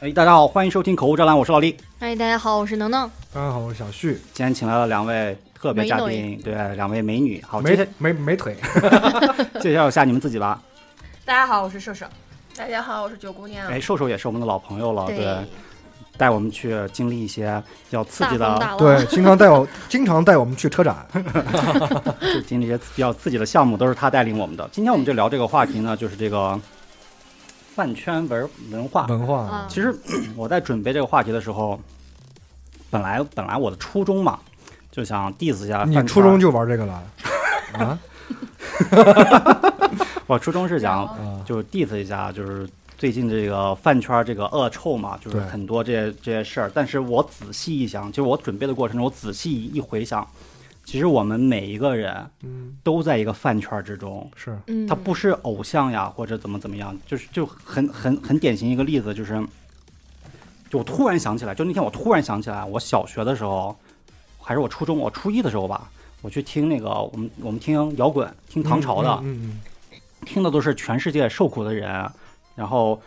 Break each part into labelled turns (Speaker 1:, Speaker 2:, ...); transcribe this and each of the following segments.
Speaker 1: 哎，大家好，欢迎收听口误专栏，我是老李。
Speaker 2: 哎，大家好，我是能能。
Speaker 3: 大家好，我是小旭，
Speaker 1: 今天请来了两位特别嘉宾，对，两位美女。好，
Speaker 3: 美
Speaker 1: 介 绍
Speaker 3: 美美腿，
Speaker 1: 介绍一下你们自己吧。
Speaker 4: 大家好，我是射手。
Speaker 5: 大家好，我是九姑
Speaker 2: 嗯
Speaker 5: 娘。
Speaker 1: 哎，瘦瘦也是我们的老朋友了，啊对，带我们去经历一些比较刺
Speaker 2: 大
Speaker 1: 激
Speaker 2: 风
Speaker 1: 的，啊
Speaker 2: 大浪，
Speaker 3: 对，经常带我，经常带我们去车展，
Speaker 1: 就经历一些比较刺激的项目，都是他带领我们的。今天我们就聊这个话题呢，就是这个饭圈文文化。
Speaker 3: 文化
Speaker 2: 啊，
Speaker 1: 其实 我在准备这个话题的时候，本来本来我的初衷嘛，就想 diss 一下饭
Speaker 3: 你
Speaker 1: 圈。
Speaker 3: 初中就玩这个 了啊
Speaker 1: 我初衷是想
Speaker 3: 啊！
Speaker 1: 就是 diss 一下，就是最近这个饭圈这个恶臭嘛，就是
Speaker 3: 对
Speaker 1: 很多这些这些事儿。但是我仔细一想，就是我准备的过程中，我仔细一回想，其实我们每一个人
Speaker 3: 嗯，
Speaker 1: 都在一个饭圈之中，
Speaker 3: 是
Speaker 2: 嗯，
Speaker 1: 他不是偶像呀，或者怎么怎么样，就是就很很很典型一个例子，就是就我突然想起来，就那天我突然想起来，我小学的时候，还是我初中，我初一的时候吧，我去听那个我们我们听摇滚，听唐朝的，
Speaker 3: 嗯嗯
Speaker 1: 听的都是全世界受苦的人，然后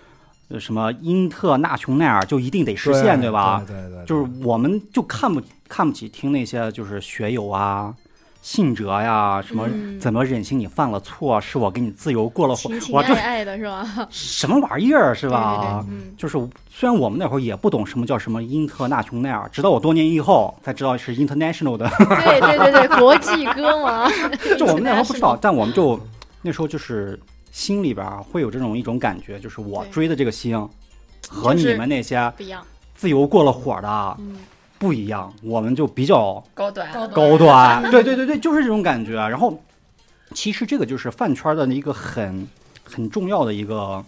Speaker 1: 呃什么因特纳琼奈尔就一定得实现，
Speaker 3: 对
Speaker 1: 吧？
Speaker 3: 对对对，
Speaker 1: 就是我们就看不看不起听那些就是学友啊、信哲呀、什么
Speaker 2: 嗯
Speaker 1: 怎么忍心你犯了错，是我给你自由过了火
Speaker 2: 情，情
Speaker 1: 我
Speaker 2: 爱
Speaker 1: 这
Speaker 2: 爱的是吧？
Speaker 1: 什么玩意 儿是吧？
Speaker 2: 对对对嗯
Speaker 1: 就是虽然我们那会儿也不懂什么叫什么因特纳琼奈尔，直到我多年以后才知道是 international 的，
Speaker 2: 对对对对，国际歌 嘛，
Speaker 1: 就我们那会儿不知道，但我们就那时候就是心里边儿啊会有这种一种感觉，就是我
Speaker 2: 对
Speaker 1: 追的这个星和你们那些
Speaker 2: 不一样。
Speaker 1: 自由过了火的
Speaker 2: 嗯，
Speaker 1: 不一样，我们就比较
Speaker 5: 高端，
Speaker 4: 高端
Speaker 1: 高端。对对对对，就是这种感觉。啊然后，其实这个就是饭圈的一个很很重要的一个，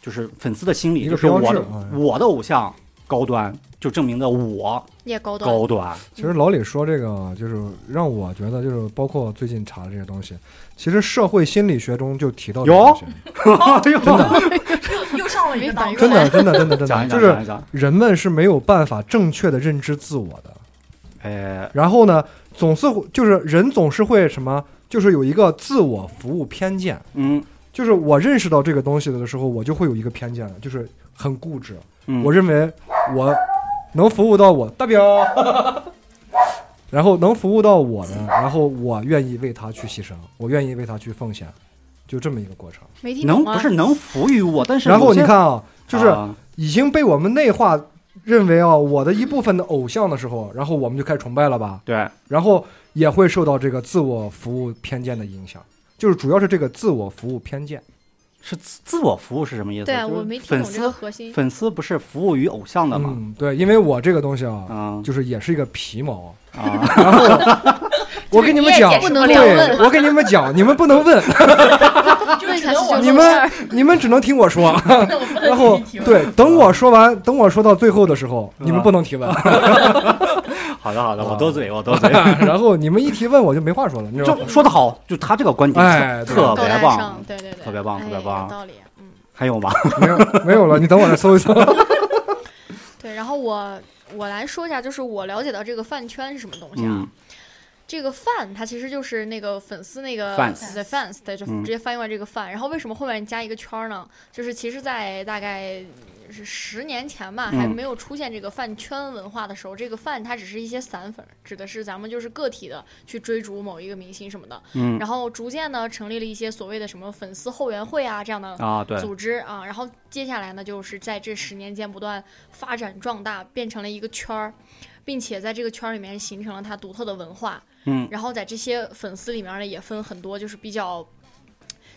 Speaker 1: 就是粉丝的心理，
Speaker 3: 一
Speaker 1: 就
Speaker 3: 个
Speaker 1: 是我的
Speaker 3: 标志哎
Speaker 1: 我的偶像高端，就证明了我
Speaker 2: 也高端。
Speaker 1: 高端。
Speaker 3: 其实老李说这个，就是让我觉得，就是包括最近查的这些东西，其实社会心理学中就提到这个
Speaker 1: 有
Speaker 3: 东西，
Speaker 1: 哎呦
Speaker 3: 真的
Speaker 4: 又又上了一个档
Speaker 2: 没反应
Speaker 4: 次，
Speaker 3: 真的真的真的真
Speaker 1: 讲
Speaker 3: 的，
Speaker 1: 一
Speaker 3: 就
Speaker 1: 讲，
Speaker 3: 是
Speaker 1: 讲一讲。
Speaker 3: 人们是没有办法正确的认知自我的。
Speaker 1: 哎，
Speaker 3: 然后呢，总是会就是人总是会什么，就是有一个自我服务偏见，
Speaker 1: 嗯
Speaker 3: 就是我认识到这个东西的时候，我就会有一个偏见，就是很固执，
Speaker 1: 嗯，
Speaker 3: 我认为我能服务到我大表， 然后能服务到我的，然后我愿意为他去牺牲，我愿意为他去奉献，就这么一个过程。
Speaker 2: 没听
Speaker 1: 能
Speaker 2: 懂吗？啊
Speaker 1: 不是能服于我，但是
Speaker 3: 然后
Speaker 1: 有些
Speaker 3: 你看啊，就是
Speaker 1: 啊
Speaker 3: 已经被我们内化认为啊我的一部分的偶像的时候，然后我们就开始崇拜了吧？
Speaker 1: 对，
Speaker 3: 然后也会受到这个自我服务偏见的影响，就是主要是这个自我服务偏见。
Speaker 1: 是自自我服务是什么意思？
Speaker 2: 对啊，
Speaker 1: 就是
Speaker 2: 我没听
Speaker 1: 粉
Speaker 2: 懂这个
Speaker 1: 丝
Speaker 2: 核心。
Speaker 1: 粉丝不是服务于偶像的吗？
Speaker 3: 嗯，对，因为我这个东西啊，
Speaker 1: 嗯
Speaker 3: 就是也是一个皮毛。
Speaker 1: 啊，
Speaker 3: 然后我跟你们讲
Speaker 4: 这，
Speaker 2: 不
Speaker 4: 个
Speaker 2: 能
Speaker 4: 你也
Speaker 2: 乱
Speaker 3: 对
Speaker 2: 问，
Speaker 3: 我跟你们 讲，你们不能问，
Speaker 4: 就是只
Speaker 2: 才
Speaker 4: 能
Speaker 2: 是
Speaker 4: 我
Speaker 2: 正
Speaker 3: 你
Speaker 2: 宗
Speaker 3: 们
Speaker 2: 事儿。嗯
Speaker 3: 你们只能听 我说。
Speaker 4: 那我不
Speaker 3: 然
Speaker 4: 能
Speaker 3: 后
Speaker 4: 给你提问。
Speaker 3: 对，等我说完，等我说到最后的时候，你们不能 提问。
Speaker 1: 好的好的，
Speaker 3: 啊
Speaker 1: 我多嘴我多嘴，
Speaker 3: 然后你们一提问，我就没话说了，你知道吗？
Speaker 1: 就说的好，就他这个观点特
Speaker 3: 哎对
Speaker 1: 特
Speaker 2: 高
Speaker 1: 别
Speaker 2: 大
Speaker 1: 棒
Speaker 2: 上，，对对对，
Speaker 1: 特别棒
Speaker 2: 哎
Speaker 1: 特别棒
Speaker 2: 有道理。嗯，
Speaker 1: 还有吗？
Speaker 3: 没有没有了，你等我再搜一搜。
Speaker 2: 对。然后我我来说一下，就是我了解到这个饭圈是什么东西啊？
Speaker 1: 嗯，
Speaker 2: 这个 fan 它其实就是那个粉丝那个
Speaker 1: Fans
Speaker 2: the fans，对，就
Speaker 1: 嗯
Speaker 2: 直接翻译过来这个 fan、然后为什么后面加一个圈儿呢？就是其实，在大概是十年前吧，
Speaker 1: 嗯
Speaker 2: 还没有出现这个饭圈文化的时候，这个 fan 它只是一些散粉，指的是咱们就是个体的去追逐某一个明星什么的。
Speaker 1: 嗯
Speaker 2: 然后逐渐呢，成立了一些所谓的什么粉丝后援会啊这样的
Speaker 1: 啊对，
Speaker 2: 组织啊，然后接下来呢，就是在这十年间不断发展壮大，变成了一个圈儿，并且在这个圈儿里面形成了它独特的文化。
Speaker 1: 嗯
Speaker 2: 然后在这些粉丝里面呢，也分很多，就是比较。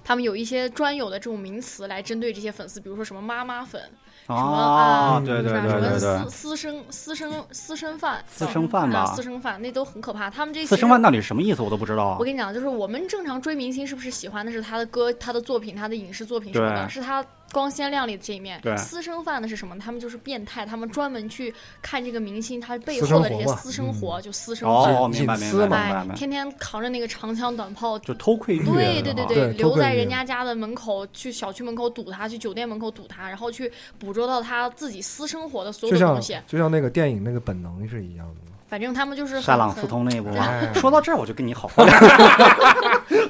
Speaker 2: 他们有一些专有的这种名词来针对这些粉丝，比如说什么妈妈粉，么
Speaker 1: 啊
Speaker 2: 啊
Speaker 1: 对对
Speaker 2: 是吧？
Speaker 1: 对
Speaker 2: 什
Speaker 1: 对
Speaker 2: 么
Speaker 1: 对
Speaker 2: 私，私生私生私生饭，
Speaker 1: 私生饭吧
Speaker 2: 啊，私，生饭那都很可怕。他们这
Speaker 1: 私
Speaker 2: 其
Speaker 1: 生
Speaker 2: 实
Speaker 1: 饭到底是什么意思我都不知道啊
Speaker 2: 我，跟你讲，就是我们正常追明星，是不是喜欢的是他的歌、他的作品、他的影视作品什么的，
Speaker 1: 对
Speaker 2: 是他光鲜亮丽的这一面
Speaker 1: 对。
Speaker 2: 私生饭的是什么？他们就是变态，他们专门去看这个明星他背
Speaker 3: 私
Speaker 2: 后
Speaker 3: 生
Speaker 2: 的这些
Speaker 3: 活嘛嗯
Speaker 2: 私生活，就私生饭。
Speaker 1: 哦
Speaker 3: 隐
Speaker 1: 明白
Speaker 3: 私
Speaker 1: 明白明
Speaker 3: 嘛
Speaker 1: 白
Speaker 2: 哎
Speaker 1: 明，白，
Speaker 2: 天天扛着那个长枪短炮，
Speaker 1: 就偷窥欲
Speaker 2: 对
Speaker 1: 的
Speaker 2: 对
Speaker 1: 那种
Speaker 2: 对
Speaker 1: 啊
Speaker 3: 对偷
Speaker 2: 留
Speaker 3: 窥
Speaker 2: 在
Speaker 3: 欲
Speaker 2: 人家家的门口，去小区门口堵他，去酒店门口堵他，然后去捕捉到他自己私生活的所有
Speaker 3: 就
Speaker 2: 的
Speaker 3: 像
Speaker 2: 东西。
Speaker 3: 就像那个电影那个本能是一样 的。
Speaker 2: 反正他们就是
Speaker 1: 沙
Speaker 2: 很
Speaker 1: 朗
Speaker 2: 很
Speaker 1: 胡同那一部
Speaker 3: 哎
Speaker 1: 啊，说到这儿我就跟你好好聊。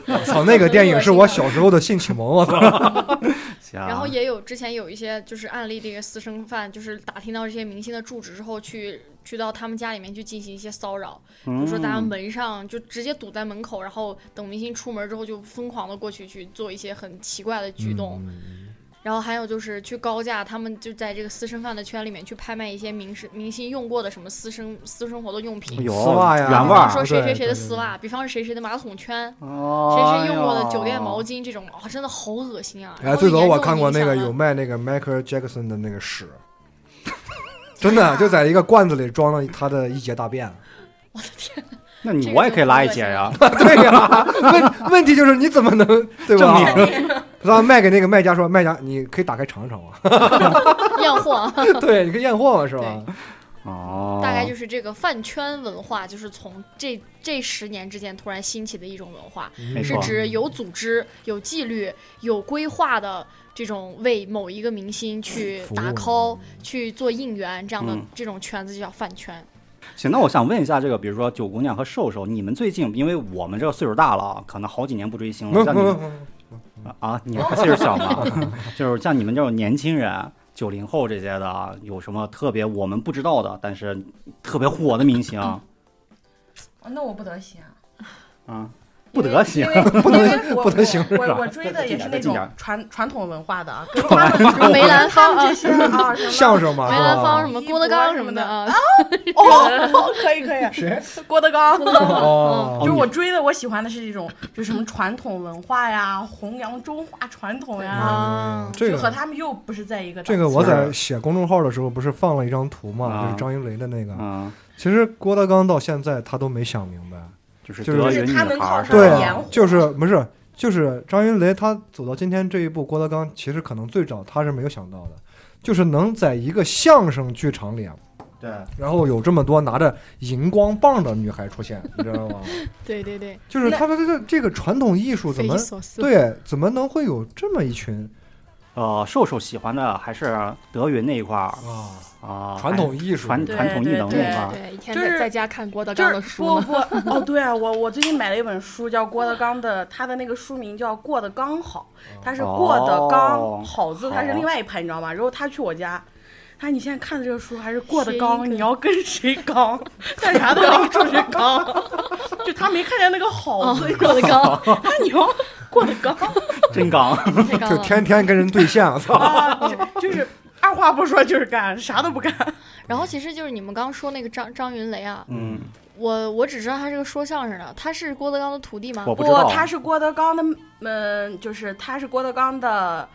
Speaker 3: 我操，那个电影是我小时候的性启蒙，我操！
Speaker 1: 行，家，
Speaker 2: 然后也有之前有一些就是案例，这个私生饭就是打听到这些明星的住址之后去，去到他们家里面去进行一些骚扰，比如说大家
Speaker 1: 嗯
Speaker 2: 门上就直接堵在门口，然后等明星出门之后就疯狂的过去去做一些很奇怪的 举
Speaker 1: 嗯
Speaker 2: 动，
Speaker 3: 嗯
Speaker 2: 然后还有就是去高价，他们就在这个私生饭的圈里面去拍卖一些明星明星用过的什么私生私生活的用品，
Speaker 1: 哎呦
Speaker 3: 丝袜呀
Speaker 1: 原
Speaker 2: 比
Speaker 1: 味
Speaker 2: 方
Speaker 1: 儿
Speaker 2: 说谁谁
Speaker 3: 对
Speaker 2: 谁的
Speaker 3: 对
Speaker 2: 丝袜，比方说谁谁的马桶圈。
Speaker 4: 哦
Speaker 2: 谁
Speaker 1: 谁
Speaker 2: 谁用过的酒店毛巾这种，哇、真的好恶心啊！然
Speaker 3: 哎，
Speaker 2: 后
Speaker 3: 最早
Speaker 2: 严
Speaker 3: 我
Speaker 2: 重
Speaker 3: 看过
Speaker 2: 影
Speaker 3: 那
Speaker 2: 响
Speaker 3: 个
Speaker 2: 了
Speaker 3: 有卖那个 Michael Jackson 的那 个屎，真的就在一个罐子里装了他的一节大便。
Speaker 1: 那你我也可以拉一截呀、
Speaker 3: 对呀、问问题就是你怎么能对吧
Speaker 1: 证？
Speaker 3: 然后卖给那个卖家说，卖家你可以打开尝尝 啊，
Speaker 2: 验货啊，
Speaker 3: 对，你可以验货嘛，是吧？
Speaker 1: 哦，
Speaker 2: 大概就是这个饭圈文化，就是从这这十年之间突然兴起的一种文化，
Speaker 3: 嗯
Speaker 1: 没
Speaker 2: 是
Speaker 3: 哦
Speaker 1: 错
Speaker 2: 指有组织、有纪律、有规划的这种为某一个明星去
Speaker 3: 服务
Speaker 2: 打 call、去做应援这样的
Speaker 1: 嗯
Speaker 2: 这种圈子就叫饭圈。
Speaker 1: 行，那我想问一下，这个比如说九姑娘和瘦瘦，你们最近因为我们这个岁数大了啊，可能好几年不追星了，
Speaker 3: 嗯
Speaker 1: 像你们
Speaker 3: 嗯嗯
Speaker 1: 啊，你们岁数小嘛， 就是像你们这种年轻人，九零后这些的啊，有什么特别我们不知道的，但是特别火的明星啊？
Speaker 4: 那我不得行，
Speaker 1: 不得行
Speaker 4: 因，为
Speaker 3: 不能
Speaker 4: 因为我
Speaker 3: 不能行是吧
Speaker 4: 我我追的也是那
Speaker 1: 再近
Speaker 4: 种
Speaker 1: 点儿
Speaker 4: 传传统文化的啊，跟他们
Speaker 2: 什么梅兰芳
Speaker 4: 他们
Speaker 2: 啊
Speaker 4: 这，些啊，什么
Speaker 3: 相声嘛，
Speaker 2: 梅
Speaker 3: 是
Speaker 2: 兰
Speaker 3: 吧？哦
Speaker 2: 芳什么郭德纲什么的啊，
Speaker 4: 哦，可以可以，
Speaker 3: 谁？
Speaker 4: 郭德纲。
Speaker 3: 哦，
Speaker 4: 就是我追的，我喜欢的是这种，就是什么传统文化呀，弘扬中华传统呀，
Speaker 2: 啊
Speaker 3: 这
Speaker 4: 嗯就和
Speaker 3: 个
Speaker 4: 他们又不是在一个档
Speaker 3: 这
Speaker 4: 次。
Speaker 3: 个我在写公众号的时候不是放了一张图嘛，
Speaker 1: 啊
Speaker 3: 就是张云雷的那个。
Speaker 1: 嗯，
Speaker 3: 其实郭德纲到现在他都没想明白，
Speaker 1: 就是
Speaker 3: 就是
Speaker 1: 德云
Speaker 4: 就是
Speaker 1: 女
Speaker 4: 他能
Speaker 1: 孩
Speaker 4: 靠
Speaker 1: 儿是
Speaker 3: 对啊
Speaker 4: 这
Speaker 1: 吧
Speaker 4: 样？
Speaker 3: 就是不是就是张云雷他走到今天这一步，郭德纲其实可能最早他是没有想到的，就是能在一个相声剧场里，啊
Speaker 1: 对，
Speaker 3: 然后有这么多拿着荧光棒的女孩出现，你知道吗？
Speaker 2: 对对对，
Speaker 3: 就是他说这个这个传统艺术怎
Speaker 2: 匪
Speaker 3: 么
Speaker 2: 夷所思。
Speaker 3: 对怎么能会有这么一群
Speaker 1: 呃，瘦瘦喜欢的还是德云那一块儿
Speaker 3: 啊
Speaker 1: 啊，
Speaker 3: 传统艺术
Speaker 1: 传
Speaker 4: 对
Speaker 1: 传统艺能那啊
Speaker 2: 对
Speaker 1: 一
Speaker 3: 啊
Speaker 1: 块儿。
Speaker 2: 对，一天
Speaker 4: 就是
Speaker 2: 在在家看郭德
Speaker 4: 就
Speaker 2: 纲
Speaker 4: 是
Speaker 2: 呃的书
Speaker 4: 不
Speaker 2: 呢，
Speaker 4: 不哦，对啊，我我最近买了一本书，叫郭德纲的，他的那个书名叫《过得刚好》，他是过得
Speaker 1: 哦
Speaker 4: 刚好字，他是
Speaker 1: 好
Speaker 4: 另外一排，你知道吗？然后他去我家，他说你现在看的这个书还是过得
Speaker 2: 谐音
Speaker 4: 刚，
Speaker 2: 梗
Speaker 4: 你要跟谁刚？ 干啥都要出去 刚，就他没看见那个好字，
Speaker 2: 郭德纲
Speaker 4: 他你要过得刚
Speaker 1: 真刚，
Speaker 2: 太纲
Speaker 3: 就
Speaker 4: 嗯
Speaker 2: 了。
Speaker 3: 天天跟人对线，操！
Speaker 4: 啊，就是二话不说就是干，啥都不干。
Speaker 2: 然后其实就是你们刚刚说那个张张云雷啊，
Speaker 1: 嗯，
Speaker 2: 我我只知道他是个说相声的，他是郭德纲的徒弟吗？
Speaker 1: 我
Speaker 4: 不
Speaker 1: 知道，
Speaker 4: 他是郭德纲的，嗯，就是他是郭德纲的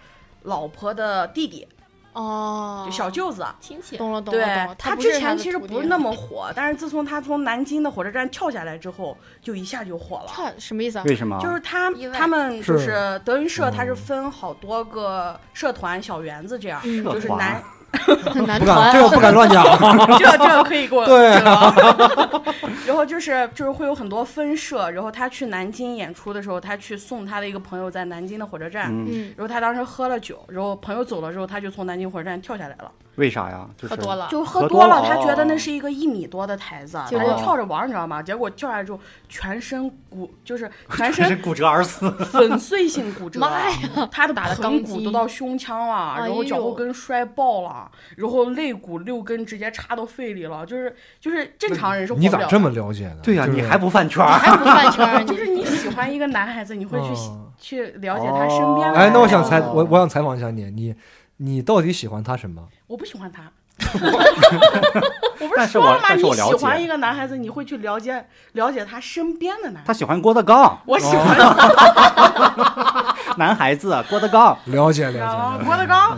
Speaker 4: 老婆的弟弟，
Speaker 2: 哦
Speaker 4: 就，小舅子。啊
Speaker 5: 亲戚
Speaker 2: 懂了懂
Speaker 4: 对
Speaker 2: 了懂了，
Speaker 4: 他
Speaker 2: 不是
Speaker 4: 之
Speaker 2: 他
Speaker 4: 前
Speaker 2: 的
Speaker 4: 其实
Speaker 2: 徒弟啊
Speaker 4: 不是那么火，但是自从他从南京的火车站跳下来之后，就一下就火了。
Speaker 2: 他什么意思啊？
Speaker 1: 为什么？
Speaker 4: 就是他
Speaker 5: 意外
Speaker 4: 他们就是是德云社，他是
Speaker 3: 嗯
Speaker 4: 分好多个社团小园子这样，
Speaker 2: 嗯
Speaker 4: 就是
Speaker 1: 团
Speaker 4: 男，
Speaker 2: 很难
Speaker 3: 不敢，
Speaker 2: 传
Speaker 3: 这个不敢乱 讲。啊
Speaker 4: 这这个可以给我
Speaker 3: 对
Speaker 4: 这个 然后就是就是会有很多分社，然后他去南京演出的时候，他去送他的一个朋友在南京的火车站，
Speaker 1: 嗯，
Speaker 2: 嗯，
Speaker 4: 然后他当时喝了酒，然后朋友走了之后，他就从南京火车站跳下来了，
Speaker 1: 为啥呀？就是
Speaker 2: 喝多了，
Speaker 4: 就
Speaker 1: 喝
Speaker 4: 喝
Speaker 1: 多
Speaker 4: 多
Speaker 1: 了
Speaker 4: 了，他觉得
Speaker 1: 哦
Speaker 4: 那是一个一米多的台子，他
Speaker 2: 结
Speaker 4: 就
Speaker 1: 果
Speaker 4: 跳着玩儿，你知道吗？结果跳下来之后，全身骨就是全身
Speaker 1: 骨折而死，
Speaker 4: 粉碎性 骨折，啊
Speaker 2: 妈
Speaker 4: 他的
Speaker 2: 打了
Speaker 4: 盆
Speaker 2: 钢
Speaker 4: 骨
Speaker 2: 筋
Speaker 4: 都到胸腔了，然后
Speaker 2: 哎呦
Speaker 4: 脚后跟摔爆了，然后肋骨六根直接插到肺里了，就是就是正常人是活不
Speaker 3: 你
Speaker 4: 了
Speaker 3: 咋
Speaker 4: 的
Speaker 3: 这么了解呢？
Speaker 1: 对呀，
Speaker 3: 就 是
Speaker 1: 你还不饭圈儿？
Speaker 2: 还不饭圈儿，你
Speaker 4: 就是你喜欢一个男孩子，你会去哦喜
Speaker 3: 嗯
Speaker 4: 去了解他身边的。
Speaker 3: 哎，那我想采
Speaker 1: 猜
Speaker 3: 我我想采访一下你，你你到底喜欢他什么？
Speaker 4: 我不喜欢他。我不
Speaker 1: 但是
Speaker 4: 是说
Speaker 1: 我
Speaker 4: 了吗？
Speaker 1: 但
Speaker 4: 你
Speaker 1: 是我了
Speaker 4: 喜
Speaker 1: 解
Speaker 4: 欢一个男孩子，你会去了解了解他身边的男孩
Speaker 1: 他
Speaker 4: 子。
Speaker 1: 喜欢郭德纲，
Speaker 4: 我喜欢
Speaker 1: 哦
Speaker 4: 他
Speaker 1: 男孩子啊郭德纲
Speaker 3: 了解了解
Speaker 4: 啊
Speaker 3: 了解。
Speaker 4: 郭德纲，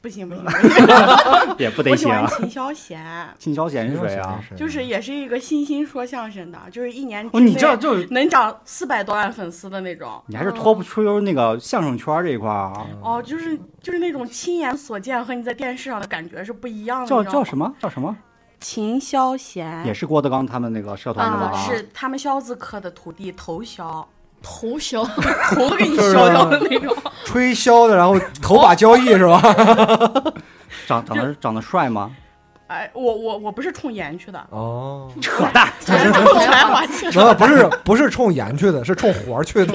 Speaker 4: 不行 不行，不行
Speaker 1: 也不
Speaker 4: 我
Speaker 1: 得
Speaker 4: 喜
Speaker 1: 行
Speaker 4: 欢
Speaker 1: 啊。
Speaker 4: 秦霄贤，
Speaker 1: 秦霄贤是谁啊？？
Speaker 4: 就是也是一个欣欣说相声的，就是一年
Speaker 1: 哦，
Speaker 4: 之
Speaker 1: 你
Speaker 4: 内
Speaker 1: 这就是
Speaker 4: 能涨四百多万粉丝的那种。
Speaker 1: 你还是脱不出那个相声圈儿这一块儿啊。
Speaker 4: 哦，就是就是那种亲眼所见和你在电视上的感觉是不一样的。
Speaker 1: 叫
Speaker 4: 你知道
Speaker 1: 叫
Speaker 4: 吗
Speaker 1: 什么？叫什么？
Speaker 4: 秦霄
Speaker 1: 也
Speaker 4: 贤
Speaker 1: 是郭德纲他们那个社团的吧？
Speaker 4: 啊，是他们肖字科的徒弟 头肖，
Speaker 2: 头小，
Speaker 4: 头都给你
Speaker 3: 就
Speaker 1: 啊
Speaker 3: 是
Speaker 4: 削掉的那种。
Speaker 3: 吹箫的，然后头把交易是吧？
Speaker 1: 长长得长得帅吗？
Speaker 4: 哎，我我我不是冲盐去 的，
Speaker 3: 哦，
Speaker 1: 扯淡，
Speaker 4: 冲才华去。
Speaker 3: 然后不是不是冲盐去的，是冲活儿去的。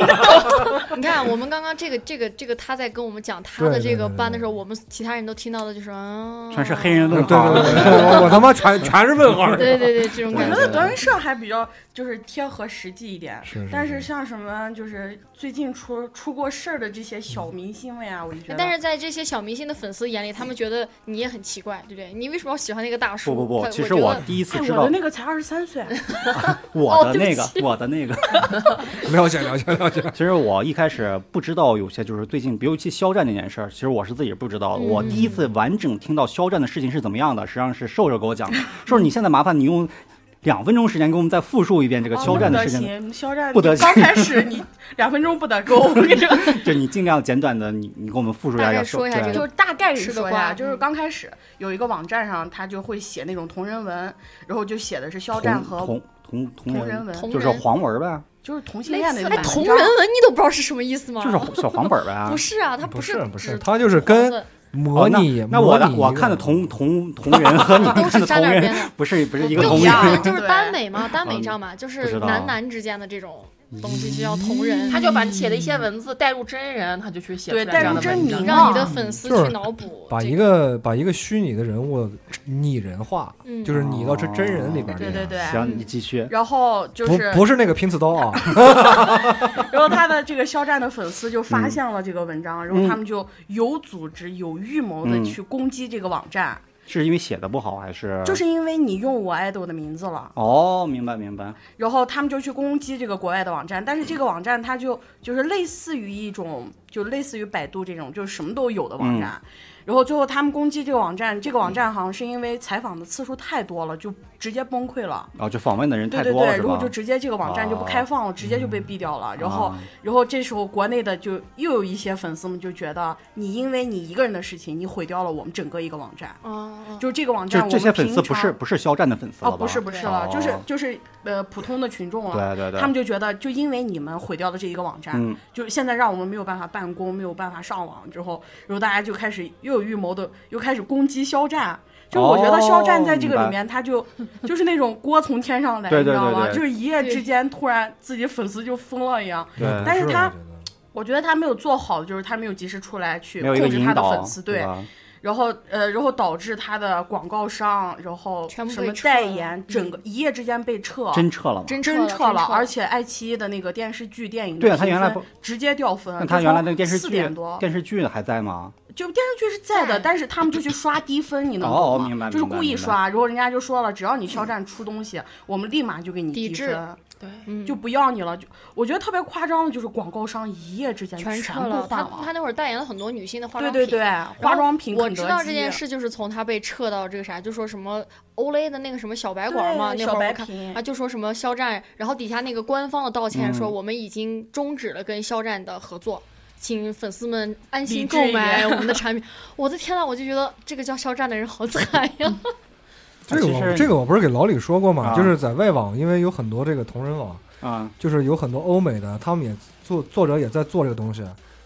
Speaker 2: 你看，我们刚刚这个这个这个他在跟我们讲他的
Speaker 3: 对对
Speaker 2: 这个
Speaker 3: 对
Speaker 2: 班的
Speaker 3: 对
Speaker 2: 时候，我们其他人都听到的就是啊，
Speaker 1: 全是黑人问
Speaker 3: 对
Speaker 1: 号。
Speaker 3: 嗯对对，我我他妈全全是问号 儿。
Speaker 2: 对对对，这种
Speaker 4: 我
Speaker 2: 感
Speaker 4: 觉
Speaker 2: 觉。
Speaker 4: 得德云社还比较就是贴合实际一点，
Speaker 3: 是是
Speaker 4: 但是像什么就是最近出出过事儿的这些小明星们呀，我就觉得，
Speaker 2: 但是在这些小明星的粉丝眼里，他们觉得你也很奇怪，对不对？你为什么要喜欢那个大叔？
Speaker 1: 不不不
Speaker 2: 他，
Speaker 1: 其实
Speaker 2: 觉
Speaker 1: 我
Speaker 2: 得
Speaker 1: 第一次
Speaker 4: 哎，
Speaker 1: 知
Speaker 4: 我
Speaker 1: 道
Speaker 4: 的那个才二十三岁，
Speaker 1: 我的
Speaker 2: 哦对不
Speaker 1: 那个
Speaker 2: 起，
Speaker 1: 我的那个，
Speaker 3: 了解了解了解。
Speaker 1: 其实我一开始不知道有些就是最近，比如去肖战这件事儿，其实我是自己不知
Speaker 2: 嗯
Speaker 1: 道的。我第一次完整听到肖战的事情是怎么样的，实际上是瘦瘦给我讲的。 瘦瘦，你现在麻烦你用两分钟时间给我们再复述一遍这个肖战的事
Speaker 4: 啊
Speaker 2: 哦
Speaker 1: 情，
Speaker 4: 不得行，肖战
Speaker 1: 不得
Speaker 4: 你
Speaker 1: 行
Speaker 4: 刚开 始你两分钟不得够，我跟你说，
Speaker 1: 就你尽量简短的，你你给我们复述一
Speaker 2: 大
Speaker 1: 下。
Speaker 2: 概
Speaker 1: 要
Speaker 2: 说一下这
Speaker 1: 对
Speaker 4: 就大概
Speaker 2: 吃
Speaker 4: 是
Speaker 2: 个
Speaker 4: 说
Speaker 2: 瓜
Speaker 4: 呀，就是
Speaker 1: 嗯
Speaker 4: 刚开始有一个网站上，他就会写那种同人文，然后就写的是肖战和
Speaker 1: 同同同
Speaker 4: 同
Speaker 1: 同
Speaker 4: 人
Speaker 1: 人，
Speaker 4: 文，
Speaker 2: 同
Speaker 1: 就是黄文呗，
Speaker 4: 就是同性恋的一个
Speaker 2: 哎，
Speaker 4: 文章
Speaker 2: 同人文你都不知道是什么意思吗？
Speaker 1: 就是小黄本呗
Speaker 2: 不。是啊，他
Speaker 3: 不
Speaker 2: 是
Speaker 3: 不
Speaker 2: 指
Speaker 3: 是，他就是
Speaker 2: 黄
Speaker 3: 跟
Speaker 2: 色
Speaker 3: 模
Speaker 1: 哦
Speaker 3: 拟。
Speaker 1: 那那我的
Speaker 3: 模拟一个
Speaker 1: 我看的同同同人和你
Speaker 2: 都
Speaker 1: 看
Speaker 2: 是
Speaker 1: 的
Speaker 2: 沾
Speaker 1: 同
Speaker 2: 点边
Speaker 1: 人
Speaker 2: 的，
Speaker 1: 不是不是一个
Speaker 2: 不
Speaker 1: 同
Speaker 2: 一
Speaker 1: 人，
Speaker 2: 样，啊就是
Speaker 4: 对
Speaker 2: 耽美嘛，耽美
Speaker 1: 嗯
Speaker 2: 上嘛，就
Speaker 1: 不
Speaker 2: 是
Speaker 3: 啊
Speaker 1: 知道
Speaker 2: 男男之间的这种东西就叫同人，
Speaker 5: 他就把写的一些文字带入真人，他就去写出
Speaker 4: 对
Speaker 5: 来这样的
Speaker 4: 带入
Speaker 5: 文
Speaker 4: 真
Speaker 5: 章
Speaker 4: 名
Speaker 2: 让你的粉丝
Speaker 3: 就是
Speaker 2: 去脑补
Speaker 3: 把
Speaker 2: 这
Speaker 3: 一个把一个虚拟的人物拟人化，
Speaker 2: 嗯
Speaker 3: 就是拟到这真人里边儿那
Speaker 4: 哦对
Speaker 3: 样。
Speaker 4: 对对。
Speaker 1: 哎行，你继续。
Speaker 4: 然后就是
Speaker 3: 不，不是那个拼刺刀啊，
Speaker 4: 然后他的这个肖战的粉丝就
Speaker 1: 嗯
Speaker 4: 发现了这个文章，然后他们就有组织、有预谋的
Speaker 1: 嗯
Speaker 4: 去攻击这个网站，
Speaker 1: 是因为写的不好还是？
Speaker 4: 就是因为你用我爱豆的名字了，
Speaker 1: 哦，明白明白。
Speaker 4: 然后他们就去攻击这个国外的网站，但是这个网站它就就是类似于一种，就类似于百度这种，就是什么都有的
Speaker 1: 嗯
Speaker 4: 网站。然后最后他们攻击这个网站，这个网站好像是因为采访的次数太多了，就直接崩溃了。
Speaker 1: 哦，就访问的人
Speaker 4: 对
Speaker 1: 太
Speaker 4: 对
Speaker 1: 多了
Speaker 4: 对，
Speaker 1: 是
Speaker 4: 然
Speaker 1: 吧？
Speaker 4: 后
Speaker 1: 哦嗯啊
Speaker 4: 就直接这个网站就不开放了，直接就被毙掉了。然后，然后这时候国内的就又有一些粉丝们就觉得，你因为你一个人的事情，你毁掉了我们整个一个网站。
Speaker 2: 哦，哦
Speaker 4: 就这个网
Speaker 1: 就
Speaker 4: 站，我
Speaker 1: 这
Speaker 4: 们
Speaker 1: 些粉丝
Speaker 4: 平
Speaker 1: 不
Speaker 4: 常
Speaker 1: 是不是肖战的粉丝了
Speaker 4: 哦，
Speaker 1: 吧？
Speaker 4: 不是不是了，
Speaker 1: 哦
Speaker 4: 就是就是呃普通的群众了。啊
Speaker 1: 对对对，
Speaker 4: 他们就觉得，就因为你们毁掉了这一个网站，
Speaker 1: 嗯
Speaker 4: 就是现在让我们没有办法办公，没有办法上网之后，然后大家就开始又有预谋的，又开始攻击肖战。就
Speaker 1: 哦
Speaker 4: 我觉得肖战在这个里面，他就 就是那种锅从天上来，
Speaker 1: 对
Speaker 4: 你知
Speaker 1: 对
Speaker 4: 道
Speaker 1: 对
Speaker 4: 吗？
Speaker 1: 对
Speaker 4: 就是一夜之间突然自己粉丝就疯了一样。
Speaker 1: 对
Speaker 4: 但是他
Speaker 3: 我觉得
Speaker 4: 我觉得他没有做好，就是他没有及时出来去
Speaker 1: 没有一个
Speaker 4: 控制
Speaker 1: 引
Speaker 4: 他的
Speaker 1: 导，
Speaker 4: 粉丝，对，
Speaker 1: 吧？
Speaker 4: 然后呃，然后导致他的广告商，然后
Speaker 2: 全部
Speaker 4: 什
Speaker 2: 被
Speaker 4: 么
Speaker 2: 撤
Speaker 4: 代
Speaker 2: 了嗯
Speaker 4: 言，整个一夜之间被撤，
Speaker 1: 真撤了吗？
Speaker 2: 真
Speaker 4: 真撤
Speaker 2: 撤
Speaker 4: 了，而
Speaker 2: 且
Speaker 4: 且爱奇艺的那个电视剧、电影的
Speaker 1: 对啊他
Speaker 4: 评
Speaker 1: 原来
Speaker 4: 分
Speaker 1: 不
Speaker 4: 直接掉分，
Speaker 1: 那他原来那个电视
Speaker 4: 四
Speaker 1: 剧
Speaker 4: 点多，
Speaker 1: 电视剧还在吗？
Speaker 4: 就电视剧是在的，
Speaker 2: 在
Speaker 4: 但是他们就去刷低分，你能
Speaker 1: 哦
Speaker 4: 懂
Speaker 1: 哦
Speaker 4: 吗？
Speaker 1: 明白
Speaker 4: 就是
Speaker 1: 明白
Speaker 4: 故意
Speaker 1: 明白
Speaker 4: 刷，然后人家就说了，只要你肖战出东西，我们立马就给你
Speaker 2: 抵
Speaker 4: 低
Speaker 2: 制
Speaker 4: 分，
Speaker 5: 对，
Speaker 2: 嗯
Speaker 4: 就不要你了。就我觉得特别夸张的就是广告商一夜之间
Speaker 2: 全撤
Speaker 4: 部
Speaker 2: 了。
Speaker 4: 换
Speaker 2: 他他那会儿代言了很多女性的化
Speaker 4: 对
Speaker 2: 妆
Speaker 4: 对
Speaker 2: 品，
Speaker 4: 对，化妆品
Speaker 2: 我
Speaker 4: 肯
Speaker 2: 知
Speaker 4: 德
Speaker 2: 道
Speaker 4: 基
Speaker 2: 这件事就是从他被撤到这个啥，就说什么欧莱的那个什么小白
Speaker 4: 对
Speaker 2: 管嘛，那
Speaker 4: 小
Speaker 2: 会儿
Speaker 4: 白
Speaker 2: 我看
Speaker 4: 瓶
Speaker 2: 啊，就说什么肖战，然后底下那个官方的道歉说
Speaker 1: 嗯
Speaker 2: 我们已经终止了跟肖战的合作。请粉丝们安
Speaker 4: 理
Speaker 2: 心
Speaker 4: 智
Speaker 2: 购
Speaker 4: 一
Speaker 2: 买
Speaker 4: 点
Speaker 2: 我们的 产品。我的天呐，我就觉得这个叫肖战的人好惨呀！
Speaker 3: 这个
Speaker 1: 其
Speaker 3: 我
Speaker 1: 实
Speaker 3: 这个我不是给老李说过嘛，
Speaker 1: 啊
Speaker 3: 就是在外网，因为有很多这个同人网，
Speaker 1: 啊，
Speaker 3: 就是有很多欧美的，他们也作作者也在做这个东西，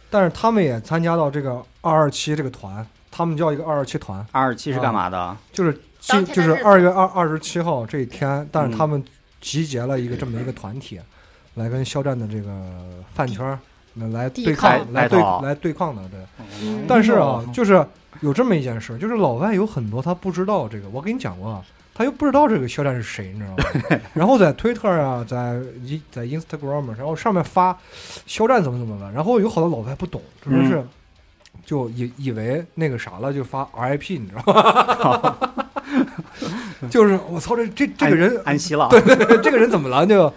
Speaker 3: 但是他们也参加到这个二二七这个团，他们叫一个二二七团，
Speaker 1: 二十七是干嘛的？
Speaker 3: 就是今
Speaker 5: 当天的
Speaker 3: 就是
Speaker 5: 日子
Speaker 3: 二月二二十七号这一天，但是
Speaker 1: 嗯
Speaker 3: 他们集结了一个这么一个团体，来跟肖战的这个饭圈儿来来
Speaker 2: 抵
Speaker 3: 对抗，
Speaker 1: 抗
Speaker 3: 来
Speaker 1: 来
Speaker 3: 对
Speaker 1: 抗
Speaker 3: 来对抗的，对。
Speaker 2: 嗯
Speaker 3: 但是啊，就是有这么一件事，就是老外有很多他不知道这个，我跟你讲过啊，他又不知道这个肖战是谁，你知道吗？ 然后在推特啊，在一在 Instagram，然后上面发肖战怎么怎么了，然后有好多老外不懂，特别是就以以为那个啥了，就发 RIP，你知道吗？ 就是我操，这这这个人
Speaker 1: 安安息了，
Speaker 3: 这个人怎么了？就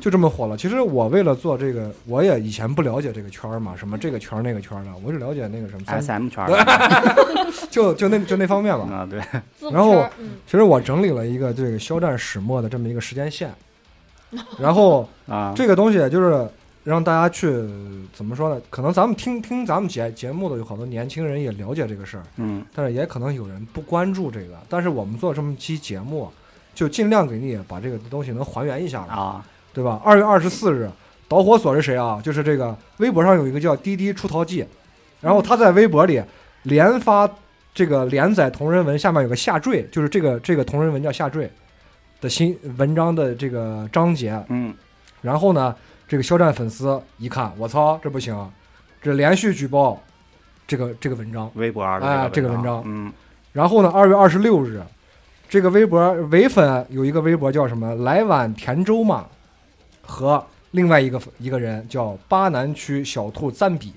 Speaker 3: 就这么火了。其实我为了做这个，我也以前不了解这个圈儿嘛，什么这个圈儿那个圈儿的，我只了解那个什么三
Speaker 1: ，S M 圈的
Speaker 3: 就就那就那方面吧。
Speaker 1: 啊，对，
Speaker 2: 字母
Speaker 3: 然后
Speaker 2: 圈儿，嗯，
Speaker 3: 其实我整理了一个这个肖战始末的这么一个时间线，然后
Speaker 1: 啊，
Speaker 3: 这个东西就是让大家去怎么说呢？可能咱们听听咱们节节目的有好多年轻人也了解这个事儿，
Speaker 1: 嗯，
Speaker 3: 但是也可能有人不关注这个。但是我们做这么一期节目，就尽量给你把这个东西能还原一下吧，
Speaker 1: 啊，
Speaker 3: 对吧？二月二十四日，导火索是谁啊？就是这个微博上有一个叫滴滴出逃记，然后他在微博里连发这个连载同人文下面有个下坠，就是这个这个同人文叫下坠的新文章的这个章节，
Speaker 1: 嗯，
Speaker 3: 然后呢，这个肖战粉丝一看，我操，这不行，这连续举报这个这个文章。
Speaker 1: 微博二的
Speaker 3: 哎
Speaker 1: 这
Speaker 3: 这个文章
Speaker 1: 嗯
Speaker 3: 然后呢，二月二十六日，这个微博唯粉有一个微博叫什么“来碗甜粥嘛”，和另外一个一个人叫巴南区小兔赞比，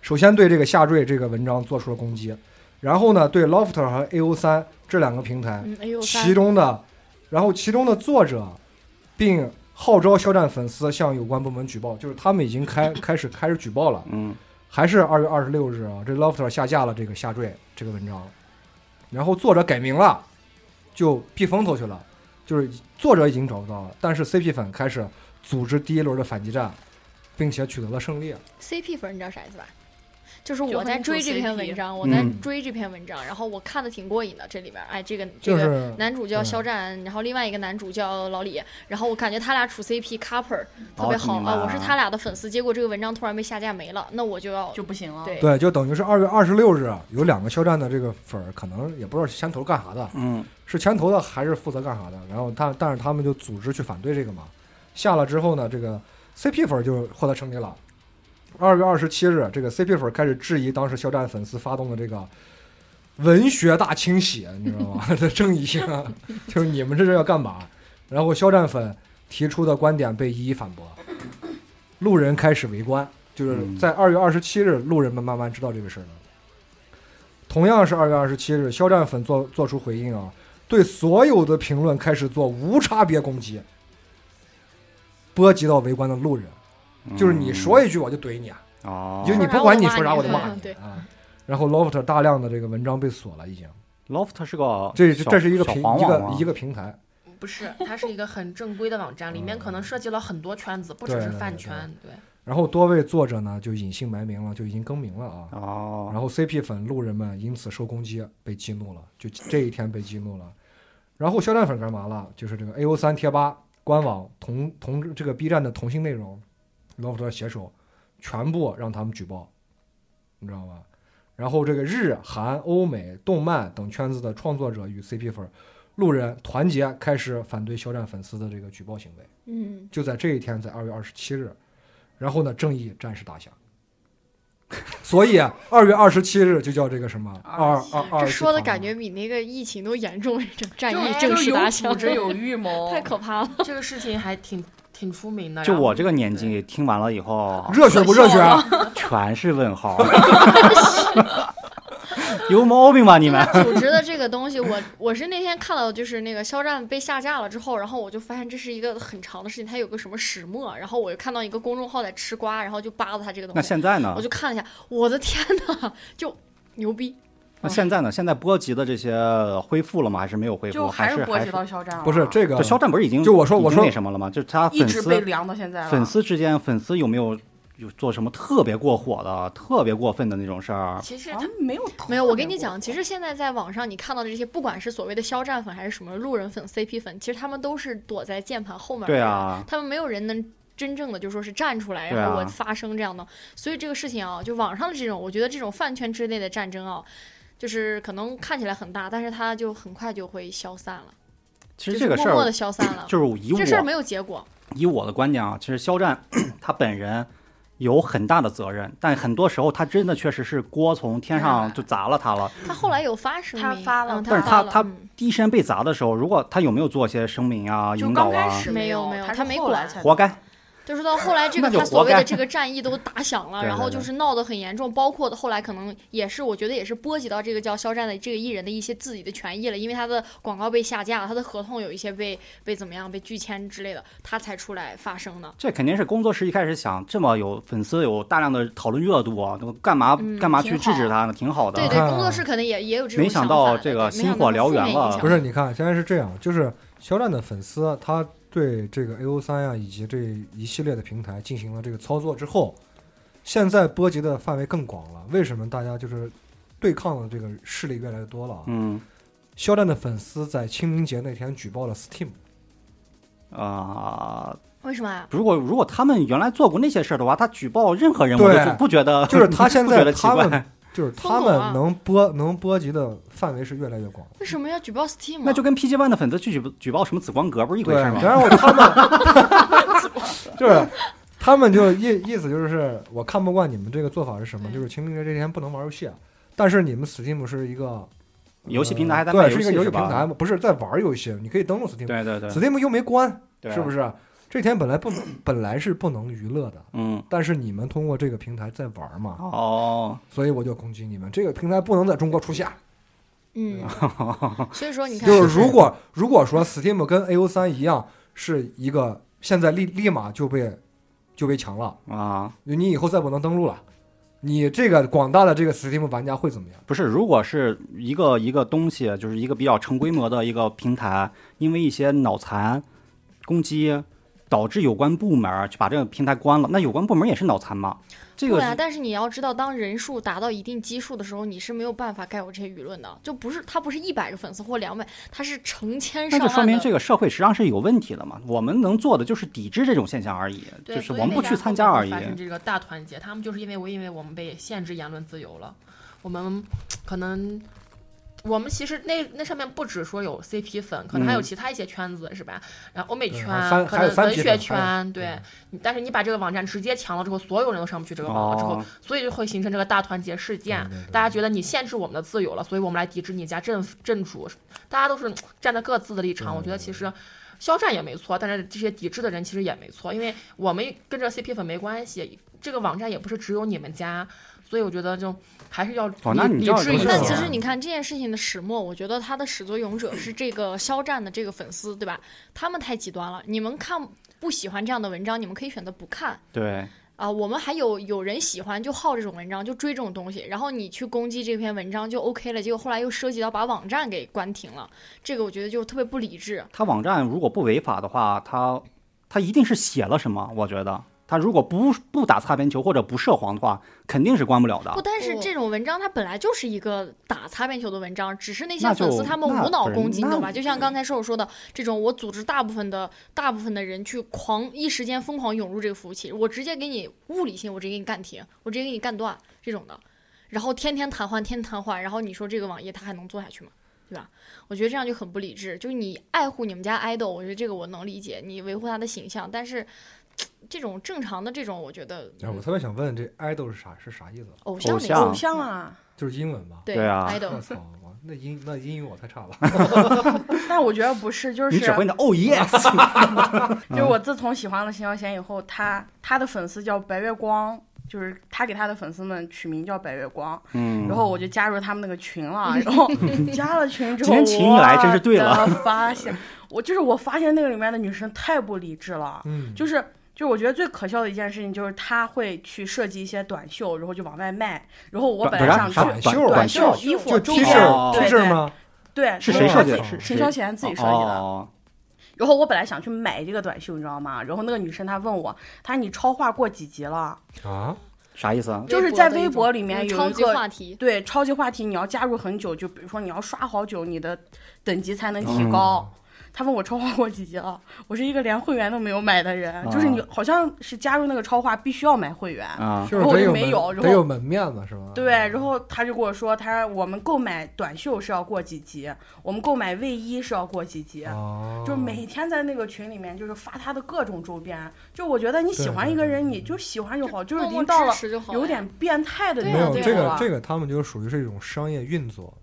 Speaker 3: 首先对这个下坠这个文章做出了攻击，然后呢，对 Lofter 和 AO 三这两个平台
Speaker 2: 嗯，哎呦，
Speaker 3: 其
Speaker 2: 三
Speaker 3: 中的，然后其中的作者，并号召肖战粉丝向有关部门举报，就是他们已经开开始开始举报了。
Speaker 1: 嗯
Speaker 3: 还是二月二十六日啊，这 Lofter 下架了这个下坠这个文章，然后作者改名了，就避风头去了，就是作者已经找不到了，但是 CP 粉开始组织第一轮的反击战，并且取得了胜利。
Speaker 2: CP 粉，你知道啥意思吧？就是
Speaker 5: 就
Speaker 2: 我
Speaker 5: 很
Speaker 2: 在
Speaker 5: 主
Speaker 2: 追这篇
Speaker 5: CP
Speaker 2: 文章，我在
Speaker 1: 嗯
Speaker 2: 追这篇文章，然后我看的挺过瘾的。这里边，哎，这个这
Speaker 3: 就
Speaker 2: 个
Speaker 3: 是
Speaker 2: 男主叫
Speaker 3: 嗯
Speaker 2: 肖战，然后另外一个男主叫老李，然后我感觉他俩处 CP couple 特
Speaker 1: 哦
Speaker 2: 别好
Speaker 1: 明白
Speaker 2: 啊，
Speaker 1: 了
Speaker 2: 我是他俩的粉丝，结果这个文章突然被下架没了，那我就要
Speaker 4: 就不行
Speaker 5: 啊
Speaker 4: 了。
Speaker 2: 对
Speaker 3: 对，就等于是二月二十六日啊有两个肖战的这个粉儿，可能也不知道是牵头干啥的，
Speaker 1: 嗯
Speaker 3: 是牵头的还是负责干啥的？然后但但是他们就组织去反对这个嘛。下了之后呢，这个 CP 粉就获得胜利了。二月二十七日，这个 CP 粉开始质疑当时肖战粉丝发动的这个文学大清洗，你知 道吗？这正义啊，就是你们这是要干嘛？然后肖战粉提出的观点被一一反驳，路人开始围观，就是
Speaker 1: 嗯
Speaker 3: 在二月二十七日，路人们慢慢知道这个事儿了。同样是二月二十七日，肖战粉做做出回应啊，对所有的评论开始做无差别攻击，波及到围观的路人，
Speaker 1: 嗯
Speaker 3: 就是你说一句我就怼你啊，
Speaker 1: 哦，
Speaker 3: 就是你不管你说啥我都骂
Speaker 2: 对
Speaker 3: 啊。然后 Loft 大量的这个文章被锁了，已经，
Speaker 1: Loft 是个
Speaker 3: 这
Speaker 1: 哦小
Speaker 3: 这是一个
Speaker 1: 小
Speaker 3: 平
Speaker 1: 黄
Speaker 3: 一
Speaker 1: 网啊
Speaker 3: 个
Speaker 1: 吗
Speaker 3: 一个平台，
Speaker 5: 不是，它是一个很正规的网站，里面可能涉及了很多圈子，不只是
Speaker 3: 对对
Speaker 5: 饭
Speaker 3: 对
Speaker 5: 圈。对，
Speaker 3: 然后多位作者呢就隐姓埋名了，就已经更名了啊。
Speaker 1: 哦，
Speaker 3: 然后 CP 粉路人们因此受攻击，被激怒了，就这一天被激怒了。然后肖战粉干嘛了？就是这个 AO 三贴吧官网同同这个 B 站的同性内容，Loft 携手全部让他们举报，你知道吗？然后这个日韩欧美动漫等圈子的创作者与 CP 粉、路人团结，开始反对肖战粉丝的这个举报行为。
Speaker 2: 嗯，
Speaker 3: 就在这一天，在二月二十七日，然后呢，正义战士打响。 所以啊二月二十七日就叫这个什么二二二，啊
Speaker 2: 这说的感觉比那个疫情都严重，这战役
Speaker 4: 哎就是
Speaker 2: 正式打
Speaker 4: 有
Speaker 2: 响
Speaker 4: 组，织有预 谋，
Speaker 2: 太可怕了。
Speaker 5: 这个事情还挺挺出名的。
Speaker 1: 就
Speaker 5: 然后
Speaker 1: 我这个年纪听完了以 后，
Speaker 3: 热血不热血？啊
Speaker 1: 全是问号， 有毛病吧你们？
Speaker 2: 组织的这个东西，我我是那天看到，就是那个肖战被下架了之后，然后我就发现这是一个很长的事情，它有个什么始末，然后我又看到一个公众号在吃瓜，然后就扒拉他这个东
Speaker 1: 那啊
Speaker 2: 西，
Speaker 1: 现在呢
Speaker 2: 啊我？就看了一下，我的天呐，就牛逼！
Speaker 1: 那现在呢？现在波及的这些恢复了吗？还是没有恢
Speaker 4: 就
Speaker 1: 复？
Speaker 4: 还
Speaker 1: 还
Speaker 4: 是波
Speaker 1: 还
Speaker 4: 及到肖战
Speaker 2: 啊
Speaker 4: 了。啊
Speaker 3: 不是这个
Speaker 1: 就肖战不是已经
Speaker 3: 就我说我
Speaker 1: 已经
Speaker 3: 说
Speaker 1: 那什么了吗？就是他
Speaker 4: 一
Speaker 1: 粉
Speaker 4: 直被
Speaker 1: 丝
Speaker 4: 凉到现在了。
Speaker 1: 粉丝之间，粉丝有没有有做什么特别过火的、特别过分的那种事儿？
Speaker 5: 其实
Speaker 4: 好
Speaker 5: 它
Speaker 4: 像没有特
Speaker 2: 没有，我跟
Speaker 4: 别
Speaker 2: 你讲，
Speaker 4: 过
Speaker 2: 其实现在在网上你看到的这些，不管是所谓的肖战粉还是什么路人粉、CP 粉，其实他们都是躲在键盘后面的
Speaker 1: 对
Speaker 2: 人，
Speaker 1: 啊，
Speaker 2: 他们没有人能真正的就说是站出来，
Speaker 1: 对啊
Speaker 2: 然后我发声这样的。所以这个事情啊，就网上的这种，我觉得这种饭圈之类的战争啊，就是可能看起来很大，但是它就很快就会消散了，
Speaker 1: 其实
Speaker 2: 就
Speaker 1: 这
Speaker 2: 是
Speaker 1: 个事
Speaker 2: 默默的
Speaker 1: 儿
Speaker 2: 消散了。
Speaker 1: 就是以
Speaker 2: 这事儿
Speaker 1: 我
Speaker 2: 没有结果，
Speaker 1: 以我的观点啊，其实肖战 他本人有很大的责任，但很多时候他真的确实是锅从天上就砸了他了。
Speaker 2: 他后来有发声明，
Speaker 4: 他发了
Speaker 2: 嗯、
Speaker 1: 但是
Speaker 2: 发
Speaker 1: 他
Speaker 2: 了，
Speaker 1: 他
Speaker 2: 嗯
Speaker 1: 第一时间被砸的时候，如果他有没有做些声明啊、
Speaker 4: 就
Speaker 1: 引导
Speaker 4: 刚开
Speaker 1: 啊，
Speaker 4: 始
Speaker 2: 没有
Speaker 4: 有
Speaker 2: 没有
Speaker 4: 他
Speaker 2: 他
Speaker 4: 是
Speaker 2: 没
Speaker 4: 后
Speaker 2: 管
Speaker 4: 来才
Speaker 1: 活该。
Speaker 2: 就是到后来，这个
Speaker 1: 那就
Speaker 2: 他所谓
Speaker 1: 活
Speaker 2: 的
Speaker 1: 该
Speaker 2: 这个战役都打响了，
Speaker 1: 对
Speaker 2: 然后
Speaker 1: 对对
Speaker 2: 就是闹得很严重，包括后来可能也是，我觉得也是波及到这个叫肖战的这个艺人的一些自己的权益了，因为他的广告被下架了，他的合同有一些被被怎么样被拒签之类的，他才出来发声的。
Speaker 1: 这肯定是工作室一开始想，这么有粉丝有大量的讨论热度啊，那干嘛、
Speaker 2: 嗯
Speaker 1: 干嘛
Speaker 4: 挺
Speaker 1: 去制止
Speaker 4: 好
Speaker 1: 他呢？挺好的。
Speaker 2: 对
Speaker 3: 啊
Speaker 2: 对，工作室肯定也也有这种
Speaker 1: 没想
Speaker 2: 想
Speaker 1: 到
Speaker 2: 法
Speaker 1: 这个
Speaker 2: 对没
Speaker 1: 星
Speaker 2: 想
Speaker 1: 火
Speaker 2: 到
Speaker 1: 燎原
Speaker 2: 负面影
Speaker 1: 了
Speaker 2: 响
Speaker 3: 不是，你看现在是这样，就是肖战的粉丝他对这个 AO 三啊呀以及这一系列的平台进行了这个操作之后，现在波及的范围更广了。为什么大家就是对抗的这个势力越来越多了啊？
Speaker 1: 嗯
Speaker 3: 肖战的粉丝在清明节那天举报了 Steam，
Speaker 1: 啊、
Speaker 2: 为什么啊？
Speaker 1: 如果如果他们原来做过那些事儿的话，他举报任何人，我
Speaker 3: 对
Speaker 1: 都不觉得，
Speaker 3: 就是他现
Speaker 1: 不觉
Speaker 3: 在
Speaker 1: 得奇
Speaker 3: 他
Speaker 1: 怪
Speaker 3: 们。就是
Speaker 2: 疯
Speaker 3: 他
Speaker 2: 狗
Speaker 3: 们
Speaker 2: 啊
Speaker 3: 能波能波及的范围是越来越广。
Speaker 2: 为什么要举报 Steam？啊
Speaker 1: 那就跟 PG One 的粉丝去举报举报什么紫光阁不是一回
Speaker 3: 对，
Speaker 1: 事吗？
Speaker 3: 然后他们 就是他们就意意思就是我看不惯你们这个做法是什么，
Speaker 2: 嗯
Speaker 3: 就是清明节这天不能玩游戏啊。但是你们 Steam 是一个呃
Speaker 1: 游戏平台还在卖
Speaker 3: 对，
Speaker 1: 游
Speaker 3: 是一
Speaker 1: 戏
Speaker 3: 个游戏
Speaker 1: 是
Speaker 3: 平
Speaker 1: 吧？
Speaker 3: 台嘛，不是在玩游戏，你可以登录 Steam，Steam
Speaker 1: 对对对，
Speaker 3: 又没关，
Speaker 1: 对
Speaker 3: 是不？是？这天本来不能，本来是不能娱乐的，
Speaker 1: 嗯，
Speaker 3: 但是你们通过这个平台在玩嘛，
Speaker 1: 哦，
Speaker 3: 所以我就攻击你们，这个平台不能在中国出现。
Speaker 2: 嗯，所以说你看，
Speaker 3: 就是如果如果说 Steam 跟 AO 三一样是一个现在立立马就被就被强了，
Speaker 1: 啊，
Speaker 3: 你以后再不能登录了，你这个广大的这个 Steam 玩家会怎么样？
Speaker 1: 不是，如果是一个一个东西，啊就是一个比较成规模的一个平台，因为一些脑残攻击，导致有关部门儿就把这个平台关了，那有关部门也是脑残吗？这个
Speaker 2: 对
Speaker 1: 是
Speaker 2: 啊，但是你要知道，当人数达到一定基数的时候，你是没有办法盖过这些舆论的，就不是他不是一百个粉丝或两百，他是成千
Speaker 1: 那
Speaker 2: 上
Speaker 1: 就
Speaker 2: 万
Speaker 1: 说明
Speaker 2: 的
Speaker 1: 这个社会实际上是有问题的嘛。我们能做的就是抵制这种现象而已，
Speaker 5: 对
Speaker 1: 就是
Speaker 5: 所以
Speaker 1: 我们
Speaker 5: 为
Speaker 1: 不
Speaker 5: 啥
Speaker 1: 去
Speaker 5: 后
Speaker 1: 参
Speaker 5: 面
Speaker 1: 加
Speaker 5: 会
Speaker 1: 而已
Speaker 5: 发。生这个大团结，他们就是因为我因为我们被限制言论自由了，我们可能。我们其实那那上面不只说有 CP 粉，可能还有
Speaker 1: 嗯
Speaker 5: 其他一些圈子，是吧？然后欧美
Speaker 3: 对
Speaker 5: 圈
Speaker 3: 还有番，
Speaker 5: 可
Speaker 3: 还有
Speaker 5: 能
Speaker 3: 番
Speaker 5: 文
Speaker 3: 体
Speaker 5: 学
Speaker 3: 粉哎还
Speaker 5: 圈，对。你但是你把这个网站直接强了之后，所有人都上不去这个网了之后，
Speaker 1: 哦，
Speaker 5: 所以就会形成这个大团结事件
Speaker 3: 对对对。
Speaker 5: 大家觉得你限制我们的自由了，所以我们来抵制你家镇镇主。大家都是站在各自的立场，
Speaker 3: 对
Speaker 5: 我觉得其实。肖战也没错，但是这些抵制的人其实也没错，因为我们跟这 CP 粉没关系，这个网站也不是只有你们家，所以我觉得就还是要理、
Speaker 1: 哦那你
Speaker 5: 理
Speaker 1: 这样
Speaker 5: 智
Speaker 1: 就
Speaker 5: 一
Speaker 1: 是
Speaker 5: 下。
Speaker 2: 但
Speaker 1: 这
Speaker 2: 其
Speaker 1: 样
Speaker 2: 实你看这件事情的始末，我觉得他的始作俑者是这个肖战的这个粉丝，对吧？他们太极端了。你们看不喜欢这样的文章，你们可以选择不看
Speaker 1: 对，
Speaker 2: 啊。我们还有有人喜欢就好这种文章，就追这种东西，然后你去攻击这篇文章就 OK 了。结果后来又涉及到把网站给关停了，这个我觉得就特别不理智。
Speaker 1: 他网站如果不违法的话，他他一定是写了什么，我觉得。他如果不不打擦边球或者不涉黄的话，肯定是关不了的
Speaker 2: 不，。但是
Speaker 5: 哦
Speaker 2: 这种文章它本来就是一个打擦边球的文章，只是那些
Speaker 1: 那
Speaker 2: 粉丝
Speaker 1: 就
Speaker 2: 他们
Speaker 1: 那
Speaker 2: 无脑
Speaker 1: 不是
Speaker 2: 攻击，你懂
Speaker 1: 那
Speaker 2: 吧？就像刚才瘦瘦说的，这种我组织大部分的大部分的人去狂一时间疯狂涌入这个服务器，我直接给你物理性，我直接给你干停，我直接给你干断这种的，然后天天瘫痪，天天瘫痪，然后你说这个网页它还能做下去吗？对吧？我觉得这样就很不理智。就是你爱护你们家 idol，我觉得这个我能理解，你维护他的形象，但是这种正常的这种，我觉得嗯
Speaker 3: 哎，我特别想问，这 idol 是啥是啥意思？
Speaker 2: 偶像
Speaker 1: 偶
Speaker 2: 的
Speaker 1: 像
Speaker 2: 形
Speaker 4: 偶像啊，
Speaker 3: 就是英文吧？
Speaker 2: 对
Speaker 1: 对啊
Speaker 4: 嗯
Speaker 2: idol
Speaker 3: 我。操，我那英那英语我太差了。
Speaker 4: 但我觉得不是，就是
Speaker 1: 你只 会那嗯哦耶，
Speaker 4: 就是我自从喜欢了邢耀贤以后，他他的粉丝叫白月光，就是他给他的粉丝们取名叫白月光，
Speaker 1: 嗯，
Speaker 4: 然后我就加入他们那个群 了，然后加了群之后，
Speaker 1: 今天请你来真是对了
Speaker 4: 我的发现我就是我发现那个里面的女生太不理智了，
Speaker 3: 嗯，
Speaker 4: 就是就是我觉得最可笑的一件事情就是她会去设计一些短袖，然后就往外卖，然后我
Speaker 1: 短
Speaker 4: 本来想
Speaker 1: 短
Speaker 4: 去
Speaker 1: 啥短
Speaker 3: 袖
Speaker 1: 短袖
Speaker 4: 袖衣服
Speaker 3: 就
Speaker 4: 中
Speaker 3: T
Speaker 4: 间
Speaker 3: 恤
Speaker 1: 对
Speaker 3: T 恤吗？
Speaker 4: 对，
Speaker 1: 是
Speaker 4: 对
Speaker 1: 谁
Speaker 4: 她
Speaker 1: 设
Speaker 4: 自
Speaker 1: 计
Speaker 4: 己
Speaker 1: 的？是
Speaker 4: 陈
Speaker 1: 谁
Speaker 4: 霄贤自己设计的。
Speaker 1: 哦
Speaker 4: 然后我本来想去买这个短袖，你知道吗？然后那个女生她问我，她说你超话过几集了？
Speaker 3: 啊，
Speaker 1: 啥意思啊？
Speaker 4: 就是在微博里面有
Speaker 2: 超
Speaker 4: 一
Speaker 2: 级
Speaker 4: 个
Speaker 2: 话题，
Speaker 4: 对超级话题，你要加入很久，就比如说你要刷好久，你的等级才能
Speaker 3: 嗯
Speaker 4: 提高。她问我超话过几集了，我是一个连会员都没有买的人，
Speaker 3: 啊
Speaker 4: 就是你好像是加入那个超话必须要买会员。
Speaker 1: 啊，
Speaker 3: 就是
Speaker 4: 我
Speaker 3: 得
Speaker 4: 哦就
Speaker 3: 有
Speaker 4: 没
Speaker 3: 门
Speaker 4: 有然后
Speaker 3: 得有门面子是吧？
Speaker 4: 对，然后她就跟我说，她说我们购买短袖是要过几集，我们购买卫衣是要过几集。
Speaker 3: 哦，
Speaker 4: 就是每天在那个群里面，就是发他的各种周边。就我觉得你喜欢一个人，你就喜欢就好，就是
Speaker 2: 默
Speaker 4: 已经
Speaker 2: 默
Speaker 4: 到了
Speaker 2: 支持就好了
Speaker 4: 有点变态的
Speaker 2: 对
Speaker 4: 地
Speaker 3: 没
Speaker 2: 啊
Speaker 4: 步
Speaker 3: 有
Speaker 4: 了。
Speaker 2: 对啊
Speaker 3: 这个这个，他们就属于是一种商业运作，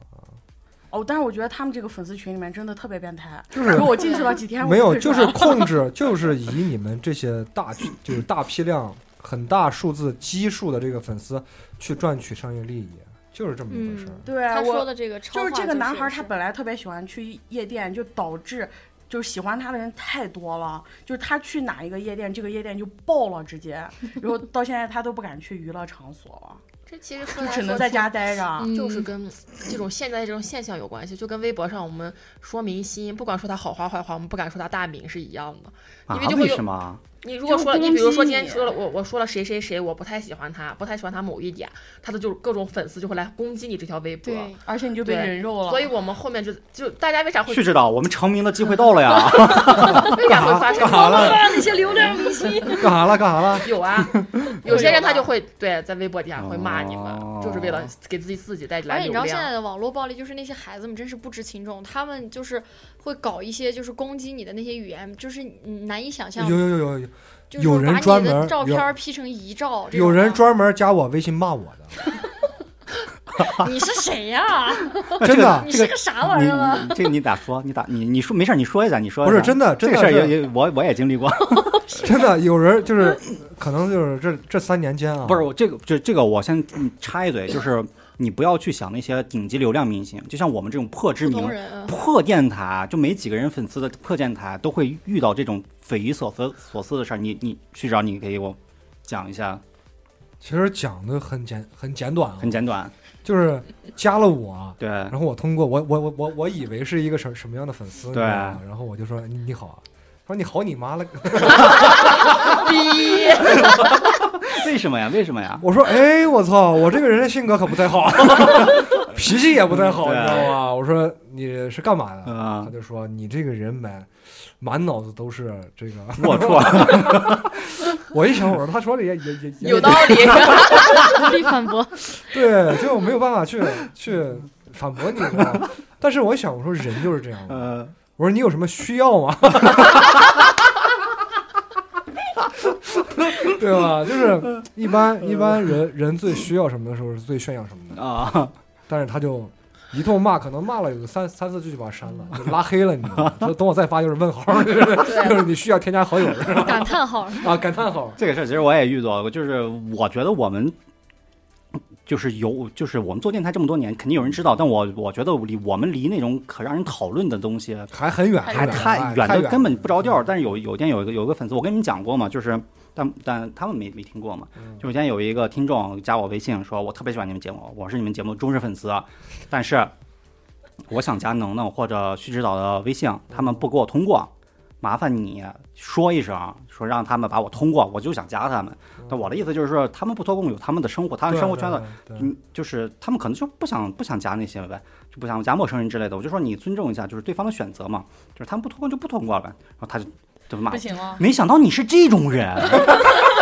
Speaker 4: 哦，但是我觉得他们这个粉丝群里面真的特别变态。
Speaker 3: 就
Speaker 4: 如
Speaker 3: 是
Speaker 4: 果我进去了几天，
Speaker 3: 没
Speaker 4: 我啊
Speaker 3: 有，
Speaker 4: 退出
Speaker 3: 就
Speaker 4: 来
Speaker 3: 是
Speaker 4: 了
Speaker 3: 控制，就是以你们这些大就是大批量、很大数字基数的这个粉丝去赚取商业利益，就是这么一回事儿。
Speaker 2: 嗯
Speaker 4: 对啊
Speaker 2: 他说
Speaker 4: 我
Speaker 2: 的这个超
Speaker 4: 就是
Speaker 2: 话
Speaker 4: 这个男孩，
Speaker 2: 是
Speaker 4: 他本来特别喜欢去夜店，就导致。就是喜欢他的人太多了，就是他去哪一个夜店，这个夜店就爆了，直接。然后到现在他都不敢去娱乐场所了，
Speaker 5: 这其实说
Speaker 4: 就
Speaker 5: 来
Speaker 4: 只能
Speaker 5: 说
Speaker 4: 在
Speaker 5: 去
Speaker 4: 家待着。
Speaker 2: 嗯
Speaker 5: 就是跟这种现在这种现象有关系，就跟微博上我们说明星，不管说他好话坏话，我们不敢说他大名是一样的。
Speaker 1: 啊
Speaker 5: 因为就会
Speaker 1: 为
Speaker 5: 有
Speaker 1: 什么？
Speaker 5: 你如果
Speaker 4: 就
Speaker 5: 说了，
Speaker 4: 攻
Speaker 5: 你比如说
Speaker 4: 击
Speaker 5: 今天
Speaker 4: 你
Speaker 5: 说了我我说了谁谁谁，我不太喜欢他，不太喜欢他某一点，他的就是各种粉丝就会来攻击你这条微博。
Speaker 2: 对，
Speaker 4: 而且你就被
Speaker 5: 对
Speaker 4: 人肉了。
Speaker 5: 所以我们后面就就大家为啥会
Speaker 1: 旭指导，我们成名的机会到了呀！
Speaker 5: 为啥会发生
Speaker 3: 干啥了？
Speaker 2: 那些流量明星，
Speaker 3: 干啥了？干啥了？
Speaker 5: 有啊，有些人他就
Speaker 4: 会
Speaker 5: 会对在微博底下会骂你们，就是为了给自己自己带
Speaker 2: 而
Speaker 5: 来
Speaker 2: 且你
Speaker 5: 流
Speaker 2: 知道现在的
Speaker 5: 量。
Speaker 2: 网络暴力，就是那些孩子们真是不知轻重，他们就是会搞一些就是攻击你的那些语言，就是你难以想象
Speaker 3: 有，有有有有
Speaker 2: 就是
Speaker 3: 有人
Speaker 2: 把
Speaker 3: 专
Speaker 2: 你的
Speaker 3: 门
Speaker 2: 照
Speaker 3: 有
Speaker 2: 片儿 P 成遗照这种的。
Speaker 3: 有人专门加我微信骂我的，
Speaker 2: 你是谁呀、
Speaker 3: 真的
Speaker 2: 你
Speaker 1: 这
Speaker 2: 是
Speaker 1: 个
Speaker 2: 个啥玩
Speaker 1: 你
Speaker 2: 意儿啊？
Speaker 1: 你这你咋说？你咋你你说没事儿，你说一下，你说一
Speaker 3: 不
Speaker 1: 下
Speaker 3: 是真的，真
Speaker 1: 这个
Speaker 3: 的
Speaker 1: 事儿
Speaker 3: 是
Speaker 1: 也也我我也经历过，
Speaker 3: 真的有人就是，可能就是这这三年间啊，
Speaker 1: 不是我这个这这个我先嗯插 一嘴，就是你不要去想那些顶级流量明星，就像我们这种破知
Speaker 3: 嗯
Speaker 2: 不
Speaker 1: 名
Speaker 2: 同人啊，
Speaker 1: 破电台，就没几个人粉丝的破电台都会遇到这种匪夷所思所思的事儿。你你去找你给我讲一下，
Speaker 3: 其实讲的很简很简短啊，
Speaker 1: 很简短。
Speaker 3: 就是加了我啊，
Speaker 1: 对，
Speaker 3: 然后我通过我我我我我以为是一个什什么样的粉丝，你知
Speaker 1: 对啊
Speaker 3: 道吗然后我就说你你好啊，他说你好你妈了，
Speaker 5: 逼，
Speaker 1: 为什么呀？为什么呀？
Speaker 3: 我说哎我操，我这个人的性格可不太好， 脾气也不太好，
Speaker 1: 对
Speaker 3: 你知道吗？我说你是干嘛的？
Speaker 1: 啊
Speaker 3: 他，就说你这个人满满脑子都是这个，
Speaker 1: 龌龊，
Speaker 3: 我一想我说他说的也也也 也
Speaker 5: 有道理。
Speaker 2: 无力反驳。
Speaker 3: 对，就没有办法去去反驳你知道吗。但是我想，我说人就是这样的。
Speaker 1: 呃，
Speaker 3: 我说你有什么需要吗？对吧？就是一般一般人人最需要什么的时候是最炫耀什么的，
Speaker 1: 啊，
Speaker 3: 但是他就一通骂，可能骂了有个三三四句就把他删了，
Speaker 1: 嗯
Speaker 3: 就拉黑 了你。就等我再发就是问号，就是你需要添加好友是吧
Speaker 2: 感叹号，
Speaker 3: 啊，感叹号。
Speaker 1: 这个事儿其实我也遇到过，就是我觉得我们。就是有，就是我们做电台这么多年，肯定有人知道，但我我觉得离我们离那种可让人讨论的东西
Speaker 3: 还很远，
Speaker 5: 还
Speaker 1: 还太
Speaker 3: 哎太远
Speaker 1: 远
Speaker 3: 了，
Speaker 1: 的根本不着调儿。
Speaker 3: 嗯
Speaker 1: 但是有有一天有一个有一个粉丝，我跟你们讲过嘛，就是但但他们没没听过嘛。
Speaker 3: 嗯
Speaker 1: 就有一天有一个听众加我微信说，我特别喜欢你们节目，我是你们节目的忠实粉丝，啊
Speaker 3: 嗯
Speaker 1: 但是我想加能能或者徐指导的微
Speaker 3: 嗯
Speaker 1: 信，他们不给我通过，麻烦你说一声，说让他们把我通过，我就想加他们。但我的意思就是说，他们不脱共有他们的生活，他们生活圈子
Speaker 3: 对，对
Speaker 1: 嗯，就是他们可能就不想不想加那些呗，就不想加陌生人之类的。我就说你尊重一下，就是对方的选择嘛，就是他们不通过就不通过呗。然后他就就骂
Speaker 5: 不
Speaker 1: 我，
Speaker 5: 行了，
Speaker 1: 没想到你是这种人， 然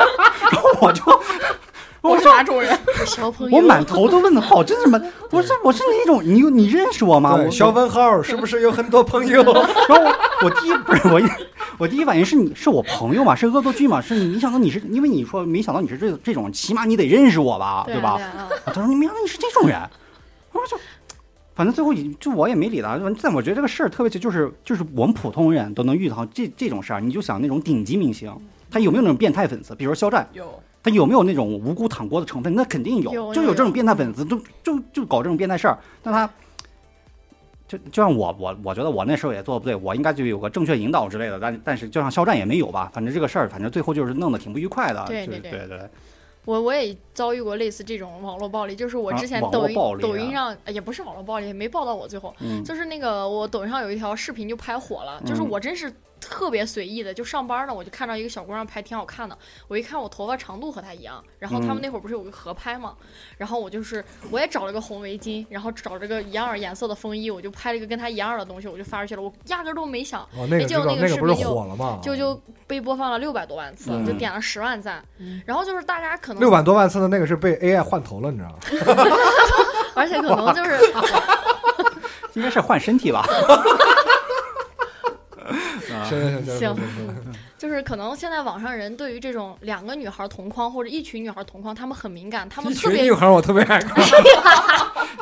Speaker 1: 后我 就
Speaker 5: 我是哪种人？
Speaker 2: 小朋友，
Speaker 1: 我满头的问号，真是满，我是我是那种你你认识我吗？
Speaker 3: 对
Speaker 1: 我
Speaker 3: 小问号是不是有很多 朋友？
Speaker 1: 然后我我第一不是我一我第一反应是你是我朋友嘛，是恶作剧嘛，是你没想到你是因为你说没想到你是这这种，起码你得认识我吧，
Speaker 2: 对
Speaker 1: 吧？
Speaker 2: 啊？对啊
Speaker 1: 啊，他说你没想到你是这种人，我说就，反正最后也就我也没理他。但我觉得这个事儿特别奇，就是就是我们普通人都能遇到这这种事儿，你就想那种顶级明星，他有没有那种变态粉丝？比如说肖战，
Speaker 4: 有
Speaker 1: 他有没有那种无辜躺锅的成分？那肯定有，
Speaker 2: 有
Speaker 1: 就
Speaker 2: 有
Speaker 1: 有这种
Speaker 2: 有
Speaker 1: 变态粉丝，就就就搞这种变态事儿。但他就就像我我我觉得我那时候也做的不对，我应该就有个正确引导之类的。但但是就像肖战也没有吧，反正这个事儿，反正最后就是弄得挺不愉快的。
Speaker 2: 对
Speaker 1: 就是
Speaker 2: 对
Speaker 1: 对对，
Speaker 2: 我我也遭遇过类似这种网络暴力，就是我
Speaker 1: 啊
Speaker 2: 之前
Speaker 1: 网络
Speaker 2: 抖音、
Speaker 1: 暴力啊
Speaker 2: 抖音上呃也不是网络暴力，也没报到我最后，
Speaker 1: 嗯
Speaker 2: 就是那个我抖音上有一条视频就拍火了，就是
Speaker 1: 嗯
Speaker 2: 我真是特别随意的，就上班呢，我就看到一个小姑娘拍挺好看的，我一看我头发长度和她一样，然后他们
Speaker 1: 嗯
Speaker 2: 那会儿不是有个合拍嘛，然后我就是我也找了个红围巾，然后找了个一样颜色的风衣，我就拍了一个跟她一样的东西，我就发出去了，我压根儿都没想，
Speaker 3: 哦，那个知
Speaker 2: 就
Speaker 3: 道，
Speaker 2: 那个
Speaker 3: 那个
Speaker 2: 视
Speaker 3: 不是
Speaker 2: 频就
Speaker 3: 火了吗？
Speaker 2: 就就被播放了六百多万次，
Speaker 1: 嗯
Speaker 2: 就点了十万赞，
Speaker 5: 嗯
Speaker 2: 然后就是大家可能
Speaker 3: 六百多万次的那个是被 AI 换头了，你知 道吗？
Speaker 2: 而且可能就是，
Speaker 1: 应该是换身 体吧。
Speaker 3: 行行
Speaker 2: 啊行
Speaker 3: 行，
Speaker 2: 就是可能现在网上人对于这种两个女孩同框或者一群女孩同框，他们很敏感，他们
Speaker 3: 一
Speaker 2: 特
Speaker 3: 群
Speaker 2: 别
Speaker 3: 女孩我特别爱看，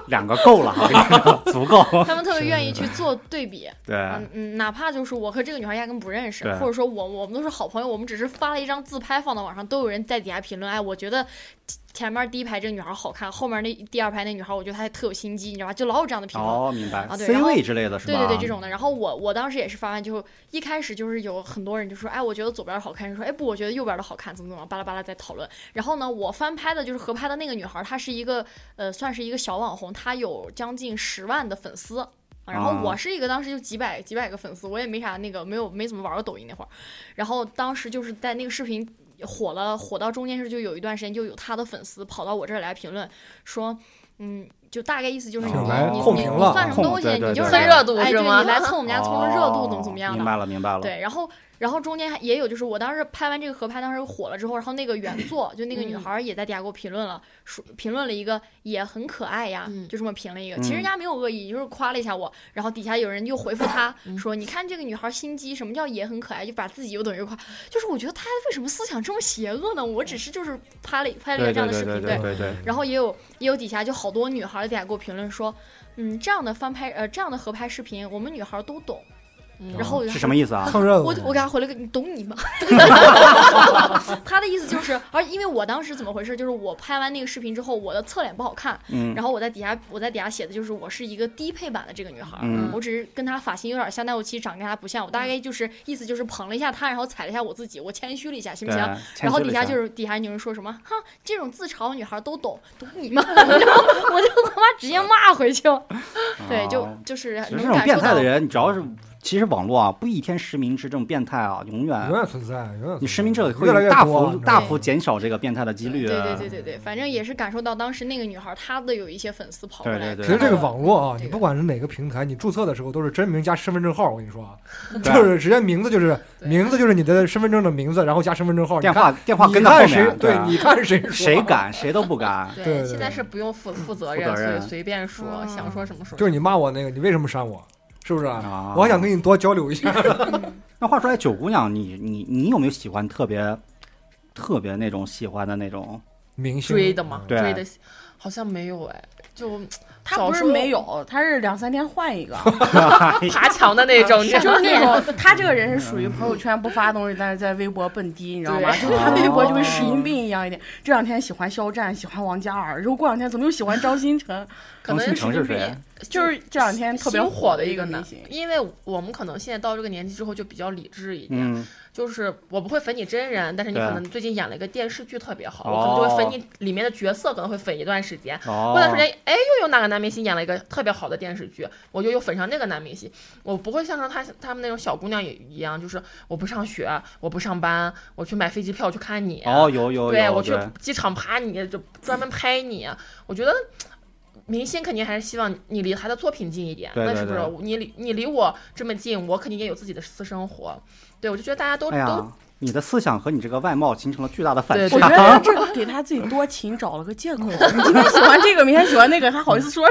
Speaker 1: 两个够了 哈，足够。
Speaker 2: 他们特别愿意去做对比，
Speaker 3: 啊
Speaker 1: 对，
Speaker 2: 嗯嗯，哪怕就是我和这个女孩压根不认识
Speaker 1: 对，
Speaker 2: 或者说我我们都是好朋友，我们只是发了一张自拍放到网上，都有人在底下评论，哎，我觉得前面第一排这个女孩好看，后面那第二排那女孩，我觉得她特有心机，你知道吧？就老有这样的评论。
Speaker 1: 哦，明白
Speaker 2: 啊对
Speaker 1: ，C
Speaker 2: 然后
Speaker 1: 位之类的是
Speaker 2: 对
Speaker 1: 吧？
Speaker 2: 对对，这种的。然后我我当时也是发完之后，一开始就是有很多人就说，哎，我觉得左边的好看，人说，哎不，我觉得右边的好看，怎么怎么样，巴拉巴拉在讨论。然后呢，我翻拍的就是合拍的那个女孩，她是一个呃，算是一个小网红，她有将近十万的粉丝。啊然后
Speaker 1: 啊
Speaker 2: 我是一个当时就几百几百个粉丝，我也没啥那个没有没怎么玩过抖音那会儿，然后当时就是在那个视频火了火到中间时，就有一段时间就有她的粉丝跑到我这儿来评论说，嗯，就大概意思就是你
Speaker 1: 就
Speaker 2: 你
Speaker 1: 来
Speaker 2: 你
Speaker 1: 控
Speaker 2: 你
Speaker 3: 评了
Speaker 2: 算什么东西，
Speaker 1: 控对对
Speaker 2: 你就是
Speaker 1: 对
Speaker 2: 来
Speaker 5: 蹭热度
Speaker 2: 哎，
Speaker 5: 是
Speaker 2: 对，
Speaker 5: 吗
Speaker 2: 你来蹭我们家蹭蹭热度，怎么怎么样
Speaker 1: 哦明
Speaker 2: 的。
Speaker 1: 白了，明白了。
Speaker 2: 对，然后然后中间还也有就是，我当时拍完这个合拍，当时火了之后，然后那个原作就那个女
Speaker 5: 嗯
Speaker 2: 孩儿也在底下给我评论了，说评论了一个也很可爱呀，
Speaker 5: 嗯
Speaker 2: 就这么评了一个。其实
Speaker 1: 嗯
Speaker 2: 人家没有恶意，就是夸了一下我，然后底下有人又回复她
Speaker 5: 嗯
Speaker 2: 说：“你看这个女孩儿心机，什么叫也很可爱？”就把自己又等于夸，就是我觉得她为什么思想这么邪恶呢？我只是就是拍了拍了一个
Speaker 1: 对
Speaker 2: 这样
Speaker 1: 对
Speaker 2: 的视
Speaker 1: 对
Speaker 2: 频，
Speaker 1: 对对对对，
Speaker 2: 然后也有也有底下就好多女孩儿底下给我评论说，嗯，这样的翻拍呃这样的合拍视频，我们女孩儿都懂。
Speaker 5: 嗯
Speaker 2: 然后我就是
Speaker 1: 什么意思啊？
Speaker 3: 蹭热度。
Speaker 2: 我我给他回了个你懂你吗？ 他的意思就是，而因为我当时怎么回事，就是我拍完那个视频之后，我的侧脸不好看，
Speaker 1: 嗯，
Speaker 2: 然后我在底下我在底下写的就是我是一个低配版的这个女孩儿。
Speaker 1: 嗯
Speaker 2: 我只是跟她发型有点像，但我其实长得跟她不像。我大概就是意思就是捧了一下她，然后踩了一下我自己，我谦虚了一下，行不
Speaker 1: 对
Speaker 2: 行？，然后底下就是是底下有人说什么，哼，这种自嘲女孩都懂，懂你吗？ 然后我就他妈直接骂回去了。对，就就是
Speaker 1: 嗯哦其实这
Speaker 2: 能
Speaker 1: 种
Speaker 2: 感
Speaker 1: 变
Speaker 2: 受
Speaker 1: 态
Speaker 2: 到
Speaker 1: 的，人，你只要是其实网络啊，不一天实名制，这种变态啊，永远
Speaker 3: 永远存在，永远存在
Speaker 1: 你实名制会
Speaker 3: 越来越
Speaker 1: 大
Speaker 3: 多
Speaker 1: 幅大
Speaker 2: 对
Speaker 1: 幅减少这个变态的几率。啊
Speaker 2: 对对对对对，反正也是感受到当时那个女孩她的有一些粉丝跑过
Speaker 1: 对
Speaker 2: 来，
Speaker 1: 对对
Speaker 3: 其实这个
Speaker 2: 然后
Speaker 3: 网络啊，
Speaker 2: 对
Speaker 3: 你不管是哪个平台，你注册的时候都是真名加身份证号。我跟你说啊，
Speaker 1: 对
Speaker 3: 就是直接名字就是
Speaker 5: 对
Speaker 3: 名字就是你的身份证的名字，然后加身份证号。
Speaker 1: 电
Speaker 3: 你看
Speaker 1: 话电话跟
Speaker 3: 你
Speaker 1: 到后
Speaker 3: 看谁
Speaker 1: 面，啊
Speaker 3: 对，你看谁说
Speaker 1: 谁？敢谁都不敢。
Speaker 5: 对
Speaker 3: 对对
Speaker 5: 现在是不用负负责
Speaker 1: 负
Speaker 5: 任，
Speaker 1: 责
Speaker 5: 所以
Speaker 1: 任
Speaker 5: 随便说，
Speaker 2: 嗯
Speaker 5: 想说什么说。
Speaker 3: 就是你骂我那个，你为什么删我？是不是啊？
Speaker 1: 啊
Speaker 3: 我还想跟你多交流一下。
Speaker 1: 那话说来，九姑娘，你你你有没有喜欢特别特别那种喜欢的那种？
Speaker 3: 明星
Speaker 5: 追的嘛，
Speaker 1: 对
Speaker 5: 追的好像没有哎，就
Speaker 4: 他
Speaker 5: 小
Speaker 4: 不是
Speaker 5: 时候
Speaker 4: 没有，他是两三天换一个，
Speaker 5: 爬墙的那种，你知
Speaker 4: 就
Speaker 5: 道
Speaker 4: 是
Speaker 5: 吗？
Speaker 4: 那种他这个人是属于朋友圈不发东西，但是在微博蹦迪，你知道吗？
Speaker 5: 对
Speaker 4: 就是他微博就跟神
Speaker 1: 哦
Speaker 4: 经病一样一点。这两天喜欢肖战，喜欢王嘉尔，然后过两天怎么又喜欢张新 成？
Speaker 5: 可能
Speaker 1: 张新成是谁
Speaker 4: 就是这两天特别
Speaker 5: 新火
Speaker 4: 的
Speaker 5: 一
Speaker 4: 个
Speaker 5: 男
Speaker 4: 明星，
Speaker 5: 因为我们可能现在到这个年纪之后就比较理智一点，
Speaker 1: 嗯，
Speaker 5: 就是我不会粉你真人，但是你
Speaker 1: 对啊
Speaker 5: 可能最近演了一个电视剧特别好，
Speaker 1: 哦
Speaker 5: 我可能就会粉你里面的角色，可能会粉一段时间。
Speaker 1: 哦，
Speaker 5: 过段时间，哎，又有哪个男明星演了一个特别好的电视剧，我就又粉上那个男明星。我不会像上他他们那种小姑娘也一样，就是我不上学，我不上班，我去买飞机票去看你。啊
Speaker 1: 哦，有有有，
Speaker 5: 对我去
Speaker 1: 对
Speaker 5: 机场爬你，就专门拍你。我觉得明星肯定还是希望你离他的作品近一点，
Speaker 1: 对对
Speaker 5: 那是不
Speaker 1: 对
Speaker 5: 是？你离你离我这么近，我肯定也有自己的私生活。对，我就觉得大家都、
Speaker 1: 哎
Speaker 5: 都
Speaker 1: 呀，你的思想和你这个外貌形成了巨大的反
Speaker 5: 对
Speaker 4: 我
Speaker 1: 差
Speaker 4: 觉。得这个给他自己多情找了个借口。你今天喜欢这个，明天喜欢那个，还好意思说？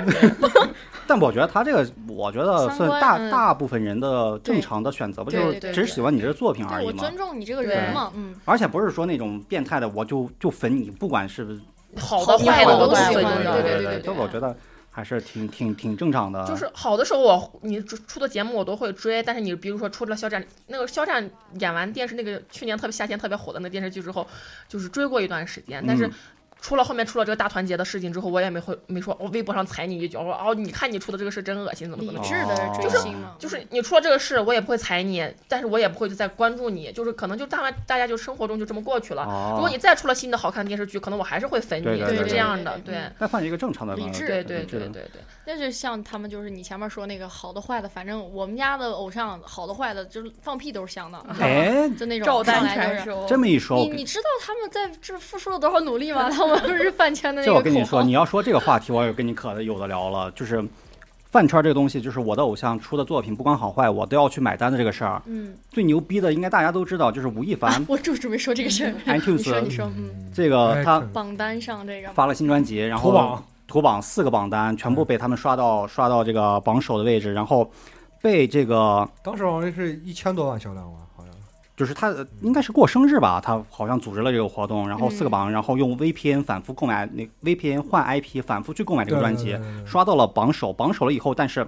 Speaker 1: 但我觉得他这个，我觉得
Speaker 2: 三
Speaker 1: 算
Speaker 2: 观
Speaker 1: 大
Speaker 2: 嗯
Speaker 1: 大部分人的正
Speaker 2: 对
Speaker 1: 常的选择吧，
Speaker 2: 对
Speaker 1: 就
Speaker 2: 对
Speaker 1: 是
Speaker 2: 对
Speaker 1: 只
Speaker 5: 对
Speaker 1: 喜欢你这个作品而
Speaker 2: 对
Speaker 1: 已
Speaker 2: 我
Speaker 1: 嘛
Speaker 2: 尊。重你这个人嘛，嗯，
Speaker 1: 而且不是说那种变态的，我就就粉你，不管是不是
Speaker 5: 好
Speaker 2: 好
Speaker 5: 的
Speaker 2: 坏
Speaker 5: 坏
Speaker 2: 的
Speaker 5: 的
Speaker 2: 都
Speaker 5: 都
Speaker 2: 喜
Speaker 5: 喜
Speaker 2: 欢对
Speaker 5: 欢
Speaker 1: 对
Speaker 2: 对对
Speaker 5: 的。
Speaker 2: 对
Speaker 1: 对，就
Speaker 2: 对
Speaker 1: 我觉得还是挺挺挺正常的。
Speaker 5: 就是好的时候我你出出的节目我都会追，但是你比如说出了肖战那个肖战演完电视那个去年特别夏天特别火的那个电视剧之后，就是追过一段时间，但是
Speaker 1: 嗯
Speaker 5: 出了后面出了这个大团结的事情之后，我也没会没说我微博上踩你一脚，我说哦你看你出的这个事真恶心怎么
Speaker 2: 理
Speaker 5: 怎么。
Speaker 2: 智的
Speaker 1: 哦
Speaker 2: 追星嘛，
Speaker 5: 就是你出了这个事，我也不会踩你，但是我也不会就再关注你，就是可能就大家大家就生活中就这么过去了。如
Speaker 1: 哦
Speaker 5: 果你，再出了新的好看的电视剧，可能我还是会粉你，
Speaker 1: 对对
Speaker 5: 就
Speaker 1: 对
Speaker 5: 是这样的，
Speaker 2: 对对
Speaker 1: 那算是一个正常的
Speaker 2: 理
Speaker 1: 吧
Speaker 2: 智
Speaker 5: 对对对
Speaker 1: 理智
Speaker 5: 对
Speaker 1: 的
Speaker 5: 对对。
Speaker 2: 那就像他们就是你前面说那个好的坏的，反正我们家的偶像好的坏的，就是放屁都是香的，
Speaker 1: 哎，
Speaker 2: 就那
Speaker 4: 照
Speaker 2: 种上
Speaker 4: 单
Speaker 2: 来就是。
Speaker 4: 全收。
Speaker 1: 这么一说，我
Speaker 2: 哦你
Speaker 1: 跟
Speaker 2: 你知道他们在这付出了多少努 力吗？他们不是饭圈的那
Speaker 1: 这
Speaker 2: 个
Speaker 1: 我跟你
Speaker 2: 口
Speaker 1: 说，
Speaker 2: 号，
Speaker 1: 你要说这个话题，我也跟你可有的聊了。就是饭圈这个东西，就是我的偶像出的作品，不管好坏，我都要去买单的这个事儿。
Speaker 2: 嗯，
Speaker 1: 最牛逼的，应该大家都知道，就是吴亦凡
Speaker 2: 我就准备说这个事儿，你说你
Speaker 1: iTunes
Speaker 2: 说，嗯，
Speaker 1: 这个
Speaker 3: 哎
Speaker 1: 他
Speaker 3: 可
Speaker 2: 榜单上这个
Speaker 1: 发了新专辑，然后
Speaker 3: 投榜嗯
Speaker 1: 图榜四个榜单全部被他们刷到刷到这个榜首的位置，然后被这个
Speaker 3: 当时好像是一千多万销量吧，好像。
Speaker 1: 就是他呃应该是过生日吧，他好像组织了这个活动，然后四个榜，然后用 VPN 反复购买那 VPN 换 IP 反复去购买这个专辑
Speaker 3: 对，对对对
Speaker 1: 刷到了榜首，榜首了以后，但是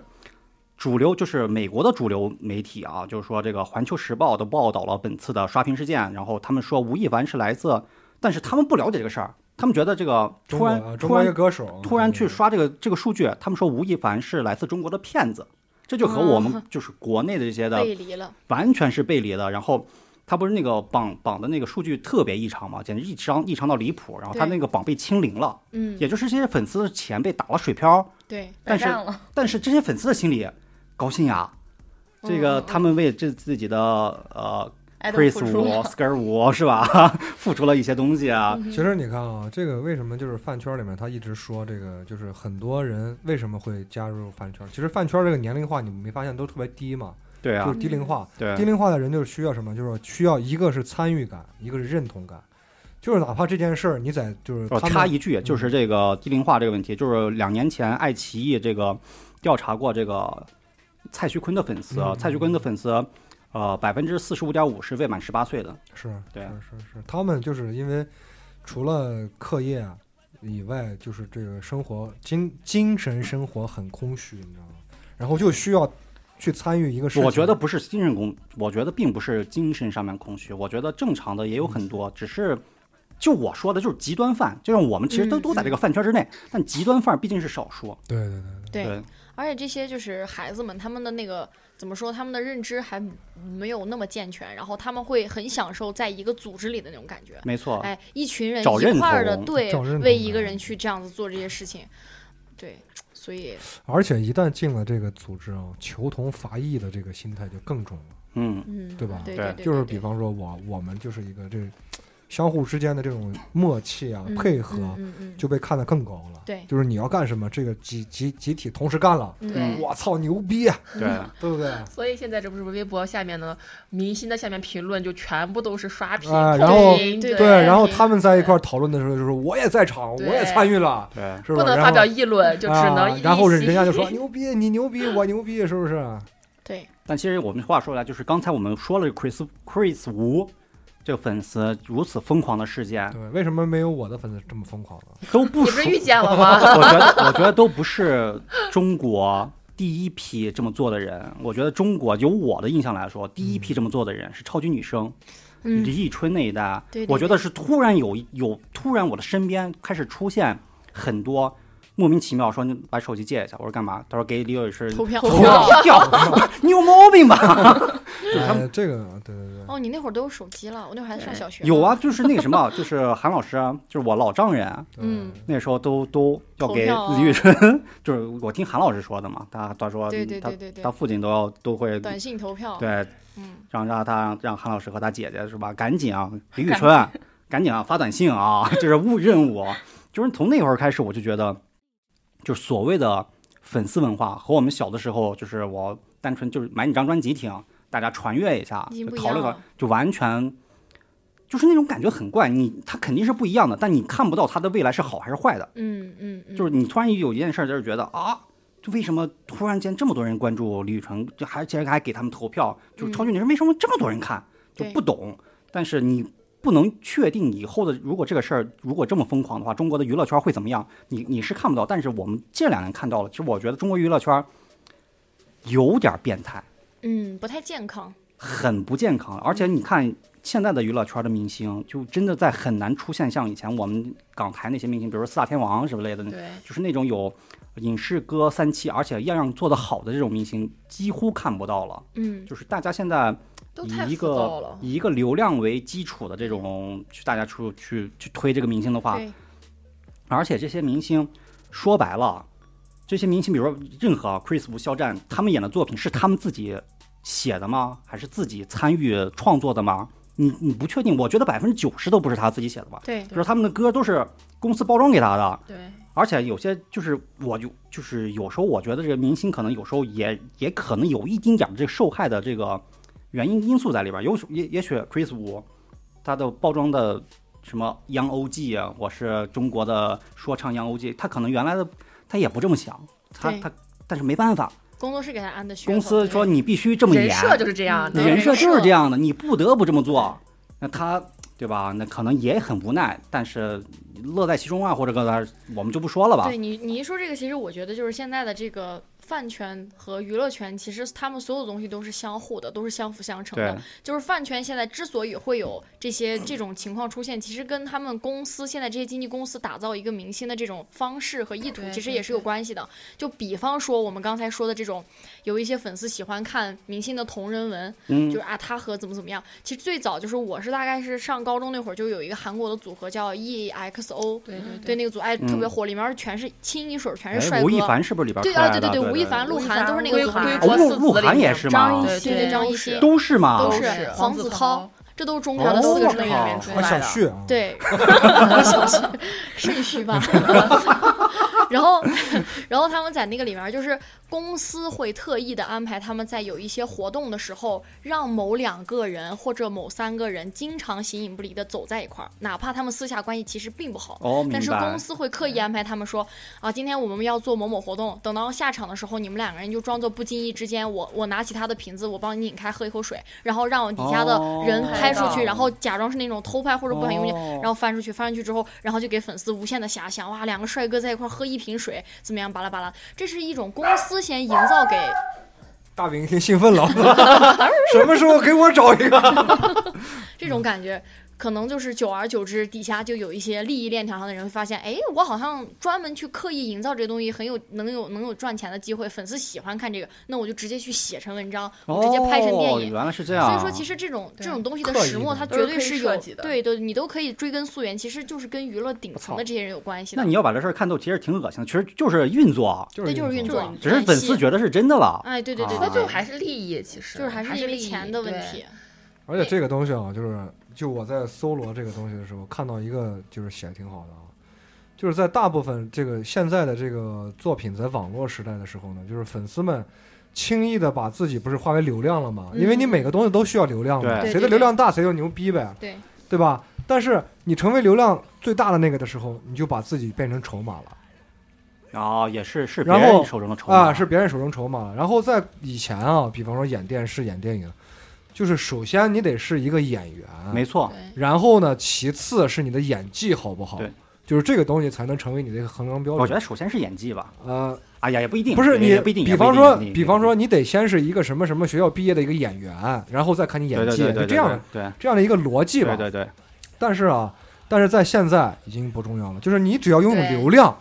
Speaker 1: 主流就是美国的主流媒体啊，就是说这个《环球时报》都报道了本次的刷屏事件，然后他们说吴亦凡是来自，但是他们不了解这个事儿，他们觉得这个突
Speaker 3: 中国
Speaker 1: 然
Speaker 3: 啊中
Speaker 1: 突
Speaker 3: 国一个
Speaker 1: 然
Speaker 3: 歌手嗯
Speaker 1: 突然去刷这个这个数据，他们说吴亦凡是来自中国的骗子，这就和我们就是国内的这些的
Speaker 2: 背离了，
Speaker 1: 完全是背离的。然后他不是那个榜榜的那个数据特别异常嘛，简直异常异常到离谱。然后他
Speaker 2: 对
Speaker 1: 那个榜被清零了，
Speaker 2: 嗯，
Speaker 1: 也就是这些粉丝的钱被打了水漂。
Speaker 2: 对，
Speaker 1: 但是
Speaker 4: 了，
Speaker 1: 但是这些粉丝的心里高兴呀，这个他们为这自己的呃
Speaker 4: 嗯爱豆
Speaker 1: Chris
Speaker 4: 付
Speaker 1: 五
Speaker 4: 出，
Speaker 1: Skr 五是吧？ 付出了一些东西
Speaker 4: 嗯
Speaker 1: 啊，
Speaker 3: 其实你看啊，这个为什么就是饭圈里面他一直说这个，就是很多人为什么会加入饭圈？其实饭圈这个年龄化，你们没发现都特别低嘛，
Speaker 1: 对
Speaker 3: 就
Speaker 1: 啊
Speaker 3: 是，低龄化。低
Speaker 1: 对，
Speaker 3: 龄化的人就是需要什么？就是需要一个是参与感，一个是认同感。就是哪怕这件事儿你在就是
Speaker 1: 我
Speaker 3: 他
Speaker 1: 哦插
Speaker 3: 们
Speaker 1: 一句，就是这个低龄化这个问题，就是两年前爱奇艺这个调查过这个蔡徐坤的粉丝，啊
Speaker 3: 嗯
Speaker 1: 蔡徐坤的粉丝，呃，百分之四十五点五是未满十八岁的，
Speaker 3: 是
Speaker 1: 对啊
Speaker 3: 是是是，他们就是因为除了课业啊以外，就是这个生活精精神生活很空虚，你知道吗？然后就需要去参与一个事情。
Speaker 1: 我觉得不是精神空，我觉得并不是精神上面空虚，我觉得正常的也有很多，只是就我说的就是极端犯，就像我们其实都
Speaker 2: 嗯
Speaker 1: 都在这个饭圈之内，但极端犯毕竟是少数。
Speaker 3: 对对
Speaker 2: 对
Speaker 3: 对
Speaker 1: 对，
Speaker 2: 而且这些就是孩子们，他们的那个怎么说，他们的认知还没有那么健全，然后他们会很享受在一个组织里的那种感觉。
Speaker 1: 没错，
Speaker 2: 哎，一群人
Speaker 1: 嗯找认
Speaker 2: 一块儿的，
Speaker 1: 同
Speaker 2: 对
Speaker 3: 找认，同
Speaker 2: 为一个
Speaker 3: 感
Speaker 2: 人去这样子做这些事情，对，所以
Speaker 3: 而且一旦进了这个组织啊，求同伐异的这个心态就更重了，
Speaker 1: 嗯，
Speaker 2: 嗯，
Speaker 3: 对吧
Speaker 2: 对
Speaker 1: 对
Speaker 2: 对对，
Speaker 3: 就是
Speaker 2: 对
Speaker 3: 比方说我我们就是一个这相互之间的这种默契啊、
Speaker 2: 嗯
Speaker 3: 配合
Speaker 2: 嗯嗯嗯，
Speaker 3: 就被看得更高了。
Speaker 2: 对
Speaker 3: 就是你要干什么，这个集集集体同时干了，
Speaker 1: 嗯
Speaker 2: 对，
Speaker 3: 我操牛逼，啊，
Speaker 1: 对，
Speaker 3: 对不对？
Speaker 5: 所以现在这不是微博下面的明星的下面评论就全部都是刷屏、
Speaker 3: 啊
Speaker 5: 控
Speaker 3: 然后
Speaker 5: 评
Speaker 2: 对
Speaker 5: 对
Speaker 3: 对，然后
Speaker 2: 对
Speaker 3: 他们在一块儿讨论的时候，就是我也在场，我
Speaker 5: 对
Speaker 3: 也参与了，
Speaker 1: 对，
Speaker 3: 是吧？
Speaker 5: 不能
Speaker 3: 然
Speaker 5: 发
Speaker 3: 后
Speaker 5: 表议论，就只能
Speaker 3: 啊
Speaker 5: 一、
Speaker 3: 然后人
Speaker 5: 一
Speaker 3: 人家就
Speaker 5: 起
Speaker 3: 说牛逼，你牛逼，我牛逼，是不是？
Speaker 2: 对，
Speaker 1: 但其实我们话说回来，就是刚才我们说了 Chris Chris 吴这个粉丝如此疯狂的事件，
Speaker 3: 对，为什么没有我的粉丝这么疯狂呢？啊
Speaker 1: 都不
Speaker 5: 你不
Speaker 1: 属
Speaker 5: 是遇见了吗？
Speaker 1: 我觉得，我觉得都不是中国第一批这么做的人。我觉得中国，由我的印象来说，第一批这么做的人是超级女生，
Speaker 2: 嗯
Speaker 1: 李宇春那一代。
Speaker 2: 对对
Speaker 1: 我觉得是突然有有突然我的身边开始出现很多莫名其妙说你把手机借一下，我说干嘛？他说给李宇春
Speaker 2: 投票
Speaker 1: 投 票，你有毛病吧？对他们
Speaker 3: 哎，这个，对对对，
Speaker 2: 哦，你那会儿都有手机了，我那会儿还上小学，
Speaker 1: 有，啊，就是那个什 么，就是韩老师啊，就是我老丈人啊，
Speaker 2: 嗯，
Speaker 1: 那时候都都要给
Speaker 2: 投票啊
Speaker 1: 李宇春， 就是我听韩老师说的嘛，他他说
Speaker 2: 对对
Speaker 1: 嗯他
Speaker 2: 对对对
Speaker 1: 他，父亲都要都会
Speaker 2: 短信投票，
Speaker 1: 对
Speaker 2: 嗯，
Speaker 1: 让让他让韩老师和他姐姐是吧？赶紧 啊，李宇春啊，赶紧啊，发短信啊， 这是务任务。就是从那会儿开始，我就觉得，就是所谓的粉丝文化和我们小的时候，就是我单纯就是买你张专辑听，大家传阅一下
Speaker 2: 已经，不一
Speaker 1: 讨论
Speaker 2: 样
Speaker 1: 讨论
Speaker 2: 了，
Speaker 1: 就完全。就是那种感觉很怪，你他肯定是不一样的，但你看不到他的未来是好还是坏的。
Speaker 2: 嗯嗯嗯，
Speaker 1: 就是你突然有一件事儿，就是觉得啊，就为什么突然间这么多人关注李宇春，就还竟然还给他们投票，就是超级女生为什么这么多人看，就
Speaker 2: 嗯对
Speaker 1: 不懂。但是你不能确定以后的，如果这个事儿如果这么疯狂的话，中国的娱乐圈会怎么样？你你是看不到，但是我们这两年看到了，其实我觉得中国娱乐圈有点变态，
Speaker 2: 嗯不太健康，
Speaker 1: 很不健康，而且
Speaker 2: 嗯
Speaker 1: 你看。现在的娱乐圈的明星，就真的在很难出现像以前我们港台那些明星，比如说四大天王什么类
Speaker 3: 哎
Speaker 1: 的，
Speaker 5: 对，
Speaker 1: 就是那种有影视歌三栖，而且样样做得好的这种明星，几乎看不到了。
Speaker 2: 嗯，
Speaker 1: 就是大家现在
Speaker 5: 都太
Speaker 1: 以一
Speaker 5: 浮躁
Speaker 1: 个
Speaker 5: 了。
Speaker 1: 以一个流量为基础的这种去大家出去去推这个明星的话，
Speaker 2: 对，
Speaker 1: 而且这些明星说白了，这些明星，比如说任何啊 Chris 吴、肖战，他们演的作品是他们自己写的吗？还是自己参与创作的吗？你你不确定，我觉得百分之九十都不是他自己写的吧。
Speaker 2: 对
Speaker 1: 比如他们的歌都是公司包装给他的，
Speaker 5: 对，
Speaker 1: 而且有些就是，我就就是有时候我觉得这个明星可能有时候也也可能有一丁点儿这个受害的这个原因因素在里边儿。有时也也许 Chris Wu 他的包装的什么 Young OG 啊，我是中国的说唱 Young OG，他可能原来的他也不这么想，他
Speaker 2: 对
Speaker 1: 他但是没办法，
Speaker 2: 工作室给他安的噱头，
Speaker 1: 公司说
Speaker 2: 对
Speaker 1: 你必须这么
Speaker 5: 人
Speaker 1: 演，
Speaker 5: 设就是这样
Speaker 1: 你
Speaker 5: 的。
Speaker 2: 嗯
Speaker 1: 人设就
Speaker 2: 人
Speaker 1: 是
Speaker 2: 设
Speaker 1: 这样的，你不得不这么做。那他对吧？那可能也很无奈，但是乐在其中啊，或者搁那儿我们就不说了吧。
Speaker 2: 对你，你一说这个，其实我觉得就是现在的这个饭圈和娱乐圈，其实他们所有东西都是相互的，都是相辅相成的
Speaker 1: 对。
Speaker 2: 就是饭圈现在之所以会有这些这种情况出现，其实跟他们公司现在这些经纪公司打造一个明星的这种方式和意图
Speaker 5: 对，
Speaker 2: 其实
Speaker 5: 对
Speaker 2: 也是有
Speaker 5: 对
Speaker 2: 关系的。就比方说我们刚才说的这种，有一些粉丝喜欢看明星的同人文，
Speaker 1: 嗯
Speaker 2: 就是啊，他和怎么怎么样。其实最早就是我是大概是上高中那会儿，就有一个韩国的组合叫 EXO，
Speaker 5: 对对
Speaker 2: 对，那个组哎特别
Speaker 1: 嗯
Speaker 2: 火，里面全是清一水儿全
Speaker 1: 哎
Speaker 2: 是帅哥。
Speaker 1: 吴亦凡是不是里边
Speaker 2: 对
Speaker 1: 出来
Speaker 2: 啊，对
Speaker 1: 的
Speaker 2: 对
Speaker 1: 对
Speaker 2: 吴一凡、鹿晗都是那个
Speaker 5: 归
Speaker 2: 组合
Speaker 5: 归
Speaker 2: 嘛，
Speaker 5: 国
Speaker 1: 哦鹿
Speaker 5: 四
Speaker 1: 鹿
Speaker 5: 子里
Speaker 1: 晗也
Speaker 5: 面
Speaker 1: 是
Speaker 4: 张
Speaker 1: 吗
Speaker 4: 艺？
Speaker 5: 对
Speaker 4: 兴
Speaker 5: 对
Speaker 2: 张
Speaker 4: 都
Speaker 2: 艺
Speaker 4: 是
Speaker 2: 兴
Speaker 1: 都是吗
Speaker 2: 都？哦
Speaker 5: 是
Speaker 2: 是
Speaker 5: 黄
Speaker 2: 子
Speaker 5: 子
Speaker 2: 韬
Speaker 5: 韬，
Speaker 2: 这都是中
Speaker 1: 哦
Speaker 2: 国的四个成员里面
Speaker 1: 我
Speaker 2: 出
Speaker 3: 我
Speaker 2: 来
Speaker 3: 想
Speaker 2: 的。
Speaker 3: 去啊，
Speaker 2: 对，小旭顺序吧。然后， 然后他们在那个里面，就是公司会特意的安排他们在有一些活动的时候，让某两个人或者某三个人经常形影不离的走在一块儿，哪怕他们私下关系其实并不好。
Speaker 1: 哦，明
Speaker 2: 但是
Speaker 1: 白
Speaker 2: 公。司会刻意安排他们说啊，今天我们要做某某活动，等到下场的时候，你们两个人就装作不经意之间，我我拿起他的瓶子，我帮你拧开喝一口水，然后让我底下的人
Speaker 1: 哦
Speaker 2: 拍出去，
Speaker 5: 拍到
Speaker 2: 然后假装是那种偷拍或者不小心用力，
Speaker 1: 哦
Speaker 2: 然后翻出去，翻出去之后，然后就给粉丝无限的遐想，哇，两个帅哥在一块儿喝一瓶水，怎么样，巴拉巴拉，这是一种公司先营造给
Speaker 3: 大饼听兴奋了， 什么时候给我找一个？
Speaker 2: 这
Speaker 1: 嗯
Speaker 2: 种感觉。可能就是久而久之，底下就有一些利益链条上的人会发现，哎，我好像专门去刻意营造这东西，很有能有能有赚钱的机会，粉丝喜欢看这个，那我就直接去写成文章，我直接拍成电
Speaker 1: 哦，
Speaker 2: 影。
Speaker 1: 原来是这
Speaker 2: 所
Speaker 1: 样。
Speaker 2: 以说，其实这种
Speaker 5: 对
Speaker 2: 这种东西的
Speaker 3: 刻意
Speaker 2: 始末，
Speaker 3: 的
Speaker 2: 它
Speaker 5: 都
Speaker 2: 绝
Speaker 5: 是
Speaker 2: 对
Speaker 5: 可以
Speaker 2: 是
Speaker 5: 设
Speaker 2: 有
Speaker 5: 计的
Speaker 2: 对的，你都可以追根溯源，其实就是跟娱乐顶层
Speaker 3: 我操
Speaker 2: 的这些人有关系的
Speaker 1: 那。你要把这事儿看透，其实挺恶心的，其实就是运作，啊
Speaker 3: 就
Speaker 2: 对，就是运作，
Speaker 1: 只是粉丝觉得是真的了。
Speaker 2: 哎，对对对
Speaker 1: 啊
Speaker 5: 那
Speaker 2: 对对，
Speaker 5: 最后还是利益，其实
Speaker 2: 就是还是因为
Speaker 5: 利益
Speaker 2: 钱的问。
Speaker 5: 对
Speaker 2: 题。
Speaker 3: 而且这个东西啊，就是就我在搜罗这个东西的时候，看到一个就是写的挺好的啊，就是在大部分这个现在的这个作品在网络时代的时候呢，就是粉丝们轻易的把自己不是化为流量了嘛，
Speaker 2: 嗯
Speaker 3: 因为你每个东西都需要流量嘛，
Speaker 1: 对
Speaker 3: 谁的流量大谁就牛逼呗，
Speaker 2: 对
Speaker 3: 对吧？但是你成为流量最大的那个的时候，你就把自己变成筹码了。
Speaker 1: 哦，也是是别
Speaker 3: 然
Speaker 1: 人
Speaker 3: 后
Speaker 1: 手中的筹码
Speaker 3: 啊，是别人手中筹码。然后在以前啊，比方说演电视、演电影，就是首先你得是一个演员，
Speaker 1: 没错。
Speaker 5: 对
Speaker 3: 然后呢，其次是你的演技好不好
Speaker 1: 对，
Speaker 3: 就是这个东西才能成为你的一个衡量标
Speaker 1: 我觉
Speaker 3: 准。
Speaker 1: 得首先是演技吧，
Speaker 3: 呃，
Speaker 1: 哎呀，也不一定，
Speaker 3: 不是
Speaker 1: 也
Speaker 3: 你
Speaker 1: 也，不一定。
Speaker 3: 比
Speaker 1: 也不一
Speaker 3: 方
Speaker 1: 定
Speaker 3: 说，
Speaker 1: 也不一定
Speaker 3: 比方说，你得先是一个什么什么学校毕业的一个演员，然后再看你
Speaker 1: 对
Speaker 3: 演
Speaker 1: 对
Speaker 3: 技，
Speaker 1: 对
Speaker 3: 就
Speaker 1: 对，
Speaker 3: 这样的
Speaker 1: 对
Speaker 3: 这样的一个逻辑
Speaker 1: 对
Speaker 3: 吧
Speaker 1: 对。对对，
Speaker 3: 但是啊，但是在现在已经不重要了，就是你只要拥有
Speaker 5: 对
Speaker 3: 流量，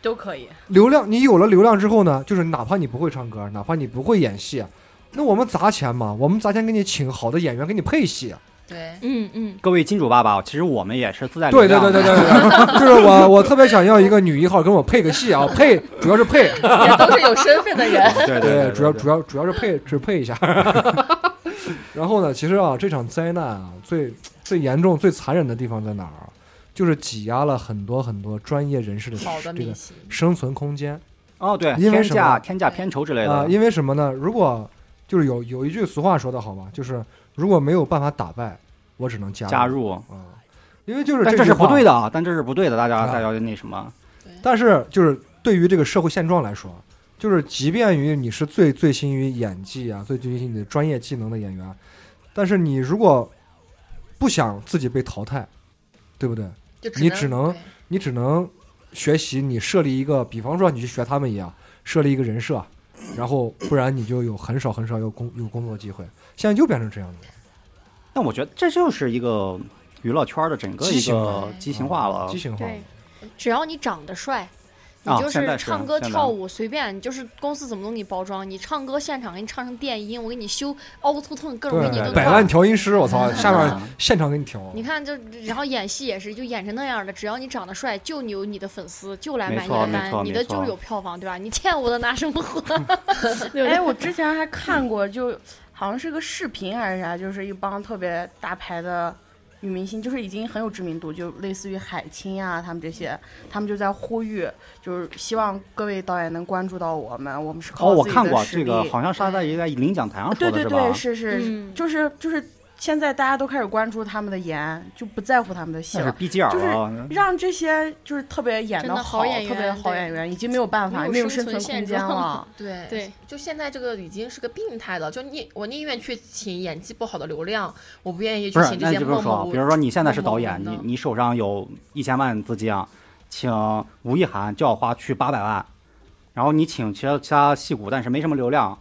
Speaker 4: 都可以。
Speaker 3: 流量，你有了流量之后呢，就是哪怕你不会唱歌，哪怕你不会演戏，那我们砸钱嘛，我们砸钱给你请好的演员给你配戏。
Speaker 5: 对，
Speaker 2: 嗯嗯，
Speaker 1: 各位金主爸爸，其实我们也是自带
Speaker 3: 对
Speaker 1: 流
Speaker 3: 对
Speaker 1: 量
Speaker 3: 对
Speaker 1: 的
Speaker 3: 对对对，对就是我我特别想要一个女一号跟我配个戏啊，配主要是配，
Speaker 5: 也都是有身份 的人。
Speaker 1: 对对，
Speaker 3: 主要
Speaker 1: 对
Speaker 3: 主要主要是配只配一下。 然后呢，其实啊，这场灾难啊，最最严重、最残忍的地方在哪儿啊？就是挤压了很多很多专业人士的
Speaker 5: 好的
Speaker 3: 这
Speaker 5: 明
Speaker 3: 个
Speaker 5: 星，
Speaker 3: 生存空间。
Speaker 1: 哦对，
Speaker 3: 因为
Speaker 1: 天
Speaker 3: 什
Speaker 1: 价
Speaker 3: 么
Speaker 1: 天价片酬之类
Speaker 3: 啊、
Speaker 1: 的，
Speaker 3: 因为什么呢？如果就是有有一句俗话说的好嘛，就是如果没有办法打败，我只能加
Speaker 1: 加
Speaker 3: 入
Speaker 1: 入，
Speaker 3: 啊、因为就是
Speaker 1: 但
Speaker 3: 这
Speaker 1: 这
Speaker 3: 句
Speaker 1: 是
Speaker 3: 话
Speaker 1: 不对。的啊，但这是不对的，大家
Speaker 3: 啊
Speaker 1: 大家那什么，
Speaker 3: 但是就是对于这个社会现状来说，就是即便于你是最最新于演技啊，最最新你的专业技能的演员，啊但是你如果不想自己被淘汰，对不对？
Speaker 5: 就
Speaker 3: 你只能你只能学习你设立一个，比方说你去学他们一样，设立一个人设，然后不然你就有很少很少有工有工作机会。现在就变成这样子了，
Speaker 1: 但我觉得这就是一个娱乐圈的整个
Speaker 3: 畸
Speaker 1: 一
Speaker 3: 形嗯
Speaker 1: 个
Speaker 5: 了
Speaker 1: 畸形化了
Speaker 3: 畸，啊形化了
Speaker 2: 对。只要你长得帅，你
Speaker 1: 啊
Speaker 2: 就
Speaker 1: 哦现在是
Speaker 2: 唱歌
Speaker 1: 现在
Speaker 2: 跳舞随便，你就是公司怎么都给你包装，你唱歌现场给你唱成电音，我给你修凹凸痛，各种给你
Speaker 1: 对
Speaker 2: 都
Speaker 1: 对
Speaker 3: 百
Speaker 2: 断
Speaker 3: 万调音师，我操，下面
Speaker 1: 嗯
Speaker 3: 现场给你调。
Speaker 2: 你看，就然后演戏也是，就演成那样的，只要你长得帅，就你有你的粉丝，就来买
Speaker 1: 没
Speaker 2: 你的
Speaker 1: 错没错
Speaker 2: 单，你的
Speaker 1: 没错
Speaker 2: 就是有票房，对吧？你欠我的拿什 么还？对不
Speaker 4: 哎，
Speaker 2: 对？
Speaker 4: 我之前还看过，就好像是个视频还是啥，就是一帮特别大牌的女明星，就是已经很有知名度，就类似于海清啊，他们这些，他们就在呼吁，就是希望各位导演能关注到我们，我们是
Speaker 1: 哦，
Speaker 4: 靠
Speaker 1: 我
Speaker 4: 自己
Speaker 1: 看过
Speaker 4: 的实
Speaker 1: 这
Speaker 4: 力。啊
Speaker 1: 个，好像是他在一个领奖台上说
Speaker 4: 对
Speaker 1: 的
Speaker 4: 对
Speaker 1: 是
Speaker 4: 对，
Speaker 1: 吧？
Speaker 4: 是是，
Speaker 2: 嗯
Speaker 4: 就是就是，现在大家都开始关注他们的颜，就不在乎他们的戏
Speaker 1: 那是
Speaker 4: 了。
Speaker 1: B 级眼
Speaker 4: 就是
Speaker 1: 了，
Speaker 4: 让这些就是特别演
Speaker 2: 真
Speaker 4: 的
Speaker 2: 的好演
Speaker 4: 特别
Speaker 2: 员
Speaker 4: 好
Speaker 2: 对
Speaker 4: 演员已经没有办法，
Speaker 2: 没
Speaker 4: 没
Speaker 2: 有
Speaker 4: 有生
Speaker 2: 生存
Speaker 4: 存
Speaker 2: 现
Speaker 4: 空间
Speaker 2: 状
Speaker 4: 了。
Speaker 5: 对
Speaker 2: 对，
Speaker 5: 就现在这个已经是个病态了。就你我宁愿去请演技不好的流量，我不愿意去
Speaker 1: 不是
Speaker 5: 请，这
Speaker 1: 那
Speaker 5: 些
Speaker 1: 就不
Speaker 5: 默
Speaker 1: 是
Speaker 2: 啊
Speaker 5: 默
Speaker 1: 说，
Speaker 5: 无
Speaker 1: 比如说你现在是
Speaker 5: 默默
Speaker 1: 导
Speaker 5: 无
Speaker 1: 演，你
Speaker 5: 闻的
Speaker 1: 你手上有一千万资金啊，请吴亦涵就要花去八百万，然后你请其他其他戏骨，但是没什么流量，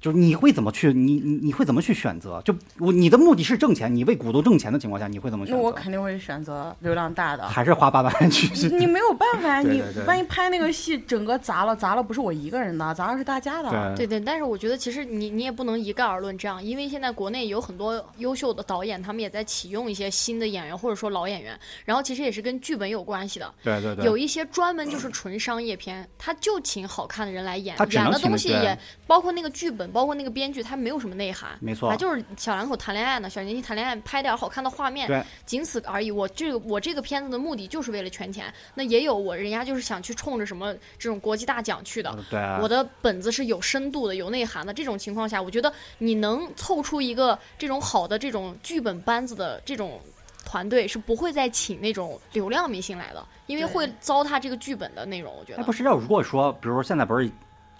Speaker 1: 就是你会怎么去，你你你会怎么去选择？就我你的目的是挣钱，你为股东挣钱的情况下，你会怎么选
Speaker 4: 那
Speaker 1: 择？
Speaker 4: 我肯定会选择流量大的。
Speaker 1: 还是花八百万去
Speaker 4: 你
Speaker 1: 去
Speaker 4: 你没有办 法，
Speaker 1: 对
Speaker 4: 你
Speaker 1: 对对
Speaker 4: 万一拍那个戏整个砸了，砸了不是我一个人的，砸了是大家的。
Speaker 2: 对对，但是我觉得其实你你也不能一概而论这样，因为现在国内有很多优秀的导演，他们也在启用一些新的演员或者说老演员，然后其实也是跟剧本有关系的。
Speaker 1: 对对对，
Speaker 2: 有一些专门就是纯商业片，他就请好看的人来演
Speaker 1: 他，只
Speaker 2: 演
Speaker 1: 能
Speaker 2: 的
Speaker 1: 请
Speaker 2: 东西
Speaker 1: 对
Speaker 2: 也包括那个剧本，包括那个编剧，他没有什么内涵。
Speaker 1: 没错
Speaker 2: 他就是小两口谈恋爱呢，小年轻谈恋爱，拍点好看的画面，
Speaker 1: 对
Speaker 2: 仅此而已。我这个我这个片子的目的就是为了圈钱，那也有我人家就是想去冲着什么这种国际大奖去的。
Speaker 1: 对啊
Speaker 2: 我的本子是有深度的、有内涵的。这种情况下，我觉得你能凑出一个这种好的这种剧本班子的这种团队，是不会再请那种流量明星来的，因为
Speaker 5: 对
Speaker 2: 会糟蹋这个剧本的内容。我觉
Speaker 1: 哎，
Speaker 2: 得
Speaker 1: 不是要如果说，比如说现在不是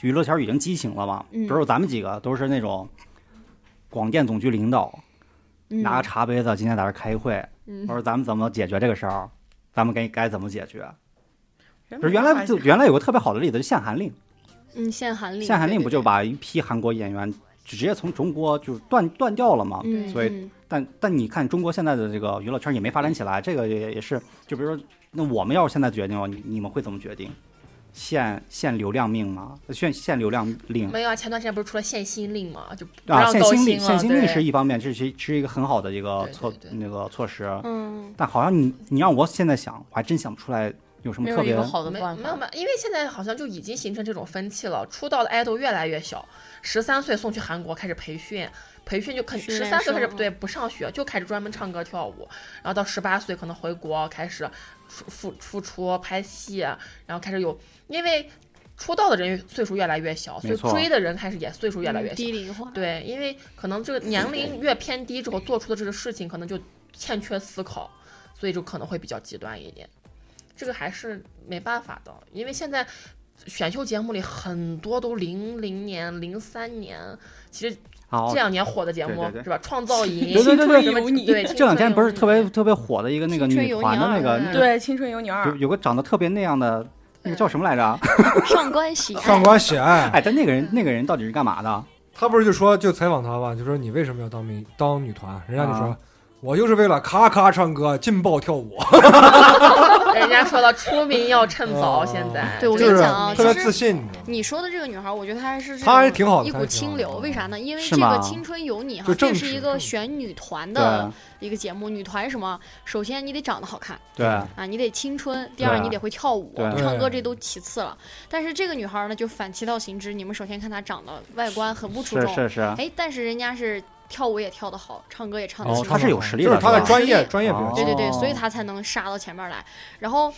Speaker 1: 娱乐圈已经畸形了嘛，
Speaker 2: 嗯
Speaker 1: 比如咱们几个都是那种广电总局领导，
Speaker 2: 嗯
Speaker 1: 拿个茶杯子，今天在这儿开会，
Speaker 2: 嗯
Speaker 1: 我说咱们怎么解决这个事儿，咱们该该怎么解决？
Speaker 4: 不
Speaker 1: 不是原来就原来有个特别好的例子，就限韩令，
Speaker 2: 嗯，限韩令，
Speaker 1: 限韩令
Speaker 2: 对
Speaker 1: 不就？把一批韩国演员直接从中国就是断断掉了嘛？
Speaker 2: 对对嗯，
Speaker 1: 所以
Speaker 2: 嗯
Speaker 1: 但但你看中国现在的这个娱乐圈也没发展起来，这个也也是，就比如说，那我们要是现在决定了，你你们会怎么决定？限限流量命吗？限限流量令
Speaker 5: 没有啊，前段时间不是出了限薪令嘛，就不
Speaker 1: 啊，
Speaker 5: 让
Speaker 1: 限
Speaker 5: 高
Speaker 1: 薪令，
Speaker 5: 了，
Speaker 1: 限薪令
Speaker 5: 对
Speaker 1: 是一方面，这是是一个很好的一个
Speaker 5: 对对
Speaker 1: 措
Speaker 5: 对
Speaker 1: 那个措施。
Speaker 2: 嗯，
Speaker 1: 但好像你你让我现在想，我还真想不出来有什么
Speaker 4: 没
Speaker 1: 特
Speaker 4: 有一
Speaker 1: 别
Speaker 4: 个好的
Speaker 5: 没
Speaker 4: 办
Speaker 5: 没有
Speaker 4: 法。
Speaker 5: 没有，因为现在好像就已经形成这种分歧了。出道的爱豆越来越小，十三岁送去韩国开始培训，培训就肯
Speaker 2: 训
Speaker 5: 十
Speaker 2: 练
Speaker 5: 三岁开始
Speaker 2: 生
Speaker 5: 对不上学，就开始专门唱歌跳舞，然后到十八岁可能回国开始出付付出拍戏，啊然后开始有因为出道的人岁数越来越小，所
Speaker 1: 没
Speaker 5: 以
Speaker 1: 错
Speaker 5: 追的人开始也岁数越来越小。
Speaker 2: 嗯低龄化。
Speaker 5: 对，因为可能这个年龄越偏低之后做出的这个事情，可能就欠缺思考，所以就可能会比较极端一点。这个还是没办法的，因为现在选秀节目里很多都零零年、零三年，其实
Speaker 1: 好
Speaker 5: 这。两年火的节目
Speaker 1: 哦对对对
Speaker 5: 是吧？创造营、
Speaker 1: 对对对对
Speaker 5: 青春有你， 对，
Speaker 1: 这两天不是特别
Speaker 5: 青春有
Speaker 1: 特别火的一个那个
Speaker 2: 嗯青春
Speaker 1: 女
Speaker 2: 有
Speaker 1: 团
Speaker 2: 你啊
Speaker 1: 的
Speaker 2: 二
Speaker 1: 那个
Speaker 5: 嗯
Speaker 1: 那个
Speaker 4: 对，《青春有你二
Speaker 1: 有》有个长得特别那样的那个叫什么来着？
Speaker 2: 上官喜爱
Speaker 3: 上官喜爱，
Speaker 1: 哎，但那个人那个人到底是干嘛的？
Speaker 3: 他不是就说就采访他嘛，就说你为什么要当民当女团？人家就说
Speaker 1: 啊，
Speaker 3: 我就是为了咔咔唱歌、劲爆跳舞，
Speaker 5: 你人家说了，出名要趁早，
Speaker 3: 哦
Speaker 5: 现在
Speaker 2: 对我
Speaker 3: 就
Speaker 2: 跟你
Speaker 3: 是
Speaker 2: 讲啊
Speaker 3: 特别
Speaker 2: 其实
Speaker 3: 自信，你知道吗？
Speaker 2: 你说的这个女孩，我觉得她还是这
Speaker 3: 她还
Speaker 2: 种
Speaker 3: 挺好的
Speaker 2: 一
Speaker 3: 她
Speaker 2: 股
Speaker 3: 还挺
Speaker 2: 清
Speaker 3: 好
Speaker 2: 流。
Speaker 3: 的
Speaker 2: 为啥呢？因为
Speaker 1: 是
Speaker 2: 这个
Speaker 1: 吗
Speaker 2: 《青春有你》哈
Speaker 3: 就，
Speaker 2: 这
Speaker 3: 正
Speaker 2: 是一
Speaker 3: 式
Speaker 2: 个
Speaker 3: 正式
Speaker 2: 选女团的
Speaker 1: 对
Speaker 2: 一个节目。女团是什么？首先你得长得好看
Speaker 1: 对，
Speaker 2: 啊，你得青春；第
Speaker 1: 对啊
Speaker 2: 二，你得会跳舞、
Speaker 1: 对
Speaker 2: 唱
Speaker 3: 啊
Speaker 2: 歌，这都其次了。但是这个女孩呢，就反其道行之。你们首先看她长得外观很不出
Speaker 1: 是
Speaker 2: 众，
Speaker 1: 是是。
Speaker 2: 哎，但是人家是跳舞也跳得好，唱歌也唱得
Speaker 1: 哦
Speaker 2: 清楚
Speaker 1: 她。是有实力
Speaker 3: 就
Speaker 1: 的
Speaker 3: 是他的
Speaker 1: 是吧
Speaker 3: 专
Speaker 2: 实
Speaker 3: 业
Speaker 2: 力
Speaker 3: 专业表
Speaker 1: 哦
Speaker 3: 现
Speaker 2: 对。对对，所以他才能杀到前面来。然后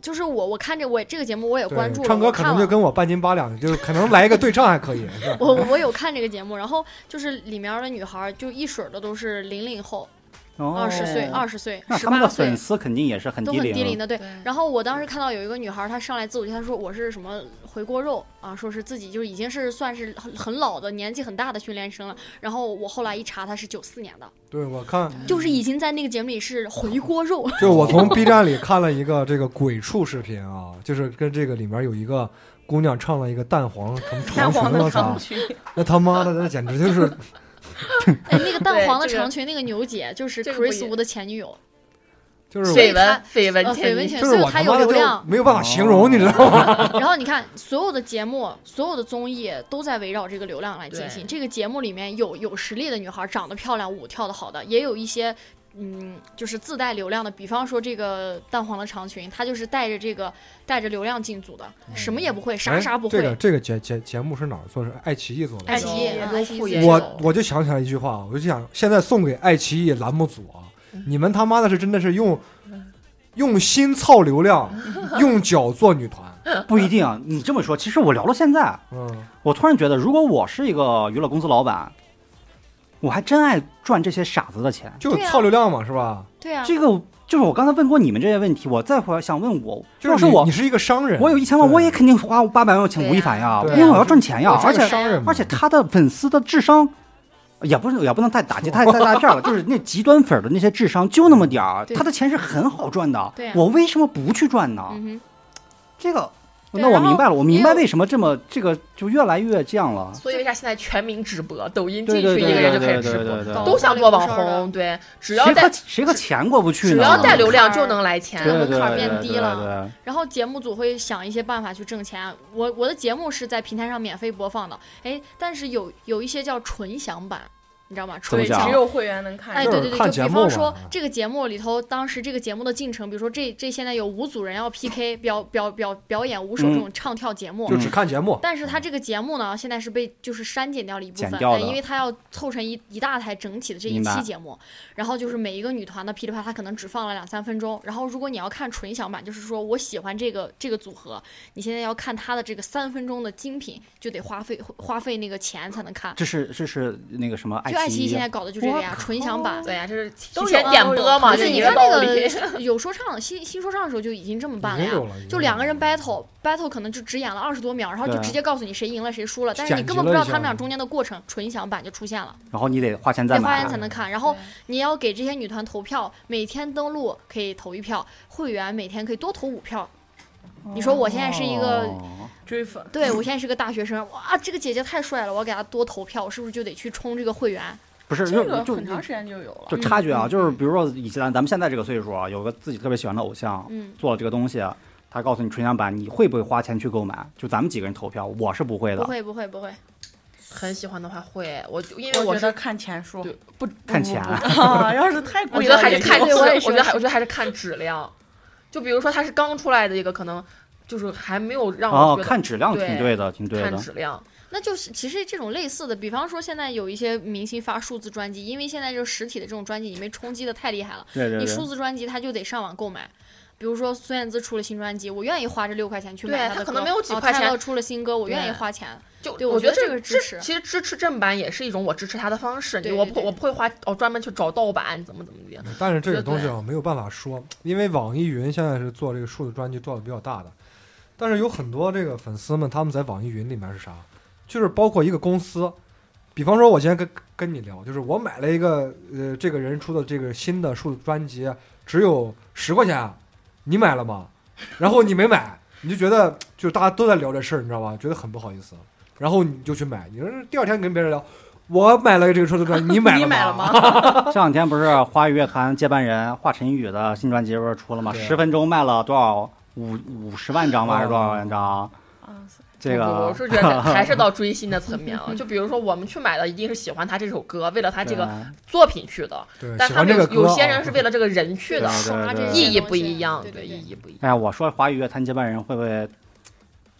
Speaker 2: 就是我，我看这我这个节目我也
Speaker 3: 对
Speaker 2: 关注了，
Speaker 3: 唱歌
Speaker 2: 我
Speaker 3: 可
Speaker 2: 看
Speaker 3: 能
Speaker 2: 了
Speaker 3: 就跟我半斤八两，就是可能来一个对唱还可以，是 吧？
Speaker 2: 我我有看这个节目，然后就是里面的女孩儿就一水儿的都是零零后，二十岁、
Speaker 1: 哦
Speaker 2: 二十岁、
Speaker 1: 那
Speaker 2: 十
Speaker 1: 他们
Speaker 2: 八
Speaker 1: 的粉
Speaker 2: 岁。
Speaker 1: 丝肯定也是很
Speaker 2: 都
Speaker 1: 低
Speaker 2: 很
Speaker 1: 龄，
Speaker 2: 低龄的，对
Speaker 5: 对。
Speaker 2: 然后我当时看到有一个女孩儿，她上来自我介绍说我是什么回锅肉啊，说是自己就已经是算是很很老的年纪很大的训练生了。然后我后来一查，她是九四年的，
Speaker 3: 对，我看
Speaker 2: 就是已经在那个节目里是回锅 肉。
Speaker 3: 就我从 B 站里看了一个这个鬼畜视频啊，就是跟这个里面有一个姑娘唱了一个蛋黄什么
Speaker 4: 蛋
Speaker 3: 长
Speaker 4: 黄
Speaker 3: 裙
Speaker 4: 的
Speaker 3: 我
Speaker 4: 长
Speaker 3: 操，
Speaker 4: 裙，
Speaker 3: 那他妈的那简直就是
Speaker 2: 哎，那个蛋
Speaker 5: 对
Speaker 2: 黄的
Speaker 5: 这个
Speaker 2: 长裙，那个牛姐就是
Speaker 5: 这个不
Speaker 2: Chris
Speaker 5: 也
Speaker 2: Wu 的前女友，
Speaker 3: 就是
Speaker 2: 所以
Speaker 5: 绯闻
Speaker 2: 他
Speaker 5: 绯闻
Speaker 2: 呃，绨绯闻
Speaker 5: 女
Speaker 2: 前，
Speaker 3: 就
Speaker 2: 所
Speaker 3: 是
Speaker 2: 以
Speaker 3: 我
Speaker 2: 她
Speaker 3: 他
Speaker 2: 有
Speaker 3: 妈的
Speaker 2: 流
Speaker 3: 就
Speaker 2: 量。
Speaker 3: 没有办法形容，你知道吗？
Speaker 2: 然后你看，所有的节目、所有的综艺都在围绕这个流量来进行。这个节目里面有有实力的女孩，长得漂亮、舞跳得好的，也有一些。嗯，就是自带流量的，比方说这个淡黄的长裙，她就是带着这个带着流量进组的，
Speaker 1: 嗯
Speaker 2: 什么也不会，啥
Speaker 3: 哎
Speaker 2: 啥不
Speaker 3: 这个
Speaker 2: 会。
Speaker 3: 这个节节节目是哪儿做的？是爱奇艺做的
Speaker 2: 爱。奇艺啊
Speaker 5: 有优酷
Speaker 2: 爱奇艺
Speaker 5: 也有
Speaker 3: 我我就想起来一句话，我就想现在送给爱奇艺栏目组啊，
Speaker 2: 嗯
Speaker 3: 你们他妈的是真的是用用心操流量，用脚做 女团，
Speaker 1: 不一定。啊你这么说，其实我聊到现在，
Speaker 3: 嗯，
Speaker 1: 我突然觉得，如果我是一个娱乐公司老板，我还真爱赚这些傻子的钱。
Speaker 3: 就
Speaker 2: 对啊
Speaker 3: 操流量嘛，是吧？
Speaker 2: 对
Speaker 5: 嗯
Speaker 2: 啊，
Speaker 1: 这个就是我刚才问过你们这些问题，我再回来想问我，
Speaker 3: 就
Speaker 1: 要
Speaker 3: 是
Speaker 1: 是
Speaker 3: 你
Speaker 1: 我
Speaker 3: 你是一个商人，
Speaker 1: 我有一千万，
Speaker 3: 对
Speaker 1: 我也肯定花八百万请吴亦凡呀，
Speaker 3: 对
Speaker 1: 因
Speaker 3: 啊
Speaker 1: 为我要赚钱呀，而且
Speaker 3: 商人嘛
Speaker 1: 而且他的粉丝的智商。也不是，也不能太打击太太大片儿 了，就是那极端粉儿的那些智商就那么点儿，
Speaker 2: 对
Speaker 1: 他的钱是很好赚的
Speaker 2: 对啊，
Speaker 5: 嗯
Speaker 1: 我为什么不去赚呢？
Speaker 2: 嗯哼，
Speaker 1: 这个我
Speaker 2: 对
Speaker 5: 啊
Speaker 1: 那我
Speaker 2: 然后
Speaker 1: 明白了，我
Speaker 2: 也
Speaker 1: 明白
Speaker 2: 有
Speaker 1: 为什么这么这个就越来越这样了。
Speaker 5: 所以为啥现在全民直播，抖音进
Speaker 1: 对
Speaker 5: 去
Speaker 1: 对
Speaker 5: 一
Speaker 1: 对
Speaker 5: 个人
Speaker 1: 对
Speaker 5: 就开
Speaker 1: 对
Speaker 5: 始直
Speaker 1: 对对
Speaker 5: 播，
Speaker 1: 对
Speaker 2: 搞
Speaker 1: 对，
Speaker 5: 都想做网
Speaker 2: 搞那个事儿
Speaker 5: 红，对，只要
Speaker 1: 谁和
Speaker 5: 带
Speaker 1: 谁和钱过不去
Speaker 5: 只
Speaker 1: 呢？
Speaker 5: 要带流量
Speaker 2: 对
Speaker 5: 就能来钱，
Speaker 1: 对对
Speaker 2: 门槛儿
Speaker 1: 对
Speaker 2: 变
Speaker 1: 对
Speaker 2: 低
Speaker 1: 对
Speaker 2: 了
Speaker 1: 对对
Speaker 2: 然后节目组会想一些办法去挣钱。啊我我的节目是在平台上免费播放的，哎，但是有有一些叫纯享版，你知道吗？纯
Speaker 1: 怎么
Speaker 2: 享
Speaker 1: 讲
Speaker 4: 只。有会员能看。
Speaker 2: 哎，
Speaker 3: 就
Speaker 2: 对
Speaker 3: 是
Speaker 2: 对对，
Speaker 3: 看
Speaker 2: 就
Speaker 3: 节
Speaker 2: 比
Speaker 3: 目
Speaker 2: 方
Speaker 3: 嘛
Speaker 2: 说这个节目里头，当时这个节目的进程，比如说这这现在有五组人要 PK 表表表表演五首这种唱跳节目，
Speaker 3: 就只看节目，
Speaker 2: 但是它这个节目呢，现在是被就是删减掉了一部分，
Speaker 1: 剪掉
Speaker 2: 哎
Speaker 1: 的
Speaker 2: 因为它要凑成一一大台整体的这一
Speaker 1: 明白
Speaker 2: 期节目，然后就是每一个女团的噼里啪啦，它可能只放了两三分钟。然后如果你要看纯享版，就是说我喜欢这个这个组合，你现在要看它的这个三分钟的精品，就得花费花费那个钱才能看。
Speaker 1: 这是这是那个什么
Speaker 2: 就爱奇艺
Speaker 1: 艺啊
Speaker 2: 现在搞的就这个呀，纯享版。
Speaker 5: 对呀、这是提
Speaker 4: 都有
Speaker 5: 前
Speaker 4: 啊
Speaker 5: 点
Speaker 4: 都有
Speaker 5: 播嘛，
Speaker 4: 不
Speaker 5: 就是一
Speaker 2: 你
Speaker 5: 个
Speaker 2: 看
Speaker 5: 道
Speaker 2: 那
Speaker 5: 理。
Speaker 2: 个 有说唱新新说唱的时候就已经这么办了
Speaker 3: 已经有
Speaker 2: 呀
Speaker 3: 了已，经
Speaker 2: 就两个人 battle battle 可能就只演了二十多秒，然后就
Speaker 1: 对
Speaker 2: 直接告诉你谁赢了谁输了，但是你
Speaker 3: 啊剪
Speaker 2: 根
Speaker 3: 辑
Speaker 2: 本不知道
Speaker 3: 了一
Speaker 2: 他
Speaker 3: 下
Speaker 2: 们俩中间的过程，纯享版就出现了，
Speaker 1: 然后你得花钱再
Speaker 2: 得
Speaker 1: 买啊
Speaker 2: 花钱才
Speaker 3: 啊
Speaker 2: 能看。然
Speaker 5: 啊
Speaker 2: 后你要给这些女团投票，每天登录可以投一票，会员每天可以多投五票。你说我现在是一个，
Speaker 1: 哦
Speaker 4: 追粉，
Speaker 2: 对我现在是个大学生，哇，这个姐姐太帅了，我要给她多投票，我是不是就得去冲这个会员？
Speaker 1: 不是
Speaker 4: 这
Speaker 1: 就
Speaker 4: 个
Speaker 1: 就
Speaker 4: 很长时间就有了
Speaker 1: 就。
Speaker 2: 嗯
Speaker 1: 差距啊，就是比如说以前咱们现在这个岁数啊，有个自己特别喜欢的偶像，
Speaker 2: 嗯
Speaker 1: 做了这个东西，啊他告诉你纯享版，你会不会花钱去购买？就咱们几个人投票，我是不会
Speaker 2: 不
Speaker 1: 的。
Speaker 2: 会不会不会，
Speaker 5: 很喜欢的话会，我就因为
Speaker 4: 我觉
Speaker 5: 是
Speaker 4: 得看钱数
Speaker 5: 对不
Speaker 1: 看钱
Speaker 4: 啊，要是太
Speaker 5: 我
Speaker 4: 贵
Speaker 5: 觉
Speaker 4: 了
Speaker 5: 得
Speaker 4: 也
Speaker 5: 还
Speaker 4: 行，
Speaker 5: 是看
Speaker 2: 对
Speaker 5: 质，
Speaker 2: 我也是
Speaker 5: 我觉得还我觉得还是看质量。就比如说它是刚出来的一个，可能就是还没有让我
Speaker 1: 哦
Speaker 5: 觉，得
Speaker 1: 看质量挺
Speaker 5: 对
Speaker 1: 对的，挺对
Speaker 5: 看
Speaker 1: 的。
Speaker 5: 质量。
Speaker 2: 那就是其实这种类似的，比方说现在有一些明星发数字专辑，因为现在这个实体的这种专辑已经被冲击的太厉害了，
Speaker 1: 对对
Speaker 2: 你数
Speaker 1: 对，
Speaker 2: 字专辑它就得上网购买。比如说孙燕姿出了新专辑，我愿意花这六块钱去
Speaker 5: 对
Speaker 2: 买
Speaker 5: 她
Speaker 2: 的歌。
Speaker 5: 可能没有几
Speaker 2: 哦
Speaker 5: 块
Speaker 2: 泰
Speaker 5: 钱
Speaker 2: 勒出了新歌，我愿意
Speaker 5: 对
Speaker 2: 花钱。
Speaker 5: 就
Speaker 2: 对我
Speaker 5: 我
Speaker 2: 觉
Speaker 5: 觉
Speaker 2: 得
Speaker 5: 得
Speaker 2: 这
Speaker 5: 这
Speaker 2: 个
Speaker 5: 个
Speaker 2: 支
Speaker 5: 支
Speaker 2: 持
Speaker 5: 其实支持正版也是一种我支持他的方式。
Speaker 2: 对
Speaker 5: 我
Speaker 2: 对
Speaker 5: 不
Speaker 2: 对
Speaker 5: 我不会花哦专门去找盗版怎么怎么的。
Speaker 3: 但是这个东西啊没有办法说，因为网易云现在是做这个数字专辑做的比较大的，但是有很多这个粉丝们他们在网易云里面是啥，就是包括一个公司，比方说我今天跟跟你聊，就是我买了一个呃这个人出的这个新的数字专辑，只有十块钱，你买了吗？然后你没买，你就觉得就大家都在聊这事儿，你知道吧？觉得很不好意思，然后你就去买，你说第二天跟别人聊。我买了这个数字专辑，你 买了
Speaker 4: 你
Speaker 3: 吗？
Speaker 4: 买 了吗？
Speaker 1: 这两天不是华语乐坛接班人华晨宇的新专辑不是出了吗？
Speaker 3: 对啊
Speaker 1: 十分钟卖了多少？五五十万张吧，还是多少万张？
Speaker 4: 啊
Speaker 1: 这
Speaker 5: 不 不
Speaker 1: 个
Speaker 5: 我是觉得还是到追星的层面 了。就比如说我们去买的一定是喜欢他这首歌，为了他这个
Speaker 1: 对啊
Speaker 5: 作品去的，
Speaker 3: 对，
Speaker 5: 但
Speaker 3: 喜
Speaker 5: 他
Speaker 3: 欢
Speaker 5: 们
Speaker 3: 这
Speaker 5: 有
Speaker 3: 个歌
Speaker 5: 有些
Speaker 3: 啊
Speaker 5: 人是为了这个人去的
Speaker 1: 对，
Speaker 2: 刷这
Speaker 1: 对
Speaker 2: 些
Speaker 5: 意义
Speaker 2: 东
Speaker 5: 不
Speaker 2: 西
Speaker 5: 一样，
Speaker 2: 对对对
Speaker 5: 意义不一样。
Speaker 1: 哎呀，我说华语乐坛接班人会不会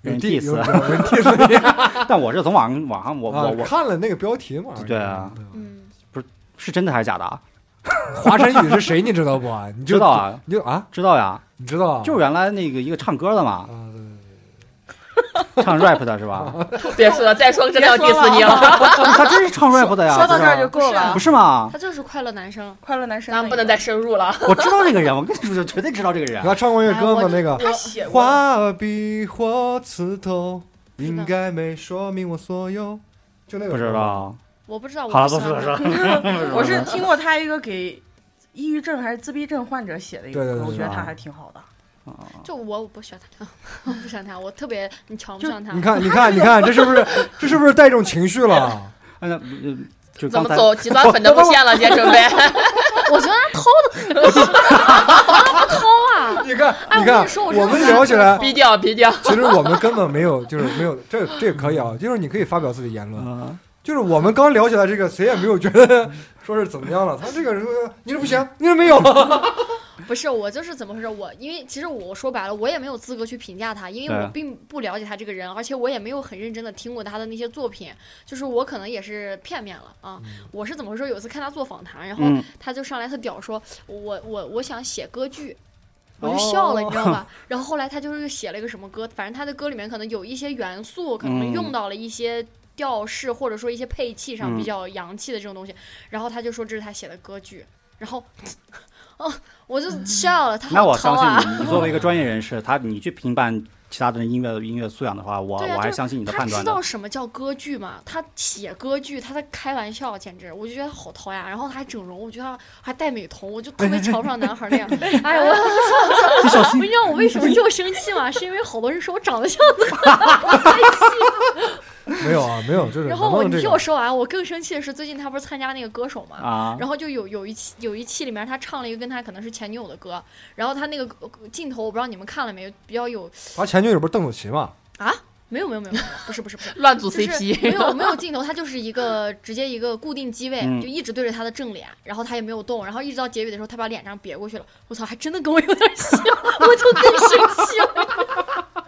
Speaker 3: 有
Speaker 1: 人
Speaker 3: 地有
Speaker 1: diss？
Speaker 3: 有人 diss 你
Speaker 1: 但我是从网网上我
Speaker 3: 啊
Speaker 1: 我我
Speaker 3: 看了那个标题嘛，
Speaker 1: 对啊
Speaker 2: 嗯，
Speaker 1: 是真的还是假的啊？
Speaker 3: 华晨宇是谁你知道不啊？你就
Speaker 1: 知道，啊，
Speaker 3: 你就啊，
Speaker 1: 知道呀，
Speaker 3: 你知道啊，
Speaker 1: 就是原来那个一个唱歌的嘛，
Speaker 3: 啊，对对
Speaker 1: 唱 rap 的是吧？
Speaker 5: 别说了，再说真的要
Speaker 4: 别说了
Speaker 5: diss 你了，
Speaker 1: 他真是唱 rap 的呀，
Speaker 4: 说
Speaker 1: 不
Speaker 4: 到这
Speaker 1: 是
Speaker 4: 儿就够
Speaker 2: 不是啊
Speaker 4: 了
Speaker 1: 不。是吗？
Speaker 2: 他就是快乐男生。
Speaker 4: 快乐男生
Speaker 5: 咱们不能再深入了。
Speaker 1: 我知道这个人，我跟你说，绝对知道这个
Speaker 3: 对，
Speaker 1: 人
Speaker 3: 你。看唱过粤歌吗？那
Speaker 2: 哎
Speaker 3: 个
Speaker 4: 他写过，
Speaker 3: 画笔或刺头，
Speaker 2: 知道
Speaker 3: 应该没说明我所有，就那个
Speaker 1: 不知。道，
Speaker 2: 我不知道，我
Speaker 1: 好了，
Speaker 2: 不
Speaker 1: 不
Speaker 2: 喜
Speaker 1: 说了
Speaker 2: 欢
Speaker 1: 说
Speaker 2: 他。
Speaker 1: 了。
Speaker 4: 我是听过他一个给抑郁症还是自闭症患者写的一个
Speaker 3: 对对
Speaker 4: 歌，
Speaker 3: 对
Speaker 4: 我觉
Speaker 3: 对
Speaker 4: 得
Speaker 1: 对
Speaker 4: 他还挺好的。
Speaker 2: 就我我不喜欢他， 我不喜欢他，我特别你瞧不
Speaker 4: 就
Speaker 2: 上他。
Speaker 3: 你看，你看，你看，这是不 是这是不是带一种情绪了？
Speaker 1: 哎那呃就
Speaker 5: 怎
Speaker 1: 刚
Speaker 5: 么
Speaker 1: 才
Speaker 5: 走极端粉的路线了，姐准 备？
Speaker 2: 我觉得他偷 的，他偷啊！
Speaker 3: 你看，
Speaker 2: 哎
Speaker 3: 你
Speaker 2: 我跟
Speaker 3: 看
Speaker 2: 你说，我真
Speaker 3: 我
Speaker 2: 的
Speaker 3: 们
Speaker 2: 觉得
Speaker 3: 聊起来，
Speaker 5: 逼掉，逼掉。
Speaker 3: 其实我们根本没有，就是没有，这这个可以啊，就是你可以发表自己言论，
Speaker 1: 嗯
Speaker 3: 就是我们刚聊起来这个，谁也没有觉 得说是怎么样了。他这个人说你这不行，你这没有。
Speaker 2: 不是我就是怎么回事？我因为其实我说白了，我也没有资格去评价他，因为
Speaker 1: 对啊
Speaker 2: 我并不了解他这个人，而且我也没有很认真的听过他的那些作品，就是我可能也是片面了啊。我是怎么回事？有一次看他做访谈，然后
Speaker 1: 嗯
Speaker 2: 他就上来特屌说，我我我想写歌剧。我就笑
Speaker 1: 哦
Speaker 2: 了，你知道吧？ 然后后来他就是写了一个什么歌，反正他的歌里面可能有一些元素，可能
Speaker 1: 嗯
Speaker 2: 用到了一些调式或者说一些配器上
Speaker 1: 嗯
Speaker 2: 比较洋气的这种东西。然后他就说这是他写的歌剧，然后 哦我就笑了，他
Speaker 1: 哦那
Speaker 2: 好
Speaker 1: 我
Speaker 2: 淘
Speaker 1: 相
Speaker 2: 啊！
Speaker 1: 信你，你作为一个专业人士，他你去评判其他的人音乐音乐素养的话，我、
Speaker 2: 对啊
Speaker 1: 我还
Speaker 2: 就是
Speaker 1: 相信你的
Speaker 2: 他
Speaker 1: 判
Speaker 2: 知
Speaker 1: 断的
Speaker 2: 道。什么叫歌剧吗？他写歌剧，他在开玩笑，简直我就觉得好淘呀。然后他还整容，我觉得他还戴美瞳，我就特 别瞧不上男孩那样。哎呀，我
Speaker 1: 你小心
Speaker 2: 你知道我为什么这么生气吗？是因为好多人说我长得像，
Speaker 3: 没有啊，没有，就是
Speaker 2: 然后我
Speaker 3: 能不能
Speaker 2: 你
Speaker 3: 这
Speaker 2: 听我
Speaker 3: 个
Speaker 2: 说完，我更生气的是最近他不是参加那个歌手吗？
Speaker 1: 啊！
Speaker 2: 然后就有有一期有一期里面他唱了一个跟他可能是前女友的歌，然后他那个呃镜头我不知道你们看了没有，比较有
Speaker 3: 他前女友不是邓紫棋嘛？
Speaker 2: 没有没有没有，不是不是不是，
Speaker 5: 乱组
Speaker 2: 就是没
Speaker 5: CP，
Speaker 2: 有没有镜头，他就是一个直接一个固定机位，
Speaker 1: 嗯
Speaker 2: 就一直对着他的正脸，然后他也没有动，然后一直到结尾的时候，他把脸这样别过去了，我操，还真的跟我有点像， 我就更生气了。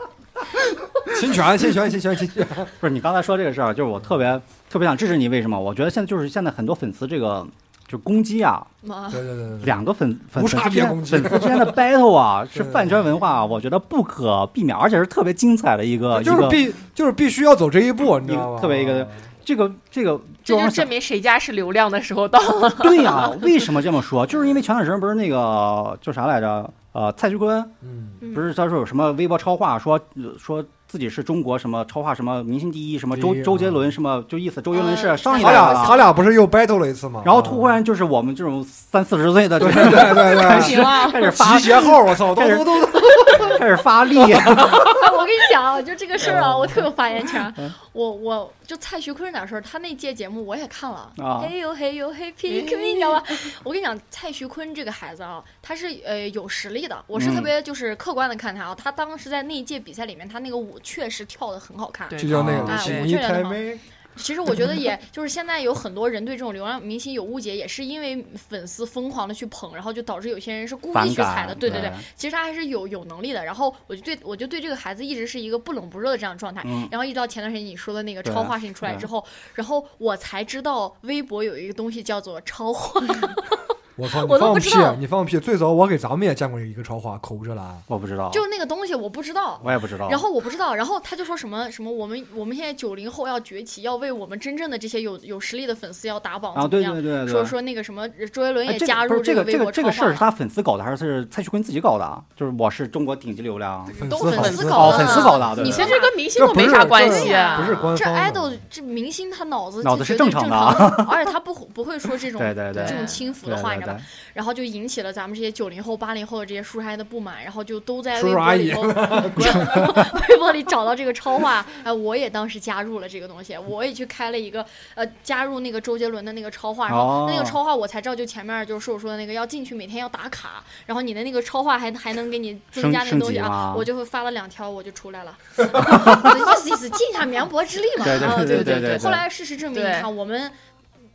Speaker 3: 侵权，侵权，侵权，侵权！
Speaker 1: 不是你刚才说这个事儿，啊就是我特别特别想支持你。为什么？我觉得现在就是现在很多粉丝这个就攻击啊，
Speaker 2: 妈，
Speaker 3: 对对对对，
Speaker 1: 两个粉粉
Speaker 3: 无
Speaker 1: 丝
Speaker 3: 差
Speaker 1: 之
Speaker 3: 别
Speaker 1: 间
Speaker 3: 攻击
Speaker 1: 粉丝之间 的 battle 啊，是
Speaker 3: 对对
Speaker 1: 饭圈文化啊，我觉得不可避免，而且是特别精彩的一个
Speaker 3: 对
Speaker 1: 一
Speaker 3: 就是
Speaker 1: 个
Speaker 3: 必就是必须要走这一步，你知道吗？
Speaker 1: 特别一个这个这个
Speaker 5: 这
Speaker 1: 让
Speaker 5: 就
Speaker 1: 我
Speaker 5: 证
Speaker 1: 想
Speaker 5: 明谁家是流量的时候到了。
Speaker 1: 对呀、为什么这么说？就是因为前段时间不是那个叫啥来着？呃，蔡徐坤
Speaker 3: 嗯，
Speaker 2: 嗯
Speaker 1: 不是他说有什么微博超话，说呃说自己是中国什么超话什么明星第一，什么周
Speaker 3: 第一
Speaker 1: 周杰
Speaker 3: 啊
Speaker 1: 伦什么，就意思周杰伦是
Speaker 2: 嗯
Speaker 1: 上一
Speaker 3: 他
Speaker 1: 代
Speaker 3: 俩
Speaker 1: 的。啊
Speaker 3: 他俩不是又 battle 了一次吗？
Speaker 1: 然后
Speaker 3: 啊
Speaker 1: 突然就是我们这种三四十岁的，就
Speaker 3: 对
Speaker 1: 是
Speaker 3: 对对 对，
Speaker 5: 行啊，
Speaker 1: 开始发
Speaker 3: 集结号，我操，都都都都
Speaker 1: 开始发力，
Speaker 2: 哎我跟你讲啊，就这个事儿啊，
Speaker 3: 哦
Speaker 2: 我特有发言权。
Speaker 3: 嗯
Speaker 2: 我我就蔡徐坤那事儿，他那届节目我也看了。
Speaker 1: 啊哎
Speaker 2: 嘿呦嘿呦嘿皮克你知道吗？啊我跟你讲，蔡徐坤这个孩子啊，他是呃有实力的。我是
Speaker 1: 嗯
Speaker 2: 特别就是客观的看他啊，他当时在那一届比赛里面，他那个舞确实跳的很好看。
Speaker 3: 就叫那
Speaker 1: 啊
Speaker 3: 个
Speaker 2: 哎我
Speaker 3: 你
Speaker 2: 确认
Speaker 3: 太
Speaker 2: 了
Speaker 3: 妹，
Speaker 2: 其实我觉得也就是现在有很多人对这种流量明星有误解，也是因为粉丝疯狂的去捧，然后就导致有些人是故
Speaker 1: 反
Speaker 2: 意去踩
Speaker 1: 感
Speaker 2: 的。对对
Speaker 1: 对
Speaker 2: 对，其实他还是有有能力的。然后我就对我就对这个孩子一直是一个不冷不热的这样的状态。
Speaker 1: 嗯
Speaker 2: 然后一直到前段时间你说的那个
Speaker 1: 对
Speaker 2: 超话事情出来
Speaker 1: 对
Speaker 2: 之后，然后我才知道微博有一个东西叫做超话。
Speaker 3: 我操，你
Speaker 2: 我都
Speaker 3: 放
Speaker 2: 不
Speaker 3: 屁啊
Speaker 2: 知道，
Speaker 3: 你放屁！最早我给咱们也见过一个超话，口无遮拦。
Speaker 1: 我不知道，
Speaker 2: 就是那个东西我不知道。
Speaker 1: 我也不知道。
Speaker 2: 然后我不知道，然后他就说什么什么我们我们现在九零后要崛起，要为我们真正的这些有有实力的粉丝要打榜，
Speaker 1: 啊，
Speaker 2: 怎么
Speaker 1: 对
Speaker 2: 样？
Speaker 1: 对对对，
Speaker 2: 说说那个什么周杰伦
Speaker 1: 哎
Speaker 2: 也
Speaker 1: 这个
Speaker 2: 加
Speaker 1: 不
Speaker 2: 入
Speaker 1: 是这
Speaker 2: 个微
Speaker 1: 这
Speaker 2: 博
Speaker 1: 个这个
Speaker 2: 超
Speaker 1: 事儿
Speaker 2: 话
Speaker 1: 是他粉丝搞的，还是蔡徐坤自己搞的啊？就是我是中国顶级流量，
Speaker 3: 粉
Speaker 2: 都
Speaker 3: 丝好
Speaker 2: 粉丝
Speaker 3: 多
Speaker 2: 搞
Speaker 1: 哦，
Speaker 2: 的
Speaker 1: 粉丝搞的啊，对
Speaker 5: 你
Speaker 1: 对
Speaker 5: 其
Speaker 1: 对
Speaker 5: 实跟明星都没啥关系啊，
Speaker 3: 不是官
Speaker 2: 这
Speaker 3: 方的
Speaker 2: idol 这明星他脑子
Speaker 1: 脑子
Speaker 2: 是
Speaker 1: 是
Speaker 2: 绝对
Speaker 1: 正
Speaker 2: 正
Speaker 1: 常的
Speaker 2: 的，而且他不不会说这种
Speaker 1: 对对对
Speaker 2: 这种
Speaker 5: 对
Speaker 2: 轻浮
Speaker 1: 对
Speaker 2: 的话，你
Speaker 1: 对
Speaker 2: 知道吧？然后就引起了咱们这些九零后、八零后的这些叔叔阿姨的不满，然后就都在
Speaker 3: 叔
Speaker 2: 微
Speaker 3: 叔
Speaker 2: 博
Speaker 3: 阿
Speaker 2: 里
Speaker 3: 姨
Speaker 2: 头微博里找到这个超话。哎，我也当时加入了这个东西，我也去开了一个呃，加入那个周杰伦的那个超话，啊然后那个
Speaker 1: 哦
Speaker 2: 超话我才知道，就前面就是说我说的那个要进去每天要打卡，然后你的那个超话还还能给你增
Speaker 1: 升
Speaker 2: 加那个
Speaker 1: 升
Speaker 2: 东西
Speaker 1: 级
Speaker 2: 啊
Speaker 1: 吗，
Speaker 2: 我就会发了两条我就 出来了，意思意思尽一下绵薄之力嘛。
Speaker 1: 对
Speaker 2: 啊
Speaker 1: 对
Speaker 5: 对对
Speaker 1: 对
Speaker 5: 对
Speaker 1: 对。
Speaker 2: 后来事实证明，你
Speaker 5: 对
Speaker 2: 看我们，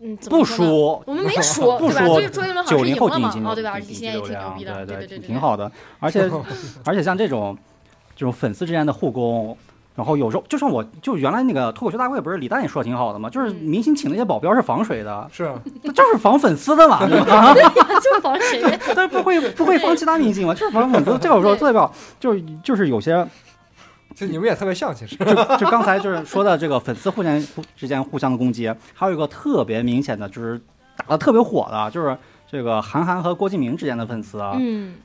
Speaker 2: 嗯，怎么
Speaker 1: 不
Speaker 2: 说呢
Speaker 1: 输，
Speaker 2: 我 们没输，
Speaker 1: 不
Speaker 2: 对吧？
Speaker 1: 输
Speaker 2: 所以周杰伦好像
Speaker 1: 九
Speaker 2: 是
Speaker 1: 零
Speaker 2: 赢
Speaker 1: 后
Speaker 2: 了
Speaker 1: 顶
Speaker 2: 嘛
Speaker 1: 级，
Speaker 2: 哦，对吧？
Speaker 1: 顶级
Speaker 2: 现在也
Speaker 1: 流
Speaker 2: 挺牛
Speaker 1: 量，啊
Speaker 2: 逼的，
Speaker 1: 对
Speaker 2: 对
Speaker 1: 挺
Speaker 2: 对，
Speaker 1: 挺。好的。而且而且像这种这种粉丝之间的互攻，然后有时候就像我就原来那个脱口秀大会不是李诞也说的挺好的嘛，就是
Speaker 2: 嗯
Speaker 1: 明星请那些保镖是防谁的，
Speaker 3: 是啊，
Speaker 1: 那就是防粉丝的嘛，对 吧？
Speaker 2: 就是防谁呗？
Speaker 1: 但是不会不会防其他明星嘛，就是防粉丝。这个我说特别好，就是就是有些
Speaker 3: 就你们也特别像，其实。
Speaker 1: 就就刚才就是说的这个粉丝互相互之间互相的攻击，还有一个特别明显的就是打的特别火的，就是这个韩寒和郭敬明之间的粉 丝啊，
Speaker 2: 嗯，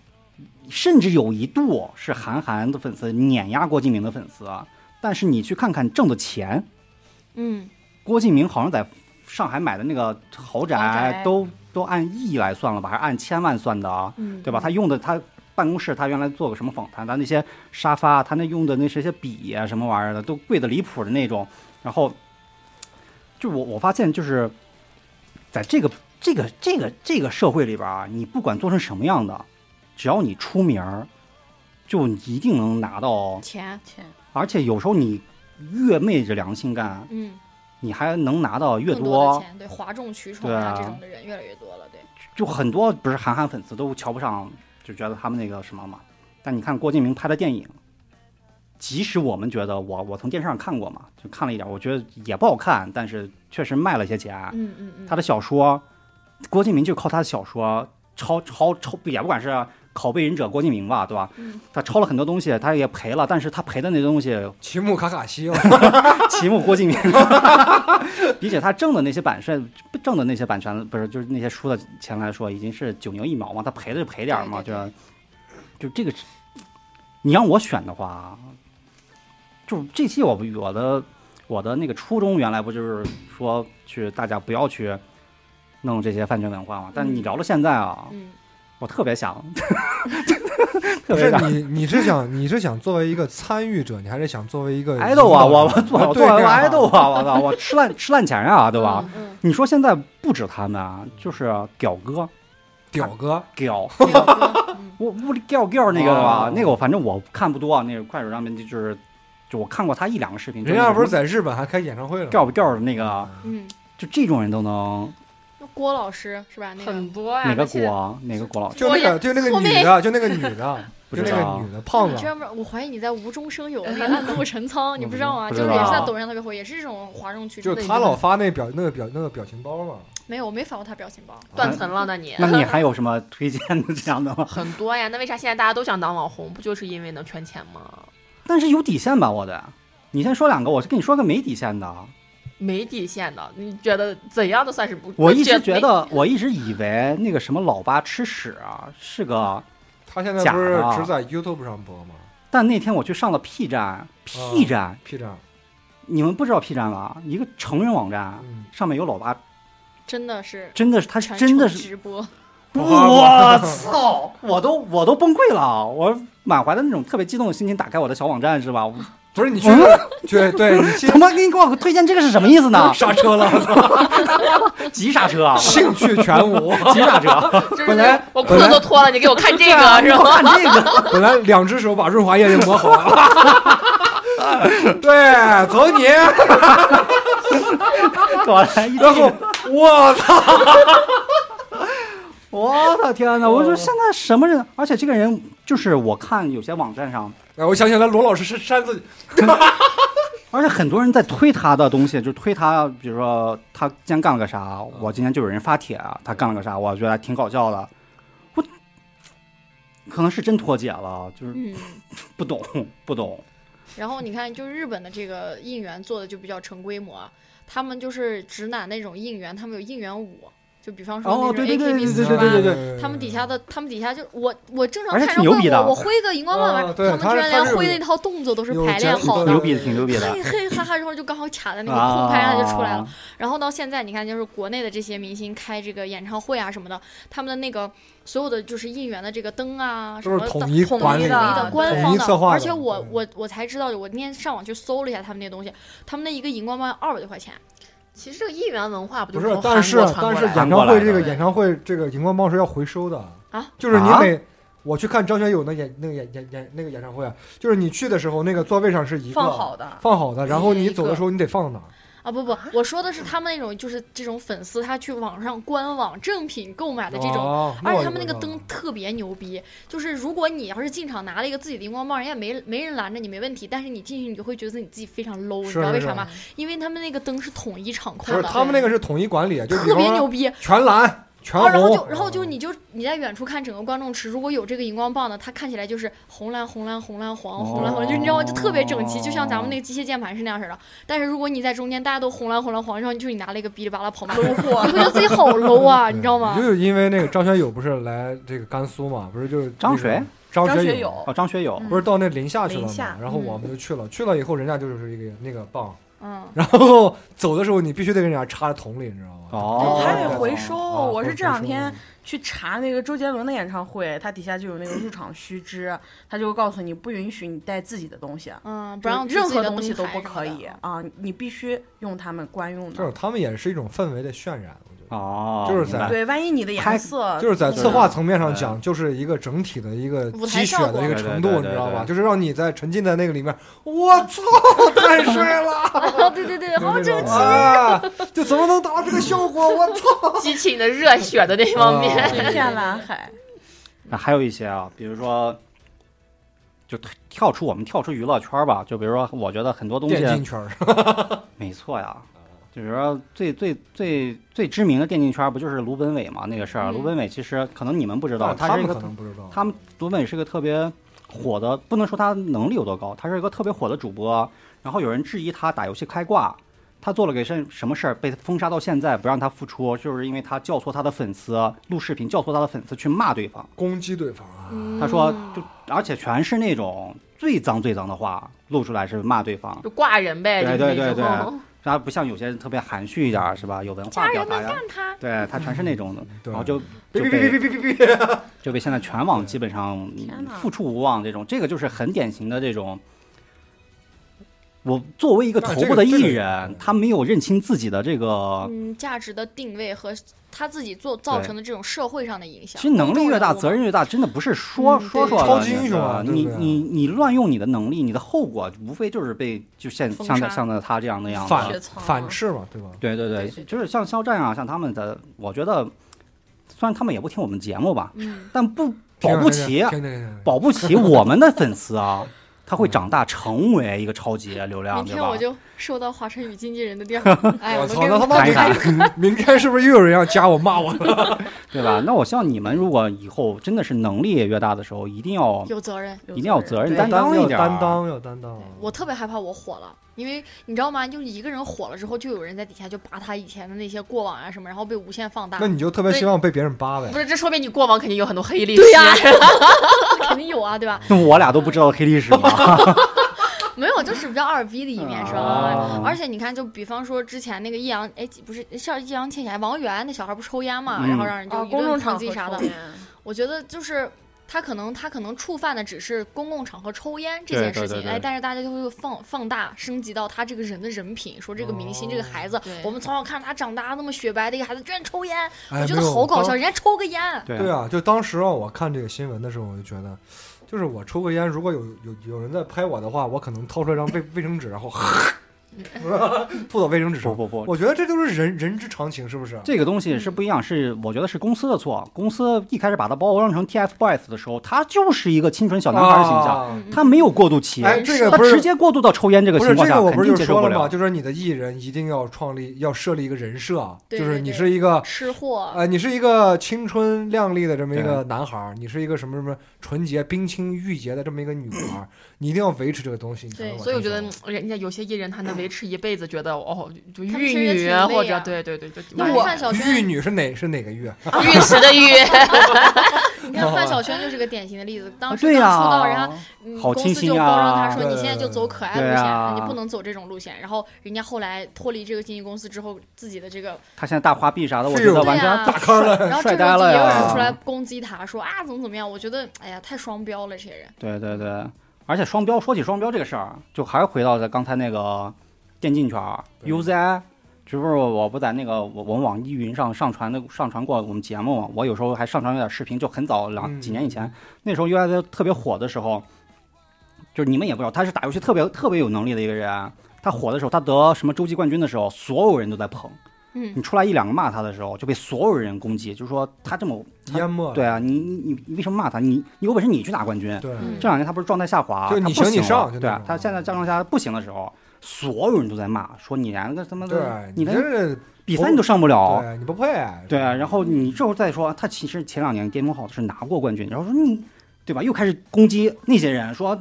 Speaker 1: 甚至有一度是韩寒的粉丝碾压郭敬明的粉丝啊。但是你去看看挣的钱，
Speaker 2: 嗯，
Speaker 1: 郭敬明好像在上海买的那个豪
Speaker 4: 豪
Speaker 1: 宅
Speaker 4: 宅
Speaker 1: 都都按亿来算了吧，还是按千万算的啊？
Speaker 2: 嗯，
Speaker 1: 对吧？他用的他办公室，他原来做个什么访谈，他那些沙发，啊他那用的那是一些笔啊，什么玩意儿的，都贵的离谱的那种。然后，就我我发现就是，在这个这个这个这个社会里边啊，你不管做成什么样的，只要你出名儿，就你一定能拿到。
Speaker 2: 钱，
Speaker 1: 而且有时候你越昧着良心干，
Speaker 2: 嗯，
Speaker 1: 你还能拿到越
Speaker 2: 更
Speaker 1: 多。
Speaker 2: 多的钱，对，哗众取宠啊
Speaker 1: 对啊
Speaker 2: 这种的人越来越多了，对。
Speaker 1: 就很多不是韩寒粉丝都瞧不上，就觉得他们那个什么嘛。但你看郭敬明拍的电影，即使我们觉得我我从电视上看过嘛，就看了一点，我觉得也不好看，但是确实卖了些钱。
Speaker 2: 嗯嗯嗯。
Speaker 1: 他的小说，郭敬明就靠他的小说抄抄抄，也不管是拷贝忍者郭敬明吧，对吧
Speaker 2: 嗯？
Speaker 1: 他抄了很多东西，他也赔了，但是他赔的那东西，
Speaker 3: 奇木卡卡西哦，
Speaker 1: 齐木郭敬明， 比起他挣的那些版税，挣的那些版权不是就是那些书的钱来说，已经是九牛一毛嘛，他赔的就赔点儿嘛，
Speaker 2: 对
Speaker 1: 就就这个是，你让我选的话，就这期我不我的我的那个初衷原来不就是说去大家不要去弄这些饭圈文化嘛，但你聊到现在啊，
Speaker 2: 嗯，
Speaker 1: 我特别想， 特
Speaker 3: 不
Speaker 1: 别
Speaker 3: 是
Speaker 1: 想。
Speaker 3: 你，你是想你是想作为一个参与者，你还是想作为一个
Speaker 1: 爱豆啊，
Speaker 3: 引导
Speaker 1: 我
Speaker 3: 者
Speaker 1: 我我我
Speaker 3: 对
Speaker 1: 做
Speaker 3: 呀
Speaker 1: 完爱豆啊，我操，我吃烂吃烂钱啊，对吧？
Speaker 5: 嗯
Speaker 2: 嗯，
Speaker 1: 你说现在不止他们啊，就是屌哥、
Speaker 3: 屌哥，
Speaker 1: 屌，
Speaker 2: 那个嗯
Speaker 1: 我物理屌屌那个吧，
Speaker 3: 哦
Speaker 1: 那个我反正我看不多啊，那个快手上面就是，就我看过他一两个视频，
Speaker 3: 人家不是
Speaker 1: 在
Speaker 3: 在日本还开演唱会了吗？
Speaker 1: 屌不啊屌的那个，
Speaker 2: 嗯，
Speaker 1: 就这种人都能
Speaker 2: 那郭老师是吧？那个
Speaker 5: 很多呀、
Speaker 1: 哪个
Speaker 5: 那些
Speaker 1: 国啊哪个国老
Speaker 3: 就那
Speaker 5: 我
Speaker 3: 个
Speaker 5: 也
Speaker 3: 就那个
Speaker 5: 聪明
Speaker 3: 女的，就那个女的，
Speaker 1: 不
Speaker 3: 就
Speaker 1: 知
Speaker 3: 那
Speaker 1: 道
Speaker 3: 个女的胖
Speaker 1: 啊
Speaker 2: 你居
Speaker 3: 子，
Speaker 2: 然不知道，我怀疑你在无中 生有那个暗度陈仓，你不知道吗？
Speaker 1: 不
Speaker 2: 就
Speaker 1: 知
Speaker 2: 是
Speaker 1: 道啊
Speaker 2: 也是在抖音上特别火，也是这种哗众取宠
Speaker 3: 就
Speaker 2: 的一
Speaker 3: 她
Speaker 2: 个
Speaker 3: 老发那表那个表那个表情包嘛。
Speaker 2: 没有，我没发过他表情包。
Speaker 5: 断层了，那你
Speaker 1: 那你还有什么推荐的这样的 吗？
Speaker 5: 很多呀。那为啥现在大家都想当网红？不就是因为能圈钱吗？
Speaker 1: 但是有底线吧，我得。你先说两个，我跟你说个没底线的。啊
Speaker 5: 没底线的，你觉得怎样都算是不？
Speaker 1: 我一直觉
Speaker 5: 没
Speaker 1: 得，我一直以为那个什么老八吃屎啊是个，
Speaker 3: 她现在
Speaker 1: 假
Speaker 3: 不是
Speaker 1: 的啊
Speaker 3: 只在 YouTube 上播吗
Speaker 1: 但那天我去上了 P
Speaker 3: 哦
Speaker 1: 站，P 站
Speaker 3: ？P 站，
Speaker 1: 你们不知道 P 站吧？一个成人网站，
Speaker 3: 嗯，
Speaker 1: 上面有老八，
Speaker 2: 真的是
Speaker 1: 真的是他
Speaker 2: 全
Speaker 1: 真的
Speaker 2: 程
Speaker 1: 是，
Speaker 2: 直播，
Speaker 1: 我操！我都我都崩溃了，我满怀的那种特别激动的心情打开我的小网站是吧？ 我
Speaker 3: 不是你去，对对，你去？
Speaker 1: 怎么给你给我推荐这个是什么意思 呢
Speaker 3: 刹车了，
Speaker 1: 急刹 车啊！
Speaker 3: 兴趣全无。
Speaker 1: 急刹 车！
Speaker 5: 就是
Speaker 3: 本来
Speaker 5: 我裤子都脱了，你给我看这个是
Speaker 1: 我
Speaker 5: 吗？
Speaker 1: 看这个，
Speaker 3: 本来两只手把润滑液给磨好了， 对，走你，
Speaker 1: 过来一
Speaker 3: 然后
Speaker 1: 听，
Speaker 3: 我操，
Speaker 1: 我的天哪！我说现在什么人？而且这个人就是我看有些网站上，
Speaker 3: 哎，我想起来罗老师是扇自己，
Speaker 1: 而且很多人在推他的东西，就推他，比如说他今天干了个啥，我今天就有人发帖啊，他干了个啥，我觉得还挺搞笑的。我可能是真脱节了，就是
Speaker 2: 嗯。
Speaker 1: 不懂，不懂。
Speaker 2: 然后你看，就日本的这个应援做的就比较成规模啊，他们就是直男那种应援，他们有应援舞，就比方说
Speaker 1: 哦
Speaker 2: 那种
Speaker 1: 对对对
Speaker 2: AKB
Speaker 1: 对
Speaker 2: 四十
Speaker 1: 对对对对
Speaker 2: 八。
Speaker 3: 嗯
Speaker 2: 他们底下的，他们底下就我我正常
Speaker 1: 而且
Speaker 2: 看
Speaker 1: 挺
Speaker 2: 着
Speaker 1: 牛
Speaker 2: 会
Speaker 1: 逼的
Speaker 2: 我我挥个荧光棒
Speaker 3: 啊
Speaker 2: 吧，
Speaker 3: 对
Speaker 2: 他们居然
Speaker 3: 他他是
Speaker 2: 连挥那套动作都是
Speaker 3: 有
Speaker 2: 排 练
Speaker 3: 节
Speaker 2: 好
Speaker 3: 奏
Speaker 2: 的
Speaker 1: 牛，逼的，挺牛逼的
Speaker 2: 嘿嘿哈哈，然后就刚好卡 在那个空拍
Speaker 1: 啊！
Speaker 2: 上就出来了。然后到现在，你看，就是国内的这些明星开这个演唱会啊什么的，他们的那个所有的就是应援的这个灯啊，什
Speaker 3: 都
Speaker 2: 么
Speaker 3: 是
Speaker 2: 的
Speaker 3: 统一
Speaker 2: 统
Speaker 3: 管
Speaker 2: 一
Speaker 3: 理
Speaker 2: 的、官
Speaker 3: 统
Speaker 2: 方
Speaker 3: 一策划的
Speaker 2: 而且我
Speaker 3: 对
Speaker 2: 我我才知道，我那天上网去搜了一下他们那东西，他们那一个荧光棒二百多块钱，
Speaker 5: 其实这个应援文化不
Speaker 3: 不
Speaker 5: 就是是，从
Speaker 3: 但
Speaker 5: 韩
Speaker 3: 是
Speaker 5: 国传
Speaker 3: 但
Speaker 5: 过
Speaker 3: 是
Speaker 5: 来
Speaker 3: 演
Speaker 5: 的？
Speaker 3: 唱会这个
Speaker 5: 对
Speaker 3: 演唱会这个荧光棒是要回收的
Speaker 2: 啊，
Speaker 3: 就是你
Speaker 1: 啊
Speaker 3: 每。我去看张学友那演那个演演演那个演唱会啊，就是你去的时候，那个座位上是一个
Speaker 4: 放 好的，
Speaker 3: 放好的，然后你
Speaker 5: 一个
Speaker 3: 走的时候你得放哪儿？
Speaker 2: 啊不不，我说的是他们那种就是这种粉丝他去网上官网正品购买的这种。
Speaker 3: 哦，
Speaker 2: 而且
Speaker 3: 我
Speaker 2: 他们那个
Speaker 3: 知道
Speaker 2: 灯特别牛逼，就是如果你要是进场拿了一个自己的荧光棒，人家没没人拦着你没问题，但是你进去你就会觉得你自己非常 low，你
Speaker 3: 是
Speaker 2: 知道为啥
Speaker 3: 是
Speaker 2: 吗？因为他们那个灯是统一场
Speaker 3: 不
Speaker 2: 控
Speaker 3: 是
Speaker 2: 的，
Speaker 3: 他们那个是统一管理，啊就比
Speaker 2: 特别
Speaker 3: 方
Speaker 2: 牛
Speaker 3: 说
Speaker 2: 逼。
Speaker 3: 全蓝全
Speaker 2: 啊，
Speaker 3: 红，
Speaker 2: 然后就然后就你就你在远处看整个观众池，如果有这个荧光棒呢，它看起来就是红蓝红蓝红蓝黄红蓝黄，就你知道吗？就特别整齐，就像咱们那个机械键盘是那样式的。但是如果你在中间，大家都红蓝红蓝黄，然后就你拿了一个哔哩吧啦跑马灯，
Speaker 4: 货
Speaker 2: 你会觉得自己好 low 啊，
Speaker 3: 对
Speaker 2: 你知道吗
Speaker 3: 就？是因为那个张学友不是来这个甘肃嘛，不是就是
Speaker 1: 张
Speaker 3: 那个
Speaker 1: 谁
Speaker 3: 张
Speaker 4: 张学
Speaker 3: 友
Speaker 4: 友
Speaker 1: 哦，张学友，
Speaker 2: 嗯
Speaker 3: 不是到那临夏去了
Speaker 4: 临
Speaker 3: 嘛
Speaker 4: 夏，
Speaker 3: 然后我们就去了，去了以后人家就是一个那个棒，
Speaker 2: 嗯，
Speaker 3: 然后 走的时候你必须得给人家插在桶里，你知道吗？
Speaker 1: 哦，
Speaker 2: 哎
Speaker 4: 还得回收。
Speaker 3: 啊
Speaker 4: 我是这两天
Speaker 3: 回收
Speaker 4: 去查那个周杰伦的演唱会，他底下就有那个入场 须知，他就会告诉你不允许你带自己的东西，
Speaker 2: 嗯，不让
Speaker 4: 任
Speaker 2: 自己
Speaker 4: 何
Speaker 2: 的
Speaker 4: 东西都
Speaker 2: 灯牌
Speaker 4: 不
Speaker 2: 什么
Speaker 4: 可
Speaker 2: 的
Speaker 4: 以啊，你必须用他们官用
Speaker 3: 就是
Speaker 4: 的。
Speaker 3: 他们也是一种氛围的渲染，我觉得。
Speaker 1: 哦，
Speaker 3: 就是
Speaker 1: 明白
Speaker 3: 在
Speaker 4: 对，万一你的
Speaker 1: 拍
Speaker 4: 颜色
Speaker 2: 啊
Speaker 3: 就是在
Speaker 1: 对
Speaker 3: 策划层面上讲，就是一个整体的一个
Speaker 2: 舞
Speaker 3: 积
Speaker 2: 台
Speaker 3: 雪
Speaker 2: 效
Speaker 3: 的
Speaker 2: 果
Speaker 3: 一个程度，
Speaker 1: 对对
Speaker 3: 你
Speaker 1: 对
Speaker 3: 知道吧？
Speaker 1: 对对
Speaker 3: 就是让你在沉浸在那个里面，我操， 太帅了！
Speaker 2: 啊，对 对对， 好整齐。
Speaker 3: 啊，就怎么能达到这个效果？我 操！
Speaker 5: 激起你的热血的那方面。
Speaker 3: 啊
Speaker 4: 一片蓝海，
Speaker 1: 那还有一些啊，比如说，就跳跳出我们跳出娱乐圈吧，就比如说，我觉得很多东西
Speaker 3: 电竞圈儿，
Speaker 1: 没错呀，就是说最最最最知名的电竞圈不就是卢本伟嘛？那个事儿，
Speaker 5: 嗯
Speaker 1: 卢本伟其实可能你们不知道，
Speaker 3: 但
Speaker 1: 他
Speaker 3: 啊他
Speaker 1: 是一
Speaker 3: 们
Speaker 1: 个
Speaker 3: 可能不知道。
Speaker 1: 他们卢本伟是一个特别火的，不能说他能力有多高，他是一个特别火的主播。然后有人质疑他打游戏开挂，他做了个什什么事儿被封杀到现在，不让他复出，就是因为他教唆他的粉丝录视频，教唆他的粉丝去骂对方。
Speaker 3: 攻击对方
Speaker 2: 嗯
Speaker 3: 啊，
Speaker 1: 他说就，而且全是那种最脏最脏的话录出来是骂对方，
Speaker 5: 就挂人呗，
Speaker 1: 对
Speaker 5: 就是哦
Speaker 1: 对
Speaker 5: 那
Speaker 1: 对
Speaker 5: 种
Speaker 1: 然后不像有些人特别含蓄一点儿是吧？有文化
Speaker 2: 家
Speaker 1: 表
Speaker 2: 人
Speaker 1: 达
Speaker 2: 们
Speaker 1: 呀，
Speaker 2: 干他，
Speaker 1: 对他全是那种的，
Speaker 3: 嗯对
Speaker 1: 然后就
Speaker 3: 别
Speaker 1: 就
Speaker 3: 别别
Speaker 1: 被
Speaker 3: 别别别别别！
Speaker 1: 就被现在全网基本上
Speaker 4: 天哪
Speaker 1: 付出无望这种，这个就是很典型的这种。我作为一个
Speaker 3: 那
Speaker 1: 头
Speaker 3: 这
Speaker 1: 部
Speaker 3: 个
Speaker 1: 的艺
Speaker 3: 这个
Speaker 1: 人，他没有认清自己的这个，
Speaker 2: 嗯，价值的定位和他自己做造
Speaker 1: 啊对
Speaker 2: 成的这种社会上的影响。
Speaker 1: 其实能力越大，
Speaker 2: 公众人物
Speaker 1: 责任越大，真的不是说
Speaker 2: 嗯
Speaker 1: 说
Speaker 2: 对
Speaker 1: 说的。
Speaker 3: 超级英雄啊
Speaker 1: 你
Speaker 3: 对不对
Speaker 1: 你你乱用你的能力，你的后果无非就是被就像
Speaker 2: 封
Speaker 1: 像他
Speaker 2: 杀
Speaker 1: 像他他这样那样
Speaker 5: 雪
Speaker 3: 反
Speaker 1: 的。
Speaker 5: 藏
Speaker 3: 反噬嘛，对吧？
Speaker 1: 对对
Speaker 5: 对
Speaker 1: 对
Speaker 5: 对，对
Speaker 1: 就是像肖战啊，像他们的，我觉得虽然他们也不听我们节目吧，
Speaker 2: 嗯，
Speaker 1: 但不保不齐啊
Speaker 3: 听听听听
Speaker 1: 保不 齐我们的粉丝啊，他
Speaker 3: 嗯
Speaker 1: 会长大成为一个超级流量，
Speaker 2: 明
Speaker 1: 对
Speaker 2: 天
Speaker 1: 吧
Speaker 2: 我？就收到华晨宇经纪人的电话，哎，
Speaker 3: 我
Speaker 2: 们
Speaker 3: 操
Speaker 2: 跟
Speaker 3: 那他妈
Speaker 1: 谈一谈，
Speaker 3: 听，明天是不是又有人要加我骂我了？
Speaker 1: 对 吧？那我希望你们如果以后真的是能力也越大的时候，一定要
Speaker 2: 有责任。
Speaker 1: 一定要有责任
Speaker 4: 对
Speaker 2: 哦
Speaker 1: 担当一
Speaker 3: 要
Speaker 1: 点，
Speaker 3: 担。当要担
Speaker 1: 嗯
Speaker 3: 当啊。
Speaker 2: 我特别害怕我火了，因为你知道吗？就是一个人火了之后，就有人在底下就扒他以前的那些过往啊什么，然后被无限放大
Speaker 3: 那。你就特别希望被别人扒呗
Speaker 5: 不？是，这说明你过往肯定有很多黑历史。啊
Speaker 2: 对 呀、肯定有啊，对吧？
Speaker 1: 那 我俩都不知道黑历史 吗？
Speaker 2: 没有，就是比较二逼的一面是吧？
Speaker 1: 啊
Speaker 2: 而且你看，就比方说之前那个易烊，哎，不是像易烊千玺，王源那小孩不抽烟嘛，
Speaker 1: 嗯
Speaker 2: 然后让人就
Speaker 4: 哦，
Speaker 2: 一
Speaker 4: 公众
Speaker 2: 顿抨
Speaker 4: 场
Speaker 2: 击
Speaker 4: 合
Speaker 2: 啥的。嗯我觉得就是他可能他可能触犯的只是公共场合抽烟这件
Speaker 1: 对对
Speaker 2: 事
Speaker 1: 对
Speaker 2: 情，
Speaker 1: 对
Speaker 2: 哎，但是大家就会放放大升级到他这个人的人品，说这个明星、
Speaker 3: 哦
Speaker 2: 这个孩子
Speaker 5: 对，
Speaker 2: 我们从小看着他长大那么雪白的一个孩子，居然抽烟，
Speaker 3: 哎
Speaker 2: 我觉得
Speaker 3: 没有
Speaker 2: 好搞笑，
Speaker 3: 当
Speaker 2: 人家抽个烟，
Speaker 1: 对
Speaker 3: 对啊，就当时让我看这个新闻的时候，我就觉得，就是我抽个烟，如果有有有人在拍我的话，我可能掏出来张卫卫生纸，然后 吐到卫生纸
Speaker 1: 不
Speaker 3: 上。
Speaker 1: 不不，
Speaker 3: 啊我觉得这都是人人之常情，是不是？
Speaker 1: 这个东西是不一样，是我觉得是公司的错。公司一开始把它包装成 TFBOYS 的时候，他就是一个清纯小男孩的形象，
Speaker 3: 啊
Speaker 1: 嗯
Speaker 2: 嗯
Speaker 1: 他没有过渡期，
Speaker 3: 哎，这个
Speaker 1: 他
Speaker 3: 不是
Speaker 1: 直接过渡到抽烟这个
Speaker 3: 不
Speaker 1: 情
Speaker 3: 是
Speaker 1: 况
Speaker 3: 这
Speaker 1: 下，
Speaker 3: 个，我
Speaker 1: 肯
Speaker 3: 不
Speaker 1: 定
Speaker 3: 是
Speaker 1: 接
Speaker 3: 就
Speaker 1: 受
Speaker 3: 说
Speaker 1: 不
Speaker 3: 了吗？
Speaker 1: 了。
Speaker 3: 就是你的艺人一定要创立，要设立一个人设，啊
Speaker 2: 对
Speaker 3: 就是
Speaker 2: 对
Speaker 3: 你
Speaker 2: 对
Speaker 3: 是一个
Speaker 2: 吃货。
Speaker 3: 呃，你是一个青春靓丽的这么一个男孩儿，你是一个什么什么纯洁、冰清玉洁的这么一个女孩儿，你一定要维持这个东西。你才
Speaker 2: 对
Speaker 3: 能往
Speaker 5: 所以我
Speaker 3: 前
Speaker 5: 觉得
Speaker 3: 走
Speaker 5: 嗯人家有些艺人他能维持一辈子，觉得哦，就
Speaker 2: 他们
Speaker 5: 玉
Speaker 2: 其实也挺
Speaker 5: 女
Speaker 2: 累啊
Speaker 5: 或者对对对，就
Speaker 2: 那
Speaker 5: 玉
Speaker 2: 我 范晓
Speaker 3: 玉
Speaker 2: 萱，
Speaker 3: 女是哪是哪个玉？啊
Speaker 5: 玉石的玉，
Speaker 2: 你看范晓萱就是个典型的例子。当时
Speaker 1: 哦啊对
Speaker 2: 刚出
Speaker 1: 呀、
Speaker 2: 道，人家嗯
Speaker 1: 好
Speaker 2: 公
Speaker 1: 清
Speaker 2: 司
Speaker 1: 新
Speaker 2: 就
Speaker 1: 呀
Speaker 2: 包装他说
Speaker 3: 对
Speaker 2: 你现在就走可爱
Speaker 1: 对
Speaker 2: 路线，啊
Speaker 1: 呀
Speaker 2: 你不能走这种路线。然后人家后来脱离这个经纪公司之后，自己的这个
Speaker 1: 他现在大花臂啥的，我
Speaker 3: 是
Speaker 1: 觉得
Speaker 3: 有
Speaker 1: 完
Speaker 2: 对
Speaker 1: 全
Speaker 2: 啊
Speaker 3: 大坑了，
Speaker 2: 然后这
Speaker 1: 帅
Speaker 2: 时候
Speaker 1: 呆
Speaker 2: 就
Speaker 1: 了
Speaker 2: 也有
Speaker 1: 呀
Speaker 2: 人出来攻击他说啊怎么怎么样？我觉得哎呀太双标了，这些人。
Speaker 1: 对对对，而且双标，说起双标这个事儿，就还是回到咱刚才那个电竞圈儿
Speaker 3: 对
Speaker 1: ，UZI，这不是我不在那个我我们网易云上上传的上传过我们节目嘛，我有时候还上传了点视频，就很早两
Speaker 3: 嗯
Speaker 1: 几年以前，那时候 UZI 特别火的时候，就是你们也不知道，他是打游戏特别特别有能力的一个人。他火的时候，他得什么洲际冠军的时候，所有人都在捧。
Speaker 2: 嗯
Speaker 1: 你出来一两个骂他的时候，就被所有人攻击，就说他这么
Speaker 3: 淹没了。
Speaker 1: 对啊，你你你你为什么骂他？你你有本事你去拿冠军。
Speaker 3: 对
Speaker 5: 嗯
Speaker 1: 这两年他不是状态下滑，啊
Speaker 3: 就你
Speaker 1: 他不
Speaker 3: 行你
Speaker 1: 了
Speaker 3: 上就那
Speaker 1: 对
Speaker 3: 种
Speaker 1: 他现在状态下不行的时候，所有人都在骂，说你连个他妈的
Speaker 3: 对，，
Speaker 1: 嗯你
Speaker 3: 这哦
Speaker 1: 连
Speaker 3: 是
Speaker 1: 比赛你都上不了，
Speaker 3: 对你不配。
Speaker 1: 对啊，然后你之后再说他其实前两年巅峰好的是拿过冠军，然后说你，对吧？又开始攻击那些人，说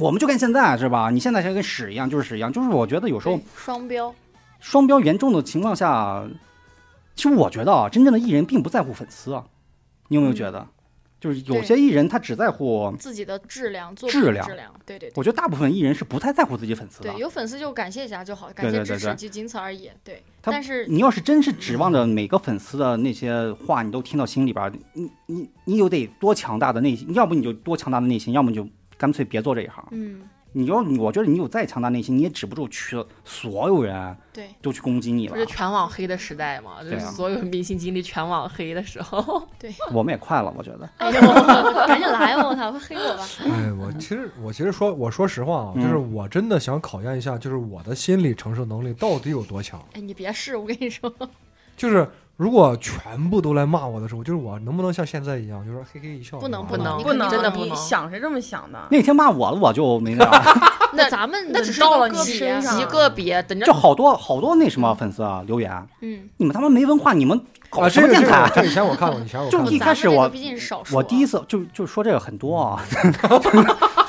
Speaker 1: 我们就跟现在是吧？你现在像跟屎一样，就是屎一样，就是我觉得有时候
Speaker 2: 对双标，
Speaker 1: 双标严重的情况下，其实我觉得啊，真正的艺人并不在乎粉丝啊，你有没有觉得？就是有
Speaker 2: 嗯对
Speaker 1: 些艺人他只在乎，
Speaker 2: 自己的质量，作
Speaker 1: 质
Speaker 2: 品
Speaker 1: 量
Speaker 2: 质量，对对对
Speaker 1: 我觉得大部分艺人是不太在乎自己粉丝的啊
Speaker 2: 对，。有粉丝就感谢一下就好，感
Speaker 1: 对
Speaker 2: 谢
Speaker 1: 对对
Speaker 2: 支持
Speaker 1: 对
Speaker 2: 就仅此而已。对，
Speaker 1: 他
Speaker 2: 但是
Speaker 1: 你要是真是指望着每个粉丝的那些话你都听到心里边儿，你你你有得多强大的内心，要不你就多强大的内心，要么你就干脆别做这一行。
Speaker 2: 嗯，
Speaker 1: 你要你，我觉得你有再强大内心，你也止不住去所有人
Speaker 2: 对，
Speaker 1: 都去攻击你
Speaker 5: 不
Speaker 1: 吧
Speaker 5: 是。全网黑的时代嘛，就
Speaker 1: 对
Speaker 5: 是
Speaker 1: 啊
Speaker 5: 所有明星经历全网黑的时候，
Speaker 1: 我们也快了，我嗯觉得。
Speaker 2: 哎呦，赶紧来吧，我操，快黑我吧。
Speaker 3: 哎， 我其实我其实说，我说实话啊，就是
Speaker 2: 嗯
Speaker 3: 我真的想考验一下，就是我的心理承受能力到底有多强。
Speaker 2: 哎，你别试，我跟你说，
Speaker 3: 就是如果全部都来骂我的时候，就是我能不能像现在一样，就是嘿嘿一笑？
Speaker 2: 不能
Speaker 3: 是吧
Speaker 2: 不能
Speaker 5: 你
Speaker 4: 不
Speaker 5: 肯定
Speaker 4: 能
Speaker 5: 真的不
Speaker 4: 你
Speaker 5: 能
Speaker 4: 想是这么想的，
Speaker 1: 那天骂我了，我就没那 啥，
Speaker 2: 那咱们
Speaker 5: 那
Speaker 2: 的
Speaker 5: 只是
Speaker 2: 到啊了
Speaker 5: 一个
Speaker 2: 个
Speaker 5: 极
Speaker 2: 别
Speaker 5: 极
Speaker 2: 上
Speaker 5: 个别，等着
Speaker 1: 就好多好多那什么粉丝啊留言，
Speaker 2: 嗯，
Speaker 1: 你们他妈没文化，你们搞
Speaker 3: 啊，
Speaker 1: 什
Speaker 3: 这
Speaker 1: 么
Speaker 3: 个
Speaker 1: 电
Speaker 3: 这
Speaker 1: 台
Speaker 3: 个？这个以前我看过，以前我看
Speaker 5: 嗯
Speaker 1: 就
Speaker 3: 过
Speaker 1: 是一。开始
Speaker 2: 咱们这
Speaker 1: 我
Speaker 2: 个毕竟是少数啊，
Speaker 1: 我第一次就就说这个很多啊， 就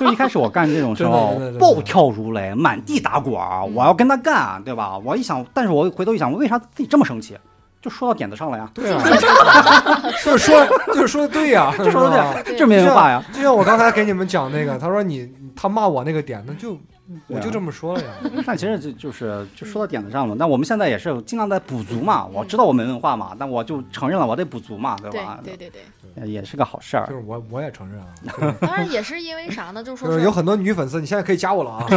Speaker 1: 就一开始我干这种时候
Speaker 3: 嗯真的真嗯的真的
Speaker 1: 暴跳如雷，满地打滚儿，我要跟他干，啊对吧？我一想，但是我回头一想，我为啥自己这么生气？就说到点子上了呀，
Speaker 3: 对啊， 就是说，就是说的对呀，
Speaker 1: 就说啊到
Speaker 3: 是啊
Speaker 1: 这样，
Speaker 3: 吧
Speaker 1: 这没文化呀。
Speaker 3: 就像我刚才给你们讲那个，他说你他骂我那个点，那就
Speaker 1: 对
Speaker 3: 我
Speaker 1: 啊
Speaker 3: 就这么 说了呀。
Speaker 1: 但其实就就是
Speaker 3: 嗯
Speaker 1: 就说到点子上了。那我们现在也是尽量在补足嘛，我知道我没文化嘛，但我就承认了，我得补足嘛，对
Speaker 2: 对
Speaker 1: 吧？
Speaker 2: 对对对，
Speaker 1: 也是个好事
Speaker 3: 就
Speaker 1: 儿。
Speaker 3: 是我我也承认啊，
Speaker 2: 当然也是因为啥呢？就
Speaker 3: 就
Speaker 2: 说
Speaker 3: 是
Speaker 2: 是
Speaker 3: 有很多女粉丝，你现在可以加我了啊。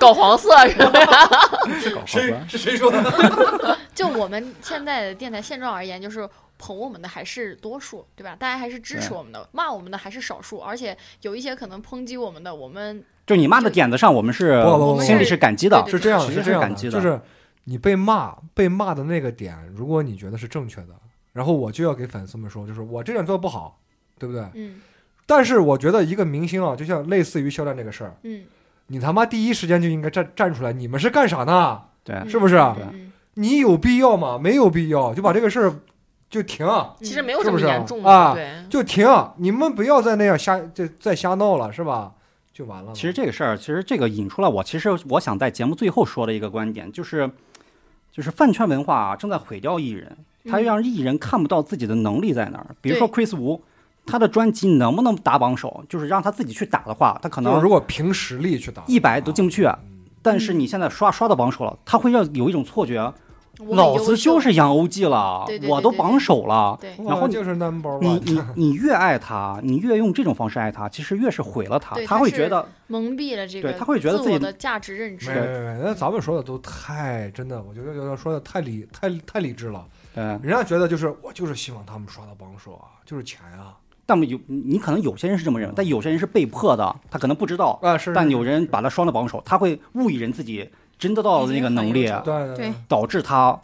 Speaker 5: 搞黄色啊是吧？
Speaker 1: 搞好吧
Speaker 3: 是谁说的？
Speaker 2: 就我们现在的电台现状而言，就是捧我们的还是多数，对吧？大家还是支持
Speaker 1: 对
Speaker 2: 我们的，骂我们的还是少数，而且有一些可能抨击我们的，我们
Speaker 1: 就你骂的点子上，我们是
Speaker 3: 不不不
Speaker 1: 心里是感激的
Speaker 2: 对，
Speaker 3: 是这样的，
Speaker 1: 啊其实
Speaker 3: 是
Speaker 1: 是
Speaker 3: 这样
Speaker 1: 感激的
Speaker 3: 就是你被骂被骂的那个点，如果你觉得是正确的，然后我就要给粉丝们说，就是我这点做不好，对不对？
Speaker 2: 嗯
Speaker 3: 但是我觉得一个明星啊，就像类似于肖战这个事儿，
Speaker 2: 嗯，
Speaker 3: 你他妈第一时间就应该站站出来，你们是干啥呢？
Speaker 1: 对
Speaker 2: 嗯
Speaker 3: 是不是啊
Speaker 2: 嗯嗯
Speaker 3: 你有必要吗？没有必要，就把这个事儿就停，
Speaker 5: 其实
Speaker 2: 嗯
Speaker 5: 没有
Speaker 3: 是
Speaker 5: 这
Speaker 3: 不
Speaker 5: 么
Speaker 3: 是啊
Speaker 5: 严重
Speaker 3: 啊
Speaker 5: 的，对。
Speaker 3: 就停，啊你们不要再那样瞎就再瞎闹了，是吧？就完了
Speaker 2: 嗯
Speaker 3: 嘛。
Speaker 1: 其实这个事儿，其实这个引出了我，其实我想在节目最后说的一个观点，就是，就是饭圈文化啊，正在毁掉艺人，它
Speaker 2: 嗯
Speaker 1: 让艺人看不到自己的能力在哪儿。比如说
Speaker 2: 对
Speaker 1: Chris Wu，他的专辑能不能打榜首，就是让他自己去打的话，他可
Speaker 3: 就是
Speaker 1: 能
Speaker 3: 如果凭实力去打
Speaker 1: 一百都进不去。啊
Speaker 3: 嗯
Speaker 1: 但是你现在刷刷到榜首了，他会让有一种错觉，啊
Speaker 2: 我很
Speaker 1: 老
Speaker 2: 优
Speaker 1: 子就
Speaker 2: 秀
Speaker 1: 是洋欧记了
Speaker 2: 对对，对
Speaker 1: 我都
Speaker 2: 对
Speaker 1: 榜
Speaker 2: 对
Speaker 1: 首了。
Speaker 2: 对
Speaker 1: 然后
Speaker 3: 我
Speaker 1: 你
Speaker 3: 就是 number
Speaker 1: 你
Speaker 3: one，
Speaker 1: 你你越爱他，你越用这种方式爱他，其实越是毁了他
Speaker 2: 对。
Speaker 1: 他
Speaker 2: 他
Speaker 1: 会
Speaker 2: 是
Speaker 1: 觉 得
Speaker 2: 蒙蔽了这
Speaker 1: 对
Speaker 2: 个
Speaker 1: 他会觉得自
Speaker 2: 自
Speaker 1: 己
Speaker 2: 我的价值认
Speaker 3: 没
Speaker 2: 知
Speaker 3: 没，没，那咱们说的都太真的，我觉得有点说的太理太太理智了。
Speaker 1: 嗯，
Speaker 3: 人家觉得就是我就是希望他们刷到榜首啊，就是钱啊
Speaker 1: 但有你可能有些人是这么认为，但有些人是被迫的，他可能不知道。
Speaker 3: 啊是。
Speaker 1: 但
Speaker 3: 是
Speaker 1: 有人把他双了榜首，他会误以人自己真的到了那个能
Speaker 5: 已
Speaker 1: 力
Speaker 5: 经，很
Speaker 3: 对对
Speaker 4: 对
Speaker 1: 导致他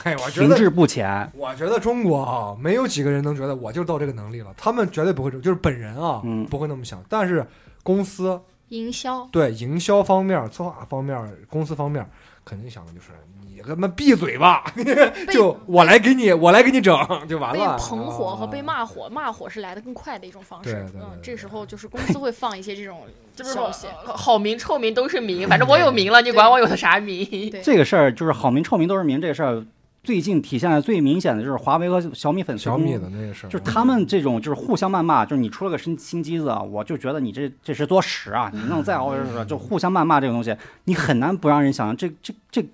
Speaker 3: 嘿，我觉
Speaker 1: 停
Speaker 3: 得
Speaker 1: 滞不前。
Speaker 3: 我觉得中国啊，没有几个人能觉得我就到这个能力了，他们绝对不会这，就是本人啊、
Speaker 1: 嗯
Speaker 3: 不会那么想，但是公司
Speaker 2: 营销
Speaker 3: 对营销方面、策划方面、公司方面肯定想的就是你他妈闭嘴吧， 就我来给你，我来给你整就完
Speaker 2: 被
Speaker 3: 了。
Speaker 2: 捧火和被
Speaker 3: 啊
Speaker 2: 骂火，骂火是来的更快的一种方式
Speaker 3: 对对。对
Speaker 2: 嗯
Speaker 3: 对，
Speaker 2: 这时候就是公司会放一些 这种
Speaker 5: 就是
Speaker 2: 消息。
Speaker 5: 好名臭名都是
Speaker 3: 嗯
Speaker 5: 名，反正我有名了，你管我有的啥名？
Speaker 2: 对
Speaker 1: 这个事儿就是好名臭名都是名，这个事儿最近体现的最明显的就是华为和小米粉丝
Speaker 3: 小米的，那个事儿，
Speaker 1: 就是他们这种就是互相谩骂，就是你出了个新新机子，我就觉得你这这是多屎啊！你弄再好就互相谩骂这个东西，你很难不让人想这这这，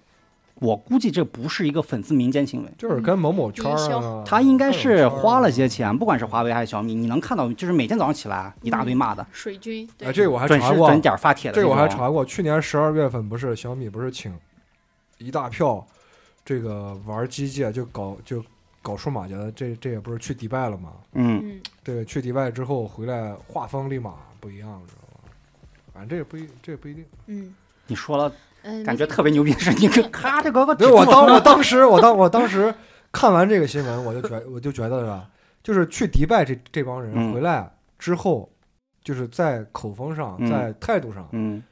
Speaker 1: 我估计这不是一个粉丝民间行为。
Speaker 3: 就是跟某某圈儿
Speaker 2: 嗯营
Speaker 3: 啊
Speaker 2: 销，
Speaker 1: 他应该是花了些
Speaker 3: 钱。
Speaker 1: 钱，不管是华为还是小米，你能看到，就是每天早上起来一大堆骂的，
Speaker 2: 水军，对
Speaker 3: 哎，这个我还
Speaker 1: 准
Speaker 3: 查
Speaker 1: 时
Speaker 3: 过，
Speaker 1: 准点发帖的
Speaker 3: 这
Speaker 1: 那
Speaker 3: 个
Speaker 1: 种。
Speaker 3: 我还查过，去年十二月份不是小米不是请一大票这个玩机械就搞就搞数码去了，这这也不是去迪拜了吗？
Speaker 1: 嗯，
Speaker 2: 嗯，
Speaker 3: 这个去迪拜之后回来画风立马不一样，知道吗？反正这也不一这也不一定。
Speaker 2: 嗯
Speaker 1: 你说了，
Speaker 2: 嗯，
Speaker 1: 感觉特别牛逼的事，你可咔这 个个
Speaker 3: 对，我当我当时我当我当时看完这个新闻，我就觉我就觉得啊，就是去迪拜这这帮人
Speaker 1: 嗯
Speaker 3: 回来之后，就是在口风上、
Speaker 1: 嗯
Speaker 3: 在态度上
Speaker 1: 嗯，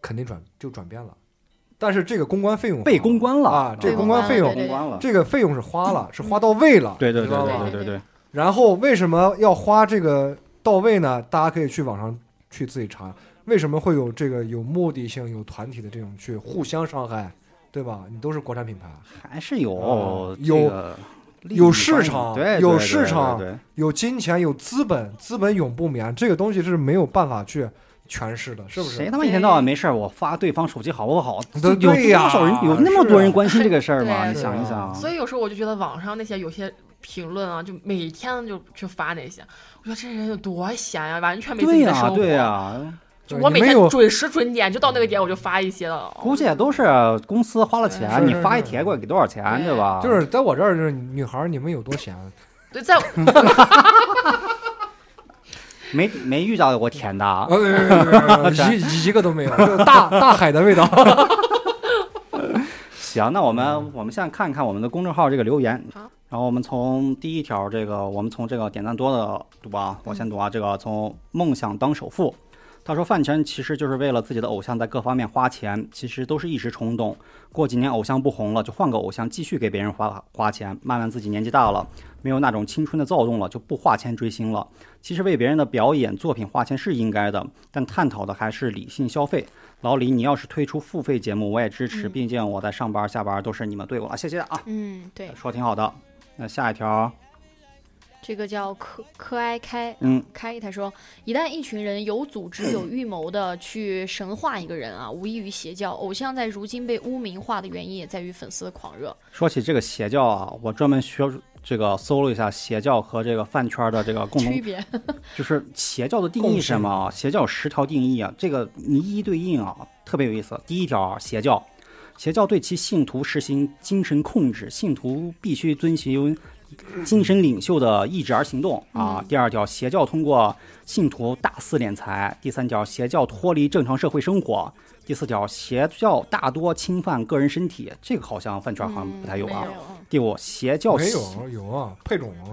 Speaker 3: 肯定转就转变了，但是这个公关费用
Speaker 1: 被公关了
Speaker 3: 啊，这
Speaker 2: 被
Speaker 3: 个
Speaker 2: 公
Speaker 3: 关
Speaker 2: 关
Speaker 3: 费用
Speaker 2: 了对
Speaker 1: 公关了，
Speaker 3: 这个费用是花了，是花到位了，
Speaker 1: 对对
Speaker 3: 知
Speaker 1: 对
Speaker 3: 道
Speaker 1: 对
Speaker 3: 吧
Speaker 1: 对对对，
Speaker 3: 然后为什么要花这个到位呢？大家可以去网上去自己查，为什么会有这个有目的性、有团体的这种去互相伤害，对吧？你都是国产品牌，
Speaker 1: 还是有
Speaker 3: 啊
Speaker 1: 这个利益
Speaker 3: 有市
Speaker 1: 关系
Speaker 3: 场
Speaker 1: 对，
Speaker 3: 有
Speaker 1: 对对
Speaker 3: 市场
Speaker 1: 对对对
Speaker 3: 有金钱、有资本，资本永不眠，这个东西是没有办法去诠释的，是不
Speaker 1: 谁
Speaker 3: 是？
Speaker 1: 他妈一天到晚没事儿我发对方手机好不好？
Speaker 3: 对
Speaker 1: 有
Speaker 3: 对
Speaker 1: 多
Speaker 3: 呀
Speaker 1: 少人有那么多人关心这个事儿
Speaker 5: 是啊
Speaker 1: 吗？你
Speaker 3: 啊
Speaker 5: 对
Speaker 1: 想一
Speaker 3: 是啊
Speaker 1: 想，
Speaker 5: 所以有时候我就觉得网上那些有些评论啊，就每天就去发那些，我觉得这人有多闲呀、完全没自
Speaker 1: 对
Speaker 5: 己的
Speaker 1: 呀、
Speaker 5: 生活。
Speaker 1: 对呀、
Speaker 5: 就
Speaker 3: 对
Speaker 5: 我
Speaker 3: 你
Speaker 5: 每
Speaker 3: 没
Speaker 5: 天
Speaker 3: 有
Speaker 5: 准时准点，就到那个点我就发一些了。
Speaker 1: 估计也都是公司花了
Speaker 3: 是
Speaker 1: 钱，你
Speaker 3: 是
Speaker 1: 发一
Speaker 3: 是
Speaker 1: 帖过来给多少钱，对吧？
Speaker 3: 就是在我这儿，就是女孩儿，你们有多闲？
Speaker 1: 啊
Speaker 5: 对，在
Speaker 1: 没没遇到过甜的啊，
Speaker 3: 啊，没 没没没没一一个都没有，就是大大海的味道。
Speaker 1: 行，那我们、我们现在看一看我们的公众号这个留言。
Speaker 5: 好
Speaker 1: 然后我们从第一条，这个我们从这个点赞多的读啊，我先读啊。这个从梦想当首富，他说饭圈其实就是为了自己的偶像在各方面花钱，其实都是一时冲动。过几年偶像不红了，就换个偶像继续给别人花花钱。慢慢自己年纪大了，没有那种青春的躁动了，就不花钱追星了。其实为别人的表演作品花钱是应该的，但探讨的还是理性消费。老李，你要是推出付费节目，我也支持，
Speaker 2: 嗯
Speaker 1: 毕竟我在上班下班都是你们对我了，谢谢啊，
Speaker 2: 嗯，对，
Speaker 1: 说挺好的。那下一条，
Speaker 2: 这个叫柯柯哀开
Speaker 1: 嗯，
Speaker 2: 开，他说，一旦一群人有组织、有预谋的去神化一个人啊，无异于邪教。偶像在如今被污名化的原因也在于粉丝的狂热。
Speaker 1: 说起这个邪教啊，我专门学这个搜了一下邪教和这个饭圈的这个共
Speaker 2: 区
Speaker 1: 同，
Speaker 2: 别，
Speaker 1: 就是邪教的定义是什么啊？邪教有十条定义啊，这个你一一对应啊，特别有意思。第一条啊，邪教，邪教对其信徒实行精神控制，信徒必须遵循精神领袖的意志而行动啊。第二条，邪教通过信徒大肆敛财；第三条，邪教脱离正常社会生活；第四条，邪教大多侵犯个人身体，这个好像饭圈好像不太有啊。
Speaker 2: 没有嗯
Speaker 1: 第五，邪教
Speaker 3: 没有有啊，配种啊，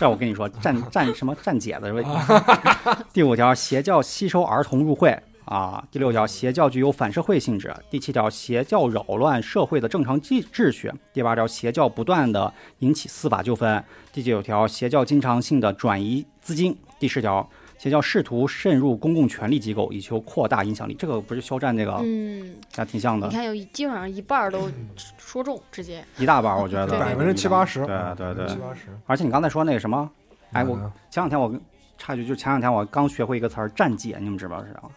Speaker 1: 这我跟你说，站 站什么站姐的是吧？第五条，邪教吸收儿童入会啊。第六条，邪教具有反社会性质。第七条，邪教扰乱社会的正常秩秩序。第八条，邪教不断的引起司法纠纷。第九条，邪教经常性的转移资金。第十条，邪教试图渗入公共权力机构以求扩大影响力。这个不是肖战这个，
Speaker 2: 嗯，
Speaker 1: 还挺像的
Speaker 2: 你，看有一基本上一半儿都说中，直接
Speaker 1: 一大半儿我觉得
Speaker 2: 对
Speaker 3: 百分之七八十，嗯
Speaker 1: 对对对
Speaker 3: 七。八十。
Speaker 1: 而且你刚才说那个什么，哎我
Speaker 3: 嗯
Speaker 1: 前两天我跟插一句，就前两天我刚学会一个词儿“站姐”，你们知不知道？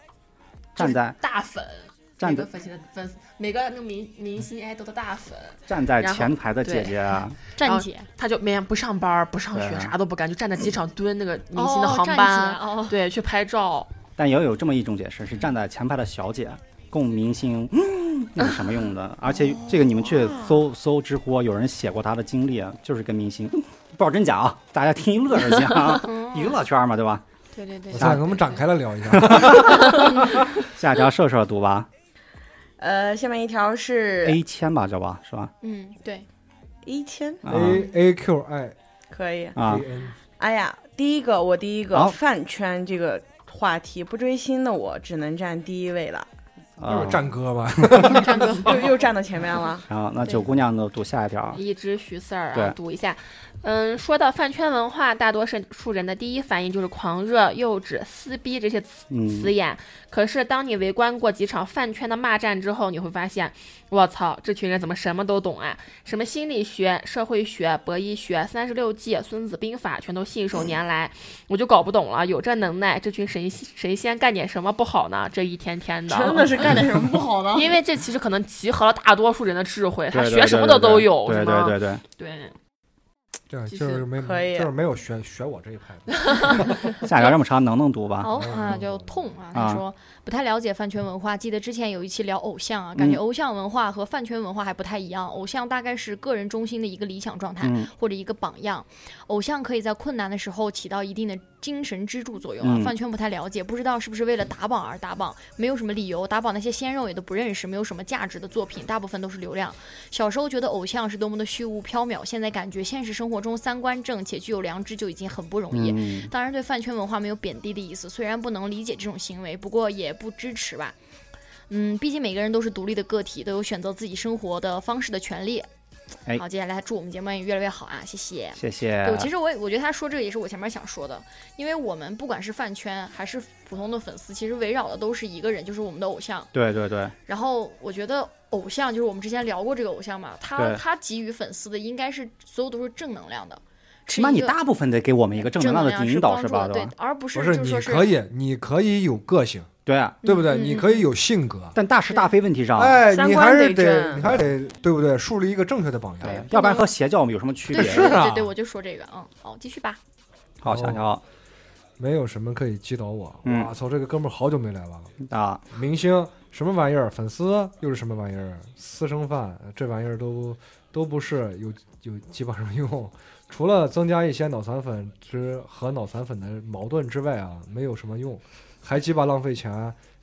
Speaker 1: 站在
Speaker 5: 大 粉，
Speaker 1: 站
Speaker 5: 每
Speaker 1: 在
Speaker 5: 个粉丝的粉丝，每个那个明明星爱豆的大粉，
Speaker 1: 站在
Speaker 5: 然后
Speaker 1: 前排的姐啊姐，
Speaker 2: 站姐
Speaker 5: 他就每天不上班儿不上
Speaker 1: 对
Speaker 3: 啊
Speaker 5: 学，啥都不干，就站在机场蹲那个明
Speaker 2: 哦
Speaker 5: 星的航
Speaker 2: 站
Speaker 5: 班，啊
Speaker 1: 啊
Speaker 2: 姐哦，
Speaker 5: 对，去拍照。
Speaker 1: 但也有这么一种解释，是站在前排的小姐，供明 星，嗯那是什么用的？而且这个你们去搜搜知乎，有人写过他的经历，就是跟明星，嗯不知道真假啊，大家听一乐就行啊， 娱乐圈嘛，对吧？
Speaker 2: 对对对
Speaker 3: 我，再给我们展开了聊一下，
Speaker 1: 下一条射射读吧
Speaker 4: 呃，下面一条是
Speaker 1: ，A 签吧，叫吧，是吧？
Speaker 2: 嗯，对，
Speaker 4: 一千，
Speaker 1: 啊
Speaker 3: A A Q I
Speaker 4: 可以。
Speaker 1: 啊
Speaker 3: A，N，
Speaker 4: 哎呀，第一个我第一
Speaker 1: 好
Speaker 4: 个饭圈这个话题，不追星的我只能站第一 位了，
Speaker 3: 就
Speaker 1: 啊
Speaker 3: 是，战歌吧，
Speaker 5: 站哥，
Speaker 4: 又又站到前 面了。
Speaker 1: 然后那九姑娘呢，读下一条，
Speaker 5: 一只徐四儿
Speaker 1: 对
Speaker 5: 啊，读一下。嗯，说到饭圈文化，大多数人的第一反应就是狂热、幼稚、撕逼这些词
Speaker 1: 嗯
Speaker 5: 词，眼。可是，当你围观过几场饭圈的骂战之后，你会发现，我操，这群人怎么什么都懂啊？什么心理学、社会学、博弈学、三十六计、孙子兵法，全都信手拈来，我就搞不懂了。有这能耐，这群神神仙干点什么不好呢？这一天天的，
Speaker 4: 真的是干点什么不好呢？
Speaker 5: 因为这其实可能集合了大多数人的智慧，他
Speaker 1: 对
Speaker 5: 学什么的都有，
Speaker 1: 对
Speaker 5: 是
Speaker 1: 对
Speaker 5: 吗？
Speaker 1: 对对。
Speaker 5: 对
Speaker 3: 对，
Speaker 5: 继续
Speaker 3: 就是没
Speaker 4: 可以
Speaker 3: 就是没有选选我这一派 的，
Speaker 1: 下一条这么长，能能读吧？
Speaker 2: 哦
Speaker 3: 嗯
Speaker 2: 啊，
Speaker 3: 嗯
Speaker 2: 叫
Speaker 3: 嗯
Speaker 2: 痛
Speaker 1: 啊
Speaker 2: 啊！他说不太了解饭圈文化，记得之前有一期聊偶像啊，感觉
Speaker 1: 嗯
Speaker 2: 偶像文化和饭圈文化还不太一样。偶像大概是个人中心的一个理想状态
Speaker 1: 嗯
Speaker 2: 或者一个榜样，偶像可以在困难的时候起到一定的精神支柱作用啊
Speaker 1: 嗯。
Speaker 2: 饭圈不太了解，不知道是不是为了打榜而打榜，没有什么理由，打榜那些鲜肉也都不认识，没有什么价值的作品，大部分都是流量。小时候觉得偶像是多么的虚无缥缈，现在感觉现实生活中三观正且具有良知就已经很不容易。
Speaker 1: 嗯，
Speaker 2: 当然，对饭圈文化没有贬低的意思，虽然不能理解这种行为，不过也不支持吧。嗯，毕竟每个人都是独立的个体，都有选择自己生活的方式的权利。
Speaker 1: 哎
Speaker 2: 好，接下来祝我们节目也越来越好啊！谢谢。
Speaker 1: 谢谢
Speaker 2: 对，。其实我也我觉得他说这个也是我前面想说的，因为我们不管是饭圈还是普通的粉丝，其实围绕的都是一个人，就是我们的偶像。
Speaker 1: 对对对，
Speaker 2: 然后我觉得偶像就是我们之前聊过这个偶像嘛，他
Speaker 1: 对
Speaker 2: 他给予粉丝的应该是所有都是正能量的，
Speaker 1: 起码你大部分得给我们一个正能量的引导
Speaker 2: 是
Speaker 1: 吧？
Speaker 2: 帮助的
Speaker 1: 对
Speaker 2: 对
Speaker 1: 吧？，
Speaker 2: 而不
Speaker 3: 不
Speaker 2: 是
Speaker 3: 是
Speaker 2: 就
Speaker 3: 你
Speaker 2: 说
Speaker 3: 可以，你可以有个性，
Speaker 1: 对啊，
Speaker 3: 对不对？
Speaker 2: 嗯
Speaker 3: 你可以有性格，
Speaker 1: 但大是大非问题上，啊
Speaker 3: 哎，
Speaker 4: 三
Speaker 3: 你
Speaker 4: 观
Speaker 3: 还是
Speaker 4: 得
Speaker 3: 得
Speaker 4: 正
Speaker 3: 你还得对不对？树立一个正确的榜样
Speaker 2: 对。
Speaker 1: 要不然和邪教有什么区
Speaker 2: 对
Speaker 1: 别？
Speaker 2: 对
Speaker 3: 是啊
Speaker 2: 对对，我就说这个，嗯，好，继续吧。
Speaker 1: 好，想想
Speaker 3: 没有什么可以击倒我。
Speaker 1: 嗯
Speaker 3: 哇操，这个哥们儿好久没来了。
Speaker 1: 啊，
Speaker 3: 明星什么玩意儿，粉丝又是什么玩意儿，私生饭这玩意儿都都不是有有鸡巴什么用？除了增加一些脑残粉之和脑残粉的矛盾之外啊，没有什么用，还鸡巴浪费钱，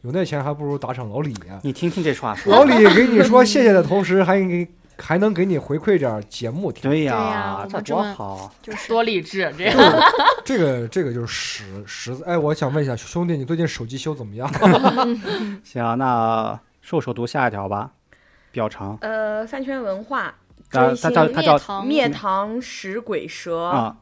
Speaker 3: 有那钱还不如打赏老李呀、
Speaker 1: 你听听这话说
Speaker 3: 老李给你说谢谢的同时，还给还能给你回馈点儿节目听。
Speaker 1: 对
Speaker 2: 对呀我
Speaker 1: 呀，
Speaker 2: 们
Speaker 1: 这
Speaker 2: 这
Speaker 1: 多
Speaker 2: 么
Speaker 1: 好！
Speaker 2: 就是
Speaker 5: 多励志，这样
Speaker 3: 就是 这个这个就是实实在。哎，我想问一下兄弟，你最近手机修怎么样？
Speaker 1: 行，那瘦手读下一条吧，比较长。
Speaker 4: 呃，饭圈文化，
Speaker 1: 他
Speaker 4: 追
Speaker 1: 他
Speaker 4: 星
Speaker 1: 叫他
Speaker 2: 灭
Speaker 1: 叫
Speaker 2: 堂
Speaker 4: 灭唐食鬼蛇。
Speaker 1: 啊，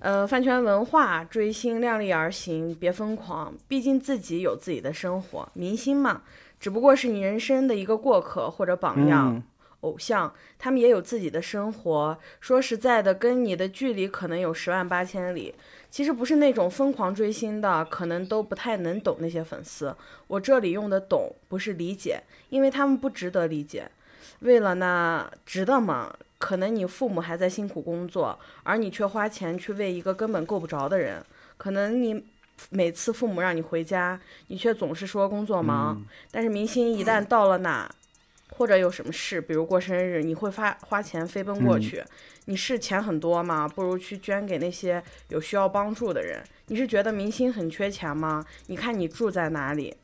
Speaker 4: 呃，饭圈文化追星量力而行，别疯狂，毕竟自己有自己的生活。明星嘛，只不过是你人生的一个过客或者榜样、
Speaker 1: 嗯，
Speaker 4: 偶像，他们也有自己的生活。说实在的，跟你的距离可能有十万八千里。其实不是那种疯狂追星的，可能都不太能懂那些粉丝。我这里用的“懂”不是理解，因为他们不值得理解。为了那值得吗？可能你父母还在辛苦工作，而你却花钱去为一个根本够不着的人。可能你每次父母让你回家，你却总是说工作忙。但是明星一旦到了哪，或者有什么事，比如过生日，你会发花钱飞奔过
Speaker 1: 嗯
Speaker 4: 去。你是钱很多吗？不如去捐给那些有需要帮助的人。你是觉得明星很缺钱吗？你看你住在哪里？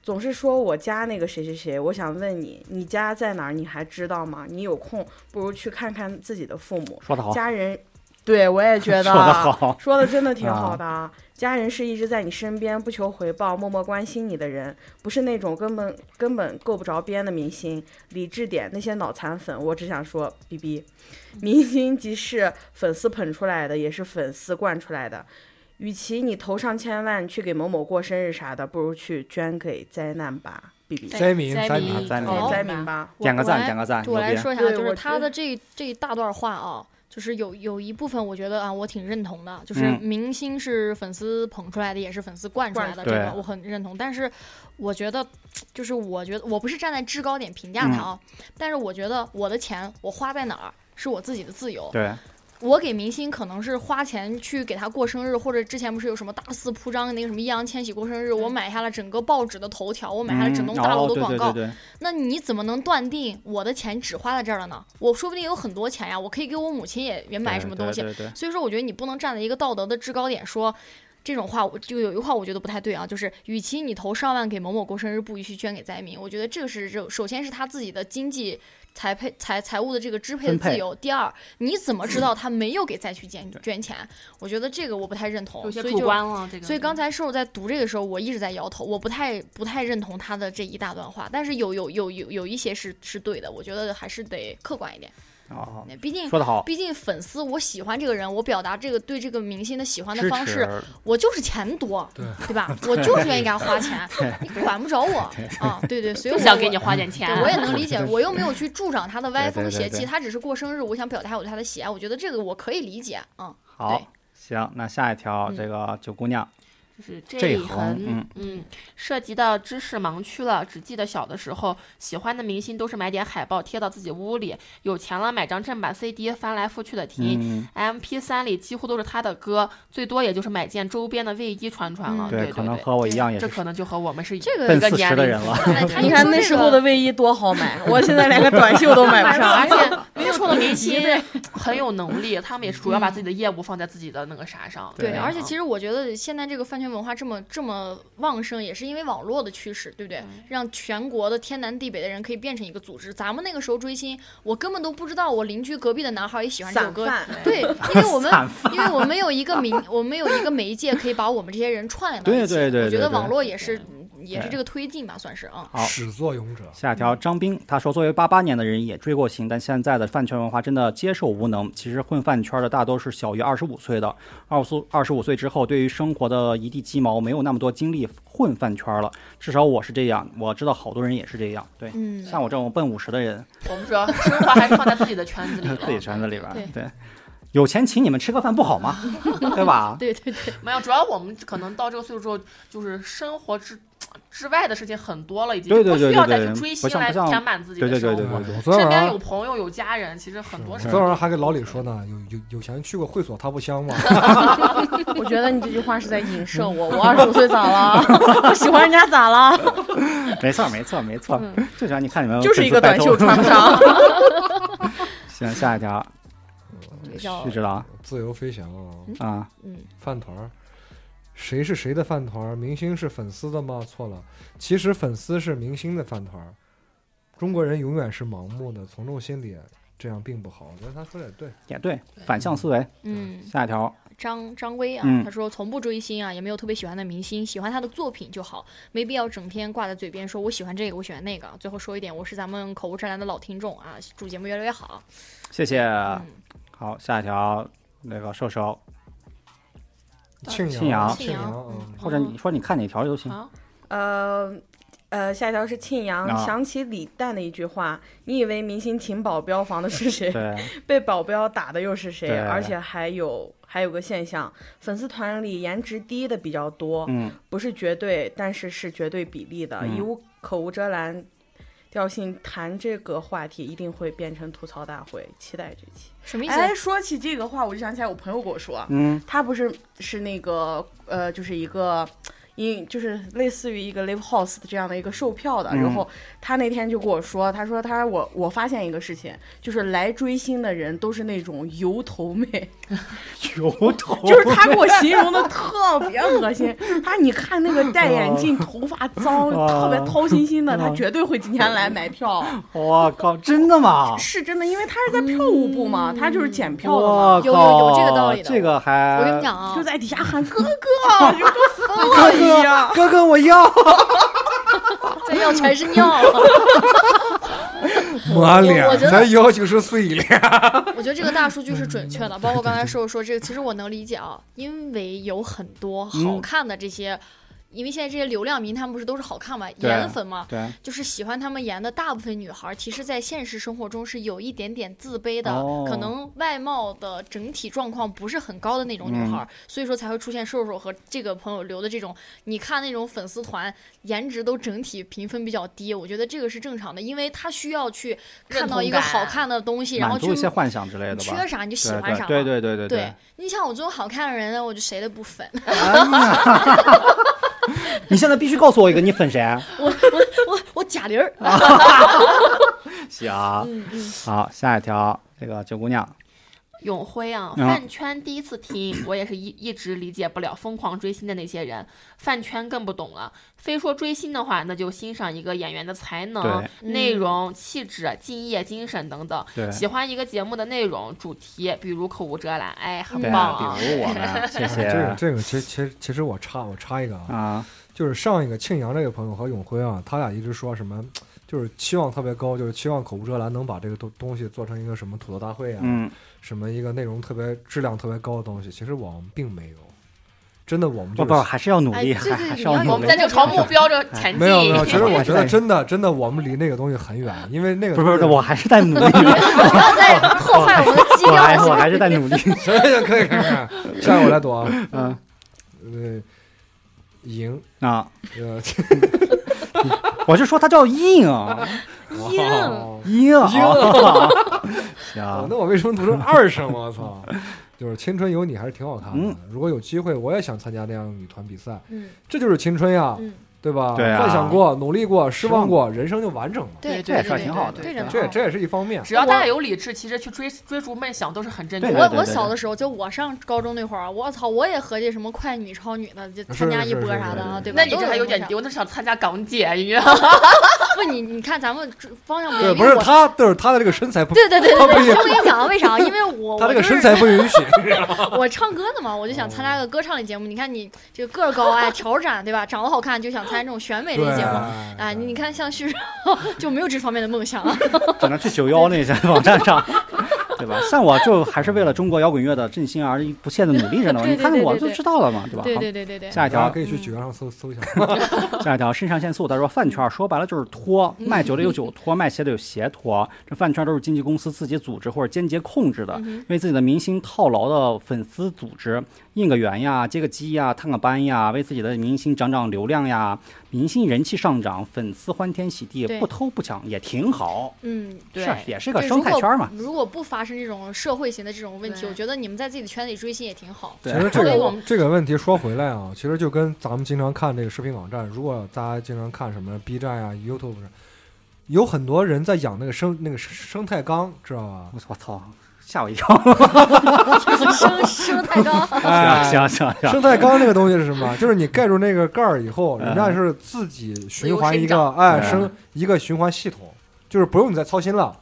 Speaker 4: 总是说我家那个谁谁谁，我想问你，你家在哪儿？你还知道吗？你有空不如去看看自己的父母、
Speaker 1: 说的好，
Speaker 4: 家人。对，我也觉 得
Speaker 1: 说的好，
Speaker 4: 说的真的挺好的啊！家人是一直在你身边，不求回报，默默关心你的人，不是那种根本根本够不着边的明星。理智点，那些脑残粉，我只想说，逼逼， 明星即是粉丝捧出来的，也是粉丝惯出来的。与其你投上千万去给某某过生日啥的，不如去捐给灾难吧，逼逼，
Speaker 3: 灾民灾
Speaker 1: 民灾民
Speaker 4: 给
Speaker 1: 哦
Speaker 4: 灾民吧。
Speaker 2: 我
Speaker 1: 点个
Speaker 2: 我
Speaker 1: 赞，
Speaker 2: 来
Speaker 1: 点个赞，
Speaker 2: 对我
Speaker 1: 牛
Speaker 2: 来
Speaker 1: 逼！
Speaker 2: 说一下，
Speaker 4: 对
Speaker 2: 就
Speaker 4: 我
Speaker 2: 是
Speaker 4: 觉
Speaker 2: 他
Speaker 4: 得
Speaker 2: 的这这一大段话啊，就是有有一部分我觉得啊，我挺认同的，就是
Speaker 1: 嗯
Speaker 2: 明星是粉丝捧出来的，也是粉丝惯出来的，
Speaker 1: 惯
Speaker 2: 这
Speaker 1: 出来
Speaker 2: 个我很认同。但是我觉得，就是我觉得我不是站在制高点评
Speaker 1: 嗯
Speaker 2: 价他啊，但是我觉得我的钱我花在哪儿是我自己的自由，
Speaker 1: 对，
Speaker 2: 我给明星可能是花钱去给他过生日，或者之前不是有什么大肆铺张那个什么易烊千玺过生日，我买下了整个报纸的头条，我买下了整栋大楼的广
Speaker 1: 嗯
Speaker 2: 告。
Speaker 1: 嗯哦对对对对
Speaker 2: 那你怎么能断定我的钱只花在这儿了呢？我说不定有很多钱呀，我可以给我母亲也也买什么东西。
Speaker 1: 对对对
Speaker 2: 所以说，我觉得你不能站在一个道德的制高点说。这种话，我就有一句话，我觉得不太对啊，就是与其你投上万给某某过生日，不如去捐给灾民。我觉得这个是首首先是他自己的经济财配财财务的这个支配的
Speaker 1: 分配
Speaker 2: 自由。第二，你怎么 知道他没有给灾区捐捐钱？我觉得这个我不太认同，
Speaker 5: 有些
Speaker 2: 所以
Speaker 5: 主
Speaker 2: 就
Speaker 5: 观了。这个，
Speaker 2: 所以刚才瘦在读这个时候，我一直在摇头，我不太不太认同他的这一大段话，但是有有有有有一些是是对的，我觉得还是得客观一点，
Speaker 1: 对，哦，
Speaker 2: 毕竟
Speaker 1: 说的好，
Speaker 2: 毕竟粉丝，我喜欢这个人，我表达这个对这个明星的喜欢的
Speaker 1: 支
Speaker 2: 方
Speaker 1: 持
Speaker 2: 式，，我就是钱多，
Speaker 3: 对
Speaker 2: 对吧？我 就是愿意给他花钱，你管不着我啊，对对，所以
Speaker 5: 不
Speaker 2: 我嗯
Speaker 5: 想给你花点钱啊
Speaker 2: 对，，我也 能理解，我又没有去助长他的歪风
Speaker 1: 对对
Speaker 2: 邪
Speaker 1: 对
Speaker 2: 气，
Speaker 1: 对
Speaker 2: 他只是过生日，我想表达我对他的喜爱，我觉得这个我可以理解啊。对
Speaker 1: 好，行，那下一条这个九姑娘，
Speaker 5: 就是
Speaker 1: 这
Speaker 5: 嗯这
Speaker 1: 一
Speaker 5: 一
Speaker 1: 行
Speaker 5: 横，
Speaker 1: 嗯
Speaker 5: 涉及到知识盲区了。只记得小的时候，喜欢的明星都是买点海报贴到自己屋里，有钱了买张正版 CD 翻来覆去的听。
Speaker 1: 嗯，
Speaker 5: MP 3里几乎都是他的歌，最多也就是买件周边的卫衣穿穿
Speaker 2: 嗯
Speaker 5: 了。对
Speaker 1: 可
Speaker 5: 对
Speaker 1: 能和我一样也
Speaker 5: 这
Speaker 1: 是
Speaker 5: 可能就和我们是
Speaker 2: 这个
Speaker 5: 一
Speaker 1: 奔
Speaker 5: 个
Speaker 1: 四
Speaker 5: 年
Speaker 1: 十的
Speaker 5: 龄
Speaker 1: 人
Speaker 5: 层
Speaker 1: 了。
Speaker 2: 哎 他
Speaker 4: 你
Speaker 2: 一
Speaker 4: 看
Speaker 2: 说
Speaker 4: 那
Speaker 2: 这
Speaker 4: 时
Speaker 2: 个
Speaker 4: 候的卫衣多好买，我现在连个短袖都买不上。哎
Speaker 5: 而且没错的明星很有能力，他们也是主要把自己的业务放在自己的那个啥上。
Speaker 2: 对，而
Speaker 1: 啊
Speaker 2: 且
Speaker 5: 嗯
Speaker 2: 其实我觉得现在这个饭圈文化这么这么旺盛，也是因为网络的驱使，对不对？
Speaker 5: 嗯
Speaker 2: 让全国的天南地北的人可以变成一个组织。咱们那个时候追星，我根本都不知道我邻居隔壁的男孩也喜欢这首
Speaker 4: 散
Speaker 2: 歌，
Speaker 4: 饭，
Speaker 2: 对，因为 我们
Speaker 1: 散
Speaker 2: 因为我们有一 个民，我们有一个媒介可以把我们这些人串联到
Speaker 1: 对
Speaker 2: 一起。
Speaker 1: 对对
Speaker 2: 我觉
Speaker 1: 对
Speaker 2: 得
Speaker 1: 对
Speaker 2: 网络也是嗯也是
Speaker 1: 对
Speaker 2: 这个推进吧，算是啊。
Speaker 1: 好
Speaker 3: 始作俑者。
Speaker 1: 下一条，
Speaker 5: 嗯
Speaker 1: 张兵他说，作为八八年的人也追过星，但现在的饭圈文化真的接受无能。其实混饭圈的大多是小于二十五岁的，二十二十五岁之后，对于生活的一地鸡毛没有那么多精力混饭圈了。至少我是这样，我知道好多人也是这样。对，
Speaker 2: 嗯，
Speaker 1: 像我这种奔五十的人，
Speaker 5: 我们主要生活还是放在自己的圈子里了，
Speaker 1: 自己圈子里边儿
Speaker 2: 对，
Speaker 1: 对，有钱请你们吃个饭不好吗？ 对吧？
Speaker 2: 对对对，
Speaker 5: 没有，主要我们可能到这个岁数之后，就是生活之之外的事情很多了，已经
Speaker 1: 对对对
Speaker 5: 不需要
Speaker 1: 对
Speaker 5: 再
Speaker 1: 对
Speaker 5: 去追
Speaker 1: 不
Speaker 5: 星
Speaker 1: 像
Speaker 5: 来
Speaker 1: 不像
Speaker 5: 填满自己
Speaker 1: 对
Speaker 5: 的
Speaker 1: 对对
Speaker 5: 生活。
Speaker 1: 对对
Speaker 3: 我昨天晚
Speaker 5: 身边
Speaker 3: 上
Speaker 5: 有朋友有家人，其实很多
Speaker 3: 我
Speaker 5: 事
Speaker 3: 啊昨
Speaker 1: 啊
Speaker 5: 儿
Speaker 3: 天晚上还给老李说呢，有有有钱去过会所他不香吗？
Speaker 4: 我觉得你这句话是在影射
Speaker 1: 嗯
Speaker 4: 我，我二十五岁咋了？ 我喜欢人家咋了？
Speaker 1: 没错儿没错儿没错儿，
Speaker 2: 嗯
Speaker 1: 就想你看你们
Speaker 4: 就是一个短袖
Speaker 1: 粉丝
Speaker 4: 穿
Speaker 1: 白头
Speaker 4: 不上。
Speaker 1: 行，下一条，
Speaker 2: 这个叫
Speaker 1: 旭知道
Speaker 3: 自由飞翔啊，
Speaker 1: 啊，
Speaker 2: 嗯，
Speaker 3: 饭团儿。谁是谁的饭团儿，明星是粉丝的吗？错了，其实粉丝是明星的饭团儿。中国人永远是盲目的，从众心理，这样并不好。我觉得他说的也对，
Speaker 1: 也对，反向思维。
Speaker 2: 嗯，
Speaker 1: 下一条，
Speaker 2: 张张威啊，
Speaker 1: 嗯
Speaker 2: 他说从不追星啊，也没有特别喜欢的明星，喜欢他的作品就好，没必要整天挂在嘴边说我喜欢这个，我喜欢那个。最后说一点，我是咱们口无遮拦的老听众啊，祝节目越来越好。
Speaker 1: 谢谢。
Speaker 2: 嗯，
Speaker 1: 好，下一条，那个瘦瘦，
Speaker 3: 庆
Speaker 1: 庆阳
Speaker 3: 庆阳
Speaker 5: 庆阳
Speaker 3: 啊，
Speaker 2: 嗯
Speaker 1: 或者你说你看哪条都行。
Speaker 5: 好，
Speaker 4: 呃呃，下一条是庆阳、
Speaker 1: 啊
Speaker 4: 想起李诞的一句话：“你以为明星挺保镖防的是
Speaker 2: 哎
Speaker 4: 谁？
Speaker 1: 对，
Speaker 4: 被保镖打的又是谁？”
Speaker 1: 对
Speaker 4: 而且还有还有个现象，粉丝团里颜值低的比较多，
Speaker 1: 嗯，
Speaker 4: 不是绝对，但是是绝对比例的，
Speaker 1: 嗯
Speaker 4: 以无口无遮拦。调性谈这个话题一定会变成吐槽大会，期待这期。
Speaker 2: 什么意思？
Speaker 4: 哎，说起这个话，我就想起来我朋友跟我说，
Speaker 1: 嗯，
Speaker 4: 他不是是那个呃，就是一个。因就是类似于一个 live house 的这样的一个售票的，
Speaker 1: 嗯
Speaker 4: 然后他那天就跟我说，他说他我我发现一个事情，就是来追星的人都是那种油头妹，
Speaker 1: 油 头，
Speaker 4: 就是他给我形容的特别恶心。他说你看那个戴眼镜、头发脏、
Speaker 1: 哦
Speaker 4: 特别掏心心的，
Speaker 1: 哦
Speaker 4: 他绝对会今天来买票，
Speaker 1: 嗯我靠，真的吗？
Speaker 4: 是真的，因为他是在票务部嘛，他就是检票的嘛，
Speaker 1: 我
Speaker 2: 有有
Speaker 1: 靠，
Speaker 2: 有这个道理的
Speaker 1: 这个还
Speaker 2: 我跟你讲啊
Speaker 4: 就，在底下喊哥哥， 就跟疯了
Speaker 2: 哎
Speaker 4: 一样。
Speaker 3: 哥哥我要
Speaker 2: 再要全是
Speaker 4: 啊
Speaker 2: 尿。
Speaker 3: 抹
Speaker 2: 脸我觉得咱
Speaker 3: 要求是碎脸，
Speaker 2: 我觉得这个大数据是准确
Speaker 1: 嗯
Speaker 2: 的，包括刚才瘦瘦说这个，其实我能理解啊，因为有很多
Speaker 1: 嗯
Speaker 2: 好看的这些，因为现在这些流量明星他们不是都是好看嘛，
Speaker 1: 对
Speaker 2: 颜粉嘛，
Speaker 1: 对，
Speaker 2: 就是喜欢他们演的大部分女孩儿，其实，在现实生活中是有一点点自卑的，
Speaker 1: 哦
Speaker 2: 可能外貌的整体状况不是很高的那种女
Speaker 1: 嗯
Speaker 2: 孩儿，所以说才会出现瘦瘦和这个朋友留的这种。你看那种粉丝团，颜值都整体评分比较低，我觉得这个是正常的，因为他需要去看到一个
Speaker 5: 认同感
Speaker 2: 好看的东西，然后
Speaker 1: 满
Speaker 2: 去
Speaker 1: 足一些幻想之类的
Speaker 2: 你
Speaker 1: 吧
Speaker 2: 缺。啥你就喜
Speaker 1: 对
Speaker 2: 欢啥嘛。
Speaker 1: 对对对对对
Speaker 2: 对你像我这种好看的人，我就谁都不粉。
Speaker 1: 你现在必须告诉我一个，你粉谁？啊
Speaker 2: 我我我我贾玲儿，
Speaker 5: 啊
Speaker 1: 行，
Speaker 2: 嗯嗯，
Speaker 1: 好，下一条，这个九姑娘，
Speaker 5: 永辉啊，
Speaker 1: 嗯
Speaker 5: 饭圈第一次听，我也是一一直理解不了疯狂追星的那些人，饭圈更不懂了。非说追星的话，那就欣赏一个演员的才能
Speaker 1: 对、
Speaker 2: 嗯
Speaker 5: 内容、气质、敬业精神等等。
Speaker 1: 对
Speaker 5: 喜欢一个节目的内容、主题，比如口无遮拦，哎，很
Speaker 1: 对，
Speaker 5: 棒啊！
Speaker 1: 比如我们，谢
Speaker 3: 哎
Speaker 1: 啊
Speaker 3: 这个
Speaker 1: 谢
Speaker 3: 这个其实其实其实我插我插一个啊，
Speaker 1: 啊，
Speaker 3: 就是上一个庆阳这个朋友和永辉啊，他俩一直说什么，就是期望特别高，就是期望口无遮拦能把这个东东西做成一个什么吐槽大会啊，
Speaker 1: 嗯，
Speaker 3: 什么一个内容特别质量特别高的东西，其实我们并没有，真的我们
Speaker 1: 不
Speaker 3: 就
Speaker 1: 哦不，
Speaker 3: 是。
Speaker 1: 还是要努力，
Speaker 2: 哎对
Speaker 1: 还
Speaker 2: 对
Speaker 1: 还
Speaker 2: 你
Speaker 1: 是
Speaker 2: 要有
Speaker 5: 我
Speaker 1: 努
Speaker 5: 们
Speaker 1: 力
Speaker 5: 在。这个朝目标着前进。
Speaker 3: 没有没有，其实我觉
Speaker 1: 还
Speaker 3: 得
Speaker 1: 是
Speaker 3: 真的真的，我们离那个东西很远，因为那个
Speaker 1: 不是不是，
Speaker 3: 东西
Speaker 1: 我还是在努 力，
Speaker 2: 不要再破坏我们的基
Speaker 1: 我
Speaker 2: 调
Speaker 1: 还我
Speaker 2: 行吗？
Speaker 1: 还是在努 力。
Speaker 3: 行行，可以可以可以，下一个我来读啊，
Speaker 1: 嗯
Speaker 3: 呃，赢，
Speaker 1: 啊，
Speaker 3: 呃，
Speaker 1: 我是说它叫硬
Speaker 3: 赢，
Speaker 1: 硬硬，
Speaker 3: 哦
Speaker 1: 行，
Speaker 3: 那我为什么读 成二声？我操！就是青春有你还是挺好看的
Speaker 1: 嗯。
Speaker 3: 如果有机会，我也想参加那样女团比赛，
Speaker 2: 嗯
Speaker 3: 这就是青春呀，
Speaker 2: 嗯，
Speaker 3: 对吧？
Speaker 1: 对啊
Speaker 3: 幻想过，努力过，失望
Speaker 1: 失望
Speaker 3: 过，人生就完整了。
Speaker 5: 对
Speaker 2: 对
Speaker 1: 这也
Speaker 5: 对
Speaker 1: 事儿
Speaker 5: 对
Speaker 1: 挺好的
Speaker 2: 对
Speaker 5: 对对
Speaker 2: 着呢
Speaker 3: 这这也是一方面。
Speaker 5: 只要大家有理智，其实去追追逐梦想都是很正确
Speaker 1: 对
Speaker 5: 的。
Speaker 1: 对
Speaker 2: 我
Speaker 1: 对
Speaker 2: 我
Speaker 1: 对
Speaker 2: 小的时候，就我上高中那会儿，我操，我也合计什么快女、超女的，就是参加
Speaker 3: 是
Speaker 2: 一波
Speaker 3: 是
Speaker 2: 啥的啊，
Speaker 3: 是
Speaker 2: 对吧？
Speaker 5: 那你
Speaker 2: 都
Speaker 5: 这还有
Speaker 2: 人
Speaker 5: 点
Speaker 2: 参
Speaker 5: 低，我那是想参加港姐，你知道吗
Speaker 2: 加 不，你你看咱们这方向不
Speaker 3: 对，
Speaker 2: 一
Speaker 3: 不
Speaker 2: 样
Speaker 3: 是
Speaker 2: 我
Speaker 3: 他，就是他的这个身材不，
Speaker 2: 对对对
Speaker 3: 他不
Speaker 2: 对
Speaker 3: 一
Speaker 2: 对，
Speaker 3: 样
Speaker 2: 我跟你讲为 啥？因为我
Speaker 3: 他
Speaker 2: 我就
Speaker 3: 这个身
Speaker 2: 是
Speaker 3: 材不允许。
Speaker 2: 我唱歌的嘛，我就想参加
Speaker 1: 哦
Speaker 2: 个歌唱类节目。你看你这个个儿高哎，调展对吧？长得好看就想参加这种选美类节目。啊，你看像旭日 就没有这方面的梦想啊。
Speaker 1: 只能去九幺那些网站上， 对吧？像我就还是为了中国摇滚乐的振兴而不懈的努力着呢。
Speaker 2: 对
Speaker 1: 你
Speaker 2: 对对
Speaker 1: 看我
Speaker 2: 对
Speaker 1: 就
Speaker 2: 对
Speaker 1: 知道了嘛，对吧？
Speaker 2: 对
Speaker 1: 好
Speaker 2: 对对对对，
Speaker 1: 下一
Speaker 3: 大家
Speaker 1: 条
Speaker 3: 可，以去九阳上
Speaker 2: 嗯
Speaker 3: 搜搜一下。
Speaker 1: 下一条，肾上腺素。他说，饭圈说白了就是托，
Speaker 2: 嗯
Speaker 1: 卖酒的有酒托，卖鞋的有鞋托。这饭圈都是经纪公司自己组织或者间接控制
Speaker 2: 嗯
Speaker 1: 的，为自己的明星套牢的粉丝组织，应个缘呀，接个机呀，探个班呀，为自己的明星涨涨流量呀，明星人气上涨，粉丝欢天喜地，
Speaker 2: 对
Speaker 1: 不偷不抢也挺好，
Speaker 2: 嗯，
Speaker 5: 对
Speaker 1: 是啊也是一个
Speaker 2: 对
Speaker 1: 生态圈嘛。
Speaker 2: 如果如果不发生这种社会型的这种问题，
Speaker 5: 对
Speaker 2: 我觉得你们在自己的圈子里追星也挺好。
Speaker 3: 其
Speaker 1: 对。
Speaker 3: 实这
Speaker 5: 所以我
Speaker 3: 个
Speaker 5: 们
Speaker 3: 这个问题说回来啊，其实就跟咱们经常看这个视频网站，如果大家经常看什么 B 站啊、YouTube 上，有很多人在养那个生那个生生态缸，知道吧？
Speaker 1: 我操我操，吓我一跳。
Speaker 2: 升升太高，
Speaker 3: 哎，
Speaker 1: 行行行行，
Speaker 3: 生态缸那个东西是什么？就是你盖住那个盖儿以后，
Speaker 1: 嗯
Speaker 3: 人家是自己循环一
Speaker 5: 自由
Speaker 3: 个，哎，
Speaker 1: 嗯
Speaker 3: 生一个循环系统，就是不用你再操心了。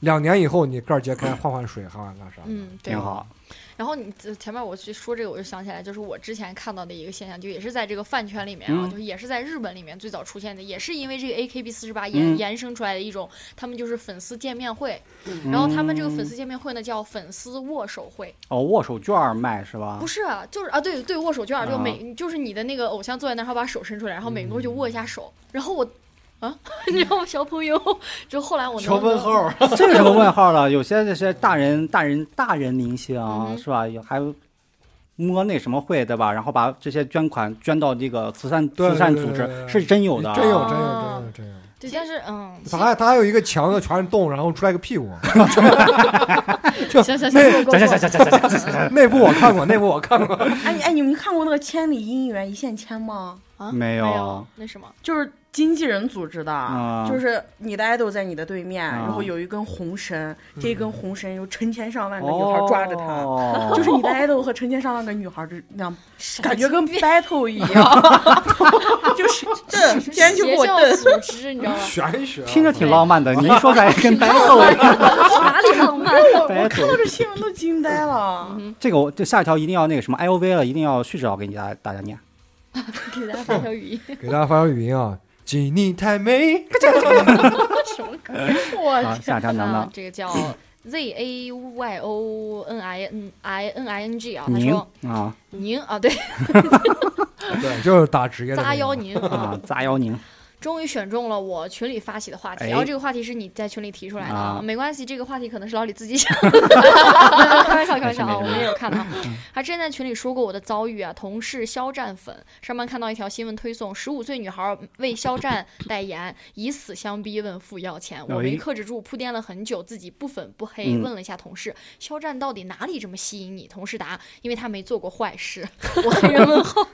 Speaker 3: 两年以后，你盖儿揭
Speaker 1: 嗯
Speaker 3: 开，换换水，换换那啥。
Speaker 2: 嗯，对
Speaker 1: 挺。好。
Speaker 2: 然后你这前面我去说这个，我就想起来，就是我之前看到的一个现象，就也是在这个饭圈里面啊，
Speaker 1: 嗯
Speaker 2: 就是也是在日本里面最早出现的，也是因为这个 AKB 四十八
Speaker 1: 嗯
Speaker 2: 延延伸出来的一种，他们就是粉丝见面会，
Speaker 1: 嗯
Speaker 2: 然后他们这个粉丝见面会呢叫粉丝握手会，
Speaker 1: 哦，握手券儿卖是吧
Speaker 2: 不？是啊，就是啊，对对，握手券儿，就
Speaker 1: 啊
Speaker 2: 每、就是你的那个偶像坐在那儿，然后把手伸出来，然后每个人就握一下手，然后我。啊， 你知道吗，小朋友？就后来我能不能
Speaker 1: 这有什么问号了？有些这些大人、大人、大人明星、啊
Speaker 2: 嗯哼
Speaker 1: 是吧？有还摸那什么会对吧？然后把这些捐款捐到这个慈善
Speaker 3: 对
Speaker 1: 慈善
Speaker 3: 对
Speaker 1: 组
Speaker 3: 对
Speaker 1: 织
Speaker 3: 对对
Speaker 1: 是真有的啊，
Speaker 3: 真有，
Speaker 2: 啊
Speaker 3: 真有，真有，真有。
Speaker 2: 对，但是嗯，
Speaker 3: 他还他还有一个墙的全是洞，然后出来个屁股。
Speaker 2: 行行行，
Speaker 3: 那
Speaker 2: 够够
Speaker 1: 行行行
Speaker 2: 够
Speaker 1: 行行行行 行
Speaker 3: 那部我看过，那部我看过。
Speaker 4: 哎哎，你们看过那个《千里姻缘一线牵》吗？
Speaker 2: 啊，
Speaker 1: 没有
Speaker 2: 有那什么，
Speaker 4: 就是经纪人组织的，
Speaker 1: 啊
Speaker 4: 就是你的 idol 在你的对面，
Speaker 1: 啊
Speaker 4: 然后有一根红绳，这一根红绳有成千上万个
Speaker 1: 行，
Speaker 4: 女孩抓着他，
Speaker 1: 哦
Speaker 4: 就是你的 idol 和成千上万个女孩就那样，感觉跟
Speaker 2: 神经
Speaker 4: battle 一样，就是 这
Speaker 2: 病
Speaker 4: 竟然就给我
Speaker 2: 邪教
Speaker 4: 瞪，
Speaker 2: 组织，你知道 吗？
Speaker 3: 玄学啊
Speaker 1: 听着挺浪漫的，你一说出来跟白豆一样。
Speaker 2: 哪里浪漫？
Speaker 1: 白头
Speaker 4: 我看到这新闻都惊呆了。
Speaker 1: 这个我这下一条一定要那个什么 I O V 了，一定要续指导给你大家大家念。
Speaker 2: 给大家发条语音，
Speaker 3: 给大家发条语音啊！锦你太美，
Speaker 2: 什么歌
Speaker 1: 啊，
Speaker 4: 我
Speaker 1: 下一条能不
Speaker 2: 啊
Speaker 1: 能？？
Speaker 2: 这 个叫 Z A Y O N I N I N I N G 啊，他
Speaker 1: 您
Speaker 2: 说
Speaker 1: 啊
Speaker 2: 您啊，对，
Speaker 3: 对， 就是打职业的那
Speaker 2: 扎
Speaker 3: 个
Speaker 2: 腰您啊
Speaker 1: 啊，，砸腰您
Speaker 2: 终于选中了我群里发起的话题，
Speaker 1: 哎
Speaker 2: 然后这个话题是你在群里提出来的
Speaker 1: 啊
Speaker 2: 没关系，这个话题可能是老李自 己想的，开玩笑，开玩笑啊，我
Speaker 1: 没事没事嗯
Speaker 2: 们也有看到，还之前在群里说过我的遭遇啊，同事肖战粉，上班看到一条新闻推送，十五岁女孩为肖战代言，以死相逼问父要钱，我没克制住，铺垫了很久，自己不粉不黑，
Speaker 1: 嗯
Speaker 2: 问了一下同事，肖战到底哪里这么吸引你？同事答，因为他没做过坏事， 我黑人问号。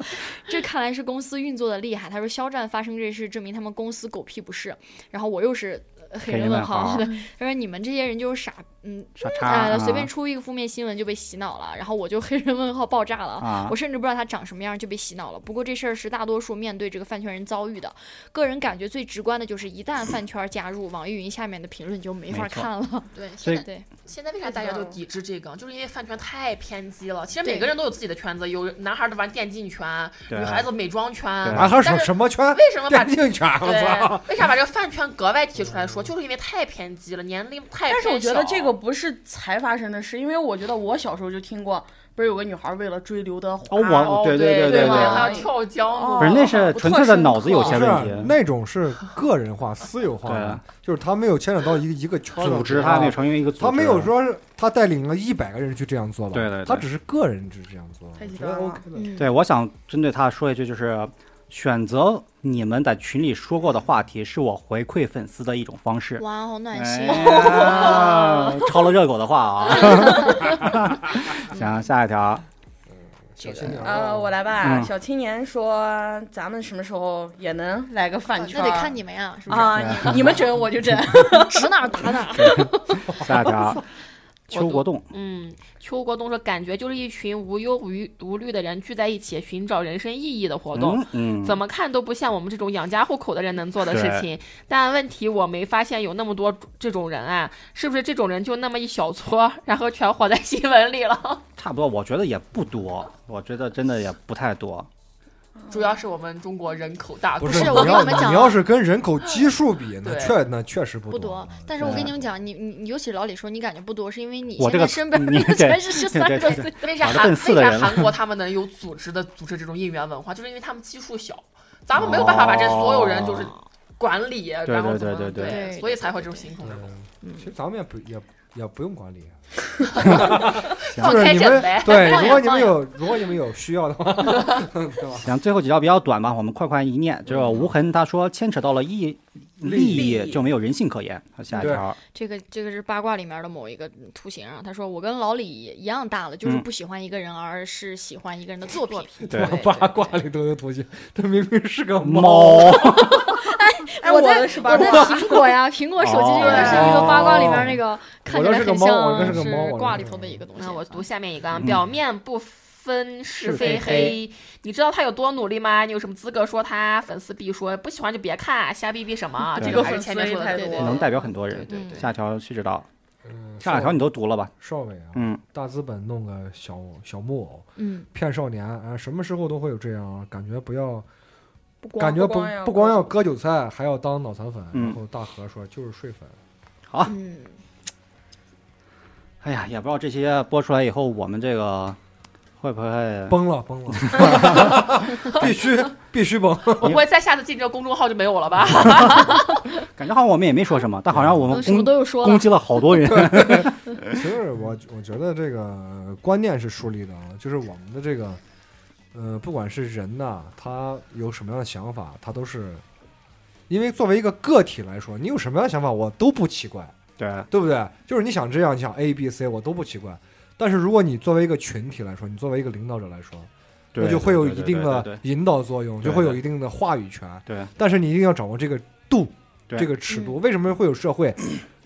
Speaker 2: 这看来是公司运作的厉害。他说肖战发生这事，证明他们公司狗屁不是。然后我又是呃黑
Speaker 1: 黑人
Speaker 2: 人
Speaker 1: 问
Speaker 2: 问号
Speaker 1: 号，
Speaker 2: 对他说你们这些人就是傻，嗯，
Speaker 1: 傻叉
Speaker 2: 啊、
Speaker 1: 啊
Speaker 2: 随便出一个负面新闻就被洗脑了。然后我就黑人问号爆炸了。
Speaker 1: 啊
Speaker 2: 我，甚至不知道他长什么样就被洗脑了。不过这事儿是大多数面对这个饭圈人遭遇的。个人感觉最直观的就是，一旦饭圈加入，网易云下面的评论就没法
Speaker 1: 没错
Speaker 2: 看了。
Speaker 5: 对，
Speaker 1: 所
Speaker 5: 现
Speaker 1: 以
Speaker 5: 在
Speaker 2: 对，
Speaker 5: 现在为啥大家就抵制这个？就是因为饭圈太偏激了。其实每个人都有自己的圈子，有男孩子玩电竞圈，
Speaker 1: 对
Speaker 5: 女孩子美妆圈。
Speaker 1: 对
Speaker 3: 男孩什
Speaker 5: 但
Speaker 3: 么
Speaker 5: 是
Speaker 3: 什么圈？
Speaker 5: 为什么把
Speaker 3: 啊电竞圈，我操！
Speaker 5: 对为啥把这个饭圈格外提出来说？就是因为太偏激了，年龄太
Speaker 4: 但是我
Speaker 5: 偏
Speaker 4: 觉
Speaker 5: 小
Speaker 4: 得这个不是才发生的事，因为我觉得我小时候就听过，不是有个女孩为了追刘德华，
Speaker 1: 哦我
Speaker 5: 哦
Speaker 1: 对
Speaker 5: 对
Speaker 1: 对
Speaker 4: 对对
Speaker 5: 还要跳江
Speaker 4: 哦
Speaker 1: 不是那是纯粹的脑子有些
Speaker 3: 是
Speaker 1: 问题，
Speaker 3: 那种是个人化、私有化的，就是他没有牵扯到一个一个圈子
Speaker 1: 啊组织他没有，成为一个组织，
Speaker 3: 他没有说是他带领了一百个人去这样做的，
Speaker 1: 对对对
Speaker 3: 他只是个人是这样做的，
Speaker 4: 太
Speaker 3: 我
Speaker 4: 极
Speaker 3: 觉得
Speaker 4: 端了
Speaker 3: OK 的。
Speaker 2: 嗯，
Speaker 1: 对，我想针对他说一句，就是选择你们在群里说过的话题，是我回馈粉丝的一种方式。
Speaker 2: 哇，好暖
Speaker 1: 哎
Speaker 2: 心。
Speaker 1: 呀，抄了热狗的话啊！ 行，下一条，
Speaker 3: 小心点啊
Speaker 4: 呃，我来吧。
Speaker 1: 嗯
Speaker 4: 小青年说：“咱们什么时候也能来个饭圈
Speaker 2: 哦那
Speaker 4: 儿？”
Speaker 2: 得看你们呀，是不是？
Speaker 4: 啊，你你们整我 就整。
Speaker 2: 指哪儿打哪儿。
Speaker 1: 下一条，邱国栋，
Speaker 5: 嗯，邱国栋说，感觉就是一群无忧无虑无虑的人聚在一起寻找人生意义的活动。
Speaker 1: 嗯嗯，
Speaker 5: 怎么看都不像我们这种养家糊口的人能做的
Speaker 1: 对
Speaker 5: 事情，但问题我没发现有那么多这种人啊，是不是这种人就那么一小撮，然后全活在新闻里了？
Speaker 1: 差不多，我觉得也不多，我觉得真的也不太多。
Speaker 5: 主要是我们中国人口大
Speaker 3: 不
Speaker 5: 国，
Speaker 3: 是，
Speaker 2: 不是
Speaker 3: 你
Speaker 2: 我跟
Speaker 3: 要
Speaker 2: 你们讲
Speaker 3: 你要是跟人口基数比，那
Speaker 5: 对
Speaker 3: 确那确实
Speaker 2: 不
Speaker 3: 多
Speaker 2: 多
Speaker 3: 啊。，
Speaker 2: 但是我
Speaker 1: 对
Speaker 2: 跟你们讲，你你你尤其老李说你感觉不多，是因为你
Speaker 1: 我
Speaker 2: 现
Speaker 1: 这个
Speaker 2: 在身边
Speaker 1: 你
Speaker 2: 全是
Speaker 1: 对
Speaker 2: 十三
Speaker 1: 对
Speaker 2: 个
Speaker 1: 对
Speaker 2: 岁，
Speaker 5: 为啥
Speaker 1: 打着
Speaker 5: 韩
Speaker 1: 奔四的
Speaker 5: 为啥
Speaker 1: 人了
Speaker 5: 韩国他们能有组织的组织这种应援文化，就是因为他们基数小，咱们没有办法把这所有人就是管理，
Speaker 1: 哦对
Speaker 5: 然后怎么
Speaker 1: 对对对
Speaker 2: 对对
Speaker 5: 所以才会这种形成
Speaker 3: 对
Speaker 5: 这种。
Speaker 1: 嗯
Speaker 3: 其实咱们也不也也不用管理，啊
Speaker 5: 放
Speaker 3: 就是
Speaker 5: 开
Speaker 3: 你
Speaker 5: 整
Speaker 3: 们
Speaker 5: 呗
Speaker 3: 对，
Speaker 2: 放
Speaker 3: 如果
Speaker 2: 养
Speaker 3: 你们
Speaker 2: 放
Speaker 3: 有如果你们有需要的话，对吧？
Speaker 1: 行，最后几条比较短吧，我们快快一念。这个
Speaker 3: 嗯
Speaker 1: 无痕他说牵扯到了意利益，就没有人性可言。好，下一条，
Speaker 2: 这个这个是八卦里面的某一个图形啊。他说我跟老李一样大了，就是
Speaker 1: 嗯
Speaker 2: 不喜欢一个人，而是喜欢一个人的作品。
Speaker 1: 对
Speaker 3: 八卦里都有东西，这明明是个猫，
Speaker 1: 猫，
Speaker 4: 哎，
Speaker 2: 我
Speaker 4: 我
Speaker 2: 在
Speaker 4: 的是八
Speaker 2: 我在
Speaker 4: 卦，
Speaker 2: 苹果呀，苹果手机
Speaker 1: 哦
Speaker 2: 就是它是一个八卦里面那个看起来很像是挂里头的一个东西。
Speaker 5: 那我读下面一个，啊，
Speaker 1: 嗯
Speaker 5: 表面不分是非
Speaker 3: 是
Speaker 5: 黑，你知道他有多努力吗？你有什么资格说他？粉丝必说不喜欢就别看，瞎逼逼什么？
Speaker 1: 对嗯
Speaker 5: 这个还是前面说的
Speaker 4: 对
Speaker 5: 对
Speaker 4: 对
Speaker 5: 对
Speaker 4: 对
Speaker 1: 能代表很多
Speaker 5: 对
Speaker 1: 人。
Speaker 5: 对
Speaker 2: 嗯
Speaker 5: 对，
Speaker 1: 下条须知道，
Speaker 3: 嗯，
Speaker 1: 下两条你都读了吧？
Speaker 3: 少伟啊，
Speaker 1: 嗯，
Speaker 3: 大资本弄个小小木偶
Speaker 2: 嗯，
Speaker 3: 骗少年啊，什么时候都会有这样，感觉不要
Speaker 4: 不 光
Speaker 3: 感觉
Speaker 4: 不
Speaker 3: 不
Speaker 4: 光要
Speaker 3: 不光要割韭菜，还要当脑残粉。
Speaker 1: 嗯
Speaker 3: 然后大河说就是睡粉，
Speaker 2: 嗯，
Speaker 1: 哎呀，也不知道这些播出来以后，我们这个会不会
Speaker 3: 崩了崩了， 必须必须崩。
Speaker 5: 我不会再下次进这个公众号就没有了吧？
Speaker 1: 感觉好像我们也没说什么，但好像我们
Speaker 2: 什么
Speaker 1: 攻
Speaker 2: 都有说
Speaker 1: 攻
Speaker 2: 了，啊
Speaker 1: 击了好多人。
Speaker 3: 其实我我觉得这个观念是树立的啊，就是我们的这个呃，不管是人呐、他有什么样的想法，他都是因为作为一个个体来说，你有什么样的想法，我都不奇怪。
Speaker 1: 对，
Speaker 3: 对不对？就是你想这样，你想 A、B、C，我都不奇怪。但是如果你作为一个群体来说，你作为一个领导者来说，
Speaker 1: 对
Speaker 3: 那就会有
Speaker 1: 对对
Speaker 3: 一定
Speaker 1: 对
Speaker 3: 的引导作用，
Speaker 1: 对
Speaker 3: 就会有一定的话语权。
Speaker 1: 对对
Speaker 3: 但是你一定要掌握这个度，
Speaker 1: 对
Speaker 3: 这个尺度。为什么会有社会？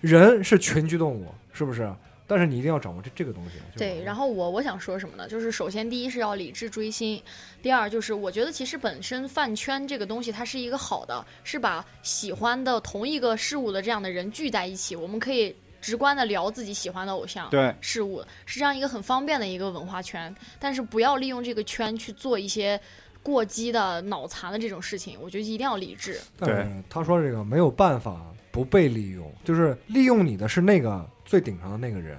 Speaker 3: 人是群居动物，是不是？但是你一定要掌握这这个东西。就
Speaker 2: 对，然后我我想说什么呢？就是首先，第一是要理智追星，第二就是我觉得其实本身饭圈这个东西它是一个好的，是把喜欢的同一个事物的这样的人聚在一起，我们可以直观的聊自己喜欢的偶像。
Speaker 1: 对
Speaker 2: 事物，是这样一个很方便的一个文化圈，但是不要利用这个圈去做一些过激的、脑残的这种事情，我觉得一定要理智。
Speaker 3: 但是他说这个没有办法不被利用，就是利用你的是那个最顶上的那个人，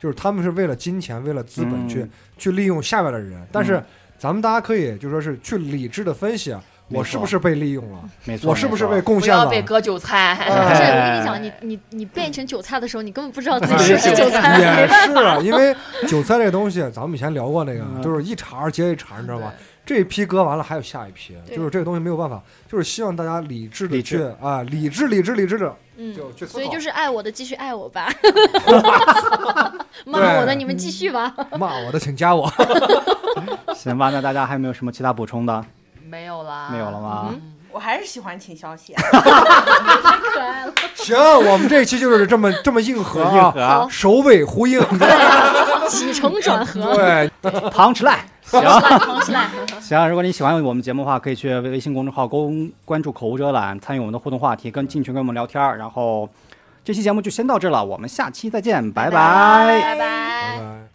Speaker 3: 就是他们是为了金钱、为了资本
Speaker 1: 嗯
Speaker 3: 去、去利用下边的人。但是咱们大家可以就说是去理智的分析，啊
Speaker 1: 没错
Speaker 3: 我是不是被利用了，
Speaker 1: 没错，
Speaker 3: 我是不是
Speaker 1: 没
Speaker 3: 被
Speaker 1: 错
Speaker 3: 贡
Speaker 5: 不
Speaker 3: 献
Speaker 5: 要
Speaker 3: 了？
Speaker 5: 被割韭菜。
Speaker 2: 不 是，我跟
Speaker 1: 哎
Speaker 2: 你讲，你你你变成韭菜的时候，你根本不知 道自己
Speaker 3: 哎
Speaker 2: 是不是韭菜，
Speaker 3: 也是，啊因为韭菜这个东西，咱们以前聊过那个，
Speaker 1: 嗯
Speaker 3: 就是一茬接一茬，你知道吧？这一批割完了，还有下一批，
Speaker 2: 对
Speaker 3: 就是这个东西没有办法，就是希望大家理智的
Speaker 1: 理
Speaker 3: 去
Speaker 1: 智
Speaker 3: 啊，理智、理智、理智的
Speaker 2: 嗯。
Speaker 3: 就去思考。
Speaker 2: 所以就是爱我的继续爱我 吧， 骂
Speaker 3: 对
Speaker 2: 我的你们继续吧。
Speaker 3: 骂我的请 加我。
Speaker 1: 行吧？那大家还有没有什么其他补充的？
Speaker 5: 没有啦，
Speaker 1: 没有了吗？
Speaker 2: 嗯
Speaker 4: 我还是喜欢秦霄贤，
Speaker 2: 可爱了，
Speaker 3: 行，我们这期就是这么这么硬核
Speaker 1: 硬核
Speaker 3: 啊，
Speaker 1: 啊，
Speaker 3: 首尾呼应。
Speaker 2: 起承转合，
Speaker 3: 对，
Speaker 1: 糖吃赖。行
Speaker 2: 唐起来，
Speaker 1: 行，如果你喜欢我们节目的话，可以去微微信公众号公关注“口无遮拦”，参与我们的互动话题，跟进群跟我们聊天儿。然后这期节目就先到这儿了，我们下期再见，拜拜
Speaker 2: 拜拜
Speaker 3: 拜。拜。